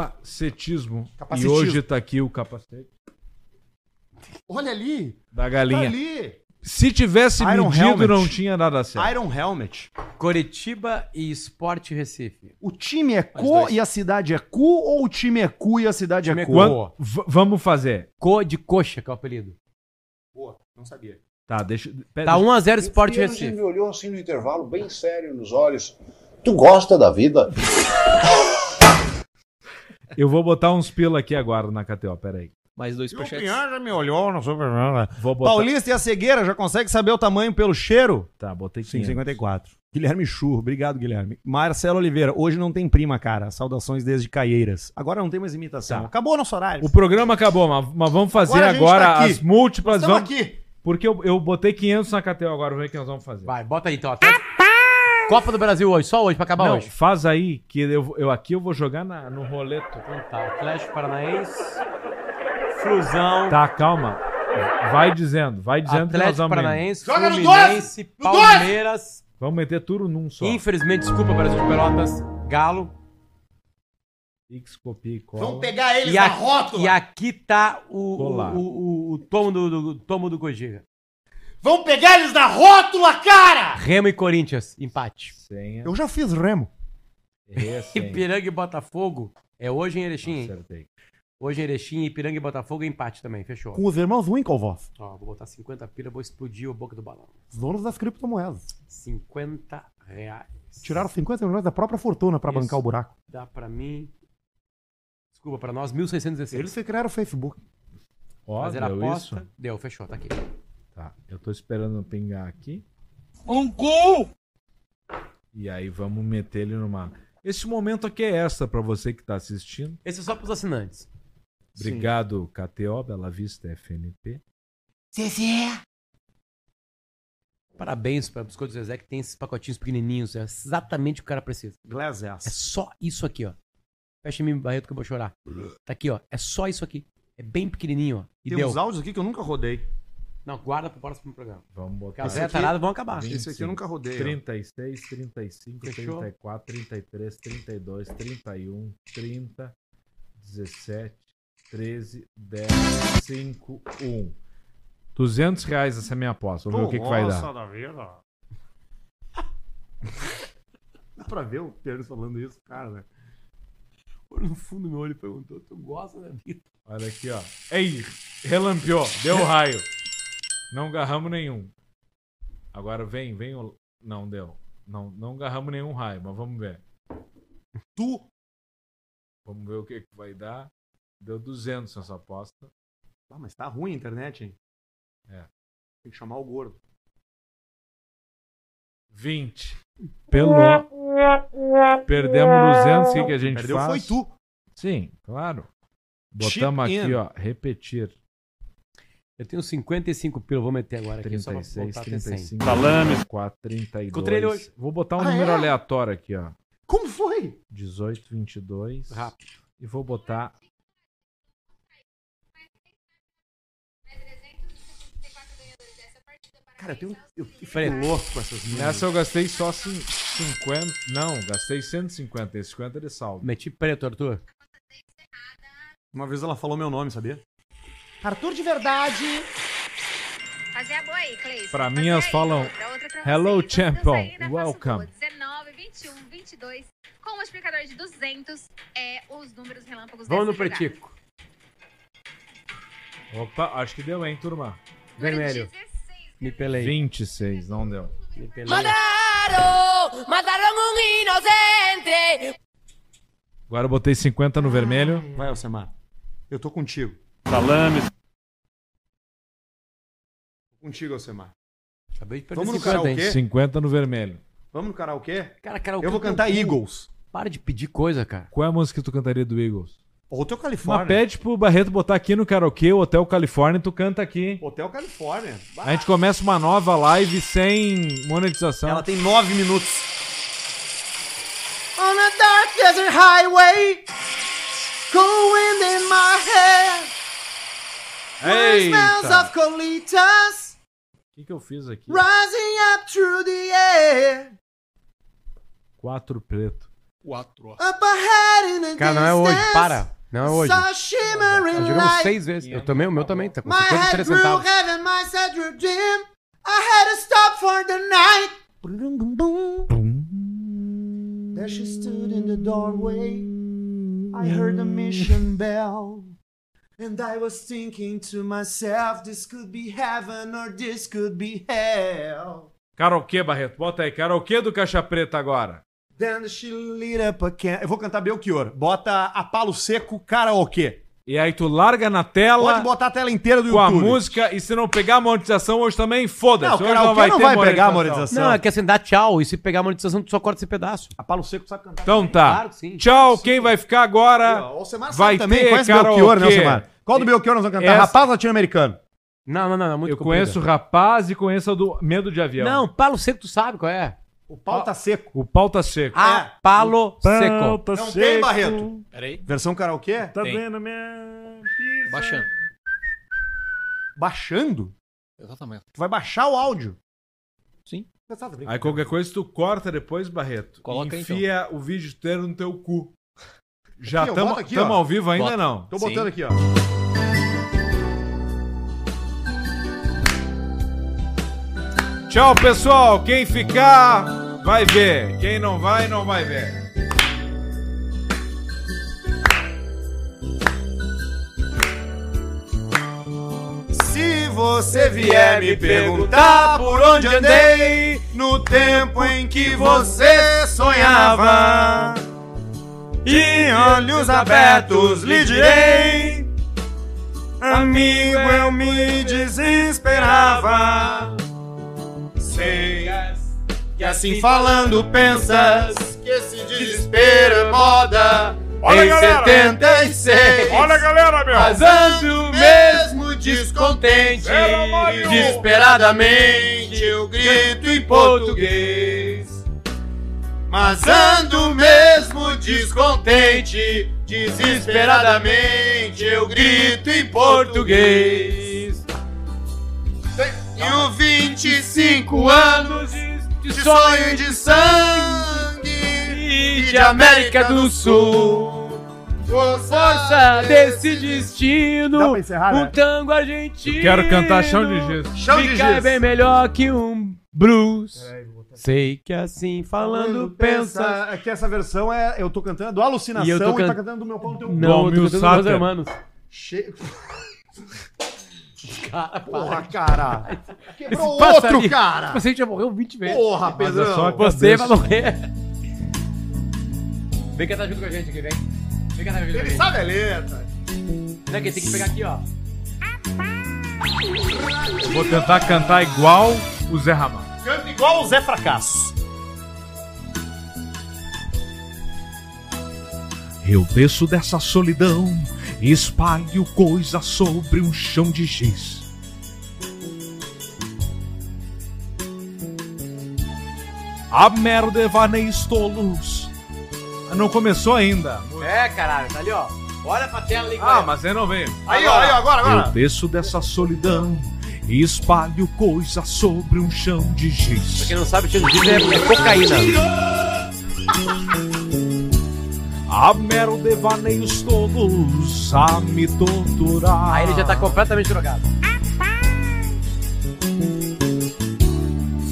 Speaker 2: capacetismo.
Speaker 1: Capacitismo.
Speaker 2: E hoje tá aqui o capacete
Speaker 1: Olha ali,
Speaker 2: da
Speaker 1: tá
Speaker 2: galinha.
Speaker 1: ali.
Speaker 2: Se tivesse
Speaker 1: Iron
Speaker 2: medido,
Speaker 1: Helmet.
Speaker 2: não tinha nada certo.
Speaker 1: Iron Helmet.
Speaker 3: Coritiba e Sport Recife.
Speaker 1: O time é co
Speaker 3: dois.
Speaker 1: e a cidade é cu ou o time é cu e a cidade
Speaker 3: Time
Speaker 1: é
Speaker 3: é
Speaker 1: cu?
Speaker 3: cu.
Speaker 2: Quan- v- vamos fazer.
Speaker 3: Co de coxa, que é o apelido.
Speaker 17: Boa, não sabia.
Speaker 2: Tá, deixa. Pera,
Speaker 3: Tá 1x0 Sport
Speaker 17: E ele
Speaker 3: Recife.
Speaker 17: me olhou assim no intervalo, bem
Speaker 3: um-
Speaker 17: sério nos olhos. Tu gosta da vida?
Speaker 2: Eu vou botar uns pila aqui agora na KTO, peraí.
Speaker 18: Mais dois
Speaker 19: superchats.
Speaker 1: já me olhou no super. né?
Speaker 2: Vou botar.
Speaker 1: Paulista e a cegueira já consegue saber o tamanho pelo cheiro?
Speaker 2: Tá, botei 500.
Speaker 1: 554. Guilherme Churro, obrigado, Guilherme. Marcelo Oliveira, hoje não tem prima, cara. Saudações desde Caieiras. Agora não tem mais imitação. Acabou o nosso horário.
Speaker 2: Tá. O programa acabou, mas, mas vamos fazer
Speaker 1: Agora a gente
Speaker 2: agora,
Speaker 1: tá aqui.
Speaker 2: as múltiplas.
Speaker 1: Nós tamo
Speaker 2: vamos- Porque eu, eu botei 500 na KTO agora, vamos ver o que nós vamos fazer.
Speaker 3: Vai, bota aí então. até- Copa do Brasil hoje, só hoje, pra acabar
Speaker 2: Não,
Speaker 3: hoje.
Speaker 2: faz aí, que eu, eu aqui eu vou jogar na- no roleto.
Speaker 3: Tá, Atlético Paranaense, Flusão,
Speaker 2: Tá, calma. Vai dizendo, vai dizendo que nós
Speaker 3: Atlético
Speaker 2: vamos.
Speaker 3: Paranaense,
Speaker 2: Joga no
Speaker 3: Fluminense,
Speaker 2: dois! No dois!
Speaker 3: Palmeiras.
Speaker 2: Vamos meter tudo num só.
Speaker 3: Infelizmente, desculpa, Brasil de Pelotas, Galo.
Speaker 2: X, copia e cola.
Speaker 3: Vamos
Speaker 11: pegar eles
Speaker 3: e
Speaker 11: na
Speaker 3: aqui-
Speaker 11: rótula.
Speaker 3: E aqui tá o,
Speaker 2: Colar.
Speaker 3: o, o, o tomo do, do, tomo do Gojira.
Speaker 11: Vão pegar eles na rótula, cara!
Speaker 3: Remo e Corinthians, empate.
Speaker 1: Eu já fiz remo.
Speaker 3: Ipiranga e Botafogo é hoje em Erechim, hein? Hoje em Erechim, Ipiranga e Botafogo é empate também, fechou.
Speaker 20: Com os irmãos Winklevoss,
Speaker 3: Ó, vou botar 50 pila, vou explodir o boca do balão.
Speaker 20: os donos das criptomoedas.
Speaker 3: 50 reais.
Speaker 20: Tiraram 50 milhões da própria fortuna pra
Speaker 3: Isso.
Speaker 20: bancar o buraco.
Speaker 3: Dá pra mim. Desculpa, pra nós, 1.616.
Speaker 20: Eles que criaram o Facebook.
Speaker 2: Ó,
Speaker 3: Fazer
Speaker 2: deu
Speaker 3: aposta.
Speaker 2: é isso?
Speaker 3: Deu, fechou, tá aqui.
Speaker 2: Tá, eu tô esperando pingar aqui.
Speaker 3: Um gol!
Speaker 2: E aí vamos meter ele numa. Esse momento aqui é extra pra você que tá assistindo.
Speaker 3: Esse é só pros assinantes.
Speaker 2: Obrigado, KTO, Bela Vista, FNP.
Speaker 11: Zezé!
Speaker 3: Parabéns para Biscoito Zezé, que tem esses pacotinhos pequenininhos. É exatamente o que o cara precisa. É só isso aqui, ó. Fecha em mim, Barreto, que eu vou chorar. Tá aqui, ó. É só isso aqui. É bem pequenininho, ó. E
Speaker 1: Tem
Speaker 3: deu.
Speaker 1: uns áudios aqui que eu nunca rodei.
Speaker 3: Não, guarda pro próximo programa.
Speaker 2: Vamos
Speaker 3: Porque
Speaker 2: botar.
Speaker 3: as velhas
Speaker 2: aqui.
Speaker 3: taradas vão acabar.
Speaker 1: Esse aqui eu nunca rodei, ó.
Speaker 2: 36, 35,
Speaker 3: Fechou?
Speaker 2: 34, 33, 32, 31, 30, 17, 13, 10, 5, 1. 200 um. reais essa é minha aposta. Vamos ver o que, que vai dar.
Speaker 1: da vida. Dá pra ver o Pedro falando isso, cara, né?
Speaker 3: No fundo, meu olho perguntou: Tu gosta da vida?
Speaker 2: Olha aqui, ó. Ei, relampeou, deu raio. Não garramos nenhum. Agora vem, vem o. Não deu. Não, não garramos nenhum raio, mas vamos ver.
Speaker 1: Tu.
Speaker 2: Vamos ver o que, que vai dar. Deu 200 essa aposta.
Speaker 1: Ah, mas tá ruim a internet, hein?
Speaker 2: É.
Speaker 1: Tem que chamar o gordo.
Speaker 2: 20. Pelou. Perdemos 200, o que, que a gente
Speaker 1: Perdeu
Speaker 2: faz?
Speaker 1: foi tu.
Speaker 2: Sim, claro.
Speaker 1: Chip
Speaker 2: Botamos aqui,
Speaker 1: in.
Speaker 2: ó. Repetir.
Speaker 3: Eu tenho 55 pila, eu vou meter agora Tá aqui só pra
Speaker 2: 36,
Speaker 3: voltar até 100.
Speaker 2: 35, 4, 32.
Speaker 3: Encontrei ele hoje.
Speaker 2: Vou botar um
Speaker 3: Ah,
Speaker 2: número
Speaker 3: é?
Speaker 2: aleatório aqui, ó.
Speaker 1: Como foi?
Speaker 2: 18, 22.
Speaker 3: Rápido.
Speaker 2: E vou botar.
Speaker 1: Cara, eu tenho. Eu fico
Speaker 3: Peraí.
Speaker 1: louco com essas minhas.
Speaker 2: Nessa eu gastei só cin- 50. Não, gastei 150. Esse 50 de saldo.
Speaker 3: Meti preto, Arthur.
Speaker 1: Uma vez ela falou meu nome, sabia?
Speaker 11: Arthur de verdade!
Speaker 10: Fazer a boa aí, Cleice.
Speaker 2: Pra mim, elas falam. Hello, champion. Welcome.
Speaker 10: 19, 21, 22. Com o multiplicador de 200 é os números relâmpagos
Speaker 3: Vamos no
Speaker 10: dessa jogada.
Speaker 3: pretico.
Speaker 2: Opa, acho que deu, hein, turma?
Speaker 3: Vermelho. Me pelei.
Speaker 2: 26, não deu.
Speaker 3: Me pelei.
Speaker 10: Mataram, mataram um inocente.
Speaker 2: Agora eu botei 50 no vermelho.
Speaker 3: Ah.
Speaker 1: Vai, Alcemar. Eu tô contigo.
Speaker 2: Salame.
Speaker 1: Tô contigo, Alcemar.
Speaker 3: Acabei de perder
Speaker 1: Vamos no
Speaker 3: 50, hein?
Speaker 1: karaokê?
Speaker 2: 50 no vermelho.
Speaker 1: Vamos no karaokê?
Speaker 3: Cara, karaokê
Speaker 1: Eu vou
Speaker 3: no
Speaker 1: cantar
Speaker 3: cu.
Speaker 1: Eagles.
Speaker 3: Para de pedir coisa, cara.
Speaker 2: Qual é a música que tu cantaria do Eagles?
Speaker 1: Ou teu
Speaker 2: Mas
Speaker 1: Califórnia.
Speaker 2: pede pro Barreto botar aqui no karaokê, o Hotel Califórnia, e tu canta aqui.
Speaker 1: Hotel Califórnia.
Speaker 2: A gente começa uma nova live sem monetização.
Speaker 1: Ela tem nove minutos.
Speaker 11: On a dark desert highway, going in my head, smells
Speaker 2: Eita!
Speaker 11: of colitas
Speaker 2: O que, que eu fiz aqui?
Speaker 11: rising up through the air,
Speaker 2: Quatro preto.
Speaker 11: up ahead in the
Speaker 3: Cara, não é hoje,
Speaker 11: distance,
Speaker 3: para. Não é hoje.
Speaker 11: saw
Speaker 3: Nós
Speaker 11: shimmering
Speaker 3: jogamos
Speaker 11: light.
Speaker 3: seis vezes. Eu também, o meu também, tá com
Speaker 11: My head
Speaker 3: 53
Speaker 11: grew
Speaker 3: centavos.
Speaker 11: heavy, my head grew dim. I had to stop for the night. There she stood in the doorway. I heard the mission bell. And I was thinking to myself, this could be heaven or this could be hell.
Speaker 2: Karaokê, Barreto, bota aí. Karaokê do Caixa Preta agora.
Speaker 5: Then she lit up a candle.
Speaker 1: Eu vou cantar Belchior. Bota a Palo Seco Karaokê.
Speaker 2: E aí tu larga na tela.
Speaker 1: Pode botar a tela inteira do
Speaker 2: com a
Speaker 1: YouTube.
Speaker 2: música e se não pegar a monetização hoje também, foda-se.
Speaker 1: Não,
Speaker 2: hoje
Speaker 1: karaokê não vai pegar
Speaker 3: Não, é que assim, dá tchau. E se pegar a monetização, tu só corta esse pedaço.
Speaker 1: A Palo Seco sabe cantar.
Speaker 2: Então tá.
Speaker 3: Claro que sim.
Speaker 2: Tchau, quem vai ficar agora? vai
Speaker 1: também.
Speaker 2: ter
Speaker 1: Conhece
Speaker 2: karaokê.
Speaker 1: Belchior, né, Alcimar? Qual do Belchior nós vamos cantar?
Speaker 2: Essa-
Speaker 1: Rapaz latino-americano.
Speaker 3: Não, não, não, não, muito
Speaker 2: Eu conheço o rapaz e conheço a do Medo de Avião.
Speaker 3: Não, Palo Seco, tu sabe qual é?
Speaker 1: O pau tá seco.
Speaker 2: O pau tá seco.
Speaker 3: Ah, Palo Seco.
Speaker 2: tá
Speaker 1: não tem,
Speaker 2: seco.
Speaker 1: Barreto.
Speaker 6: Peraí.
Speaker 1: Versão karaokê?
Speaker 6: Tá Tem. vendo
Speaker 1: minha...
Speaker 6: Baixando.
Speaker 1: Baixando?
Speaker 6: Exatamente.
Speaker 1: Tu vai baixar o áudio.
Speaker 6: Sim.
Speaker 1: Você tá brincando.
Speaker 2: Aí qualquer coisa tu corta depois, Barreto.
Speaker 6: Coloca
Speaker 2: e
Speaker 1: então.
Speaker 6: aí,
Speaker 2: enfia o vídeo inteiro no teu cu. Já
Speaker 1: Aqui, ó, bota
Speaker 2: estamos
Speaker 1: aqui,
Speaker 2: tamo
Speaker 1: ó.
Speaker 2: ao vivo ainda
Speaker 6: Bota.
Speaker 2: não?
Speaker 1: Tô
Speaker 6: Sim.
Speaker 1: botando aqui, ó.
Speaker 2: Tchau, pessoal. Quem ficar, vai ver. Quem não vai, não vai ver.
Speaker 1: Se você vier me perguntar por onde andei no tempo em que você sonhava, e olhos abertos lhe direi, amigo, eu me desesperava. Sei que assim falando pensas que esse desespero é moda.
Speaker 2: Olha,
Speaker 1: em
Speaker 2: galera!
Speaker 1: 76.
Speaker 2: galera,
Speaker 1: Mas ando mesmo descontente,
Speaker 2: um.
Speaker 1: desesperadamente eu grito em português. Mas ando mesmo descontente, desesperadamente eu grito em português. Tenho 25 anos de sonho e de sangue e de América do Sul.
Speaker 3: Força desse destino.
Speaker 4: Dá pra encerrar,
Speaker 3: um
Speaker 4: né?
Speaker 3: tango argentino.
Speaker 2: Eu quero cantar Chão de Gesso.
Speaker 1: Chão de
Speaker 3: Fica
Speaker 1: giz.
Speaker 3: bem melhor que um blues. Sei que assim falando pensa.
Speaker 1: É que essa versão é. Eu tô cantando do Alucinação
Speaker 3: E
Speaker 1: e,
Speaker 3: eu tô can-
Speaker 1: tá cantando do meu pau no teu
Speaker 2: Bom,
Speaker 3: Não, eu tô
Speaker 2: Mil
Speaker 3: cantando dos meus
Speaker 2: Sater.
Speaker 3: hermanos.
Speaker 1: Che...
Speaker 3: Cara,
Speaker 1: Porra, cara! Quebrou
Speaker 3: Esse passarinho-
Speaker 1: outro, cara!
Speaker 3: Você já morreu 20 vezes.
Speaker 1: Porra,
Speaker 2: Mas é só
Speaker 1: Pedrão!
Speaker 2: a
Speaker 3: Você vai
Speaker 2: cabeça.
Speaker 3: morrer. Vem cantar junto com a gente aqui, vem. Vem cantar junto com a
Speaker 1: Ele
Speaker 3: gente.
Speaker 1: sabe a letra!
Speaker 3: Não, é que tem que pegar aqui, ó.
Speaker 2: Vou tentar cantar igual o Zé Ramalho.
Speaker 1: Canta igual o Zé Fracasso.
Speaker 2: Eu desço dessa solidão e espalho coisa sobre um chão de giz. A merda evaneia estolos. Ah, Não começou ainda.
Speaker 3: É, caralho, tá ali, ó. Olha pra tela ali,
Speaker 2: Ah, mas aí não veio.
Speaker 1: Aí, ó, aí, ó, agora,
Speaker 2: Eu
Speaker 1: agora!
Speaker 2: desço dessa solidão e espalho coisa sobre um chão de giz.
Speaker 3: Quem não sabe, o Tio Giz é, é cocaína.
Speaker 2: A mero devaneios todos a me torturar.
Speaker 3: Aí ele já tá completamente drogado.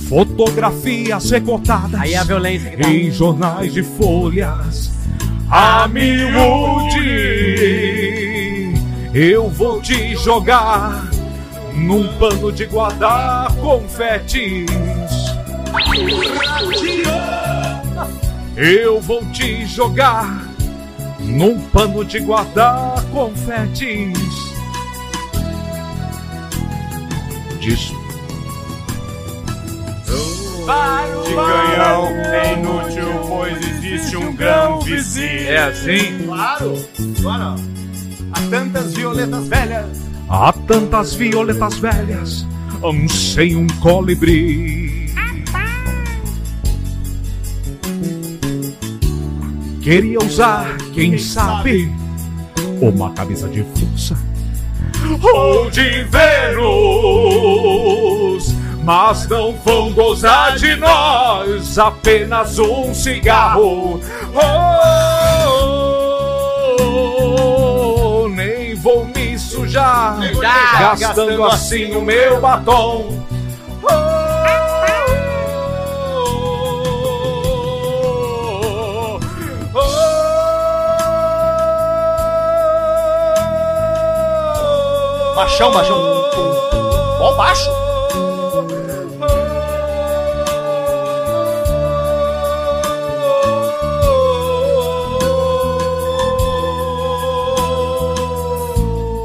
Speaker 2: Fotografias recortadas
Speaker 3: Aí é a violência que tá.
Speaker 2: em jornais de folhas. A miúde, eu vou te jogar num pano de guardar confetes. Eu vou te jogar num pano de guardar confetes. Diz
Speaker 1: De
Speaker 2: um
Speaker 1: canhão é inútil, pois existe um grão vizinho.
Speaker 2: É assim?
Speaker 1: Claro! Agora, ó. Há tantas violetas velhas.
Speaker 2: Há tantas violetas velhas, um sem um colibri. Queria usar, quem sabe, uma camisa de força ou de Vênus, mas não vão gozar de nós, apenas um cigarro. Oh, nem vou me sujar,
Speaker 1: Já,
Speaker 2: gastando assim o meu batom. Oh, oh, oh.
Speaker 1: Baixão, baixão. Ó, baixo!
Speaker 2: Oh, oh,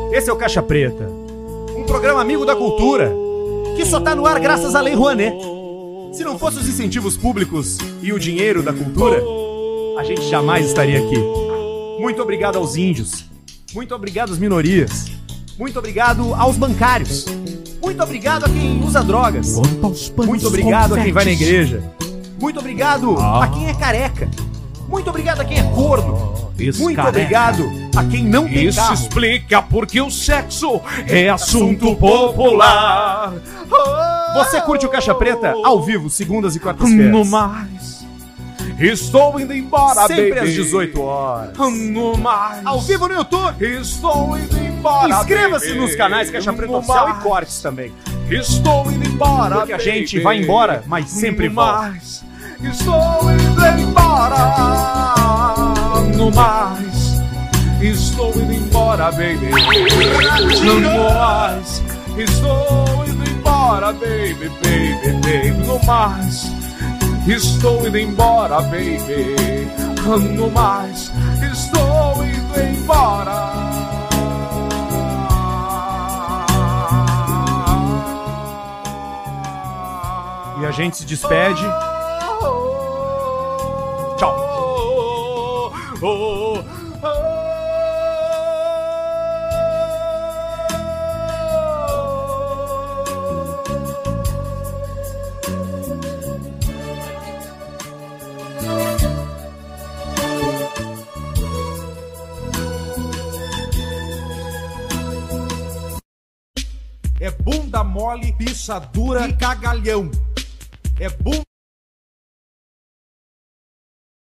Speaker 2: oh.
Speaker 1: Esse é o Caixa Preta. Um programa amigo da cultura, que só tá no ar graças à Lei Rouanet. Se não fossem os incentivos públicos e o dinheiro da cultura, a gente jamais estaria aqui. Muito obrigado aos índios. Muito obrigado às minorias. Muito obrigado aos bancários. Muito obrigado a quem usa drogas. Muito obrigado a quem vai na igreja. Muito obrigado a quem é careca. Muito obrigado a quem é gordo. Muito
Speaker 2: careca.
Speaker 1: obrigado a quem não tem
Speaker 2: Isso
Speaker 1: carro.
Speaker 2: explica porque o sexo é assunto popular.
Speaker 1: Você curte o Caixa Preta ao vivo, segundas e quartas-feiras.
Speaker 2: No mais, estou indo embora,
Speaker 1: Sempre
Speaker 2: baby.
Speaker 1: às 18 horas.
Speaker 2: No mais,
Speaker 1: Hum. Ao vivo no YouTube.
Speaker 2: estou indo embora.
Speaker 1: Inscreva-se
Speaker 2: baby.
Speaker 1: nos canais Caixa Preta
Speaker 2: No
Speaker 1: Oficial e
Speaker 2: mais,
Speaker 1: cortes também.
Speaker 2: Estou indo embora,
Speaker 1: Porque a gente
Speaker 2: baby.
Speaker 1: vai embora, mas sempre
Speaker 2: No
Speaker 1: volta.
Speaker 2: mais, estou indo embora. No mais, estou indo embora, baby. No mais, estou indo embora, baby, baby, baby. No mais, estou indo embora, baby. No mais, estou indo embora.
Speaker 1: E a gente se despede. Tchau.
Speaker 2: Oh, É bunda mole, pisadura e cagalhão. É bunda.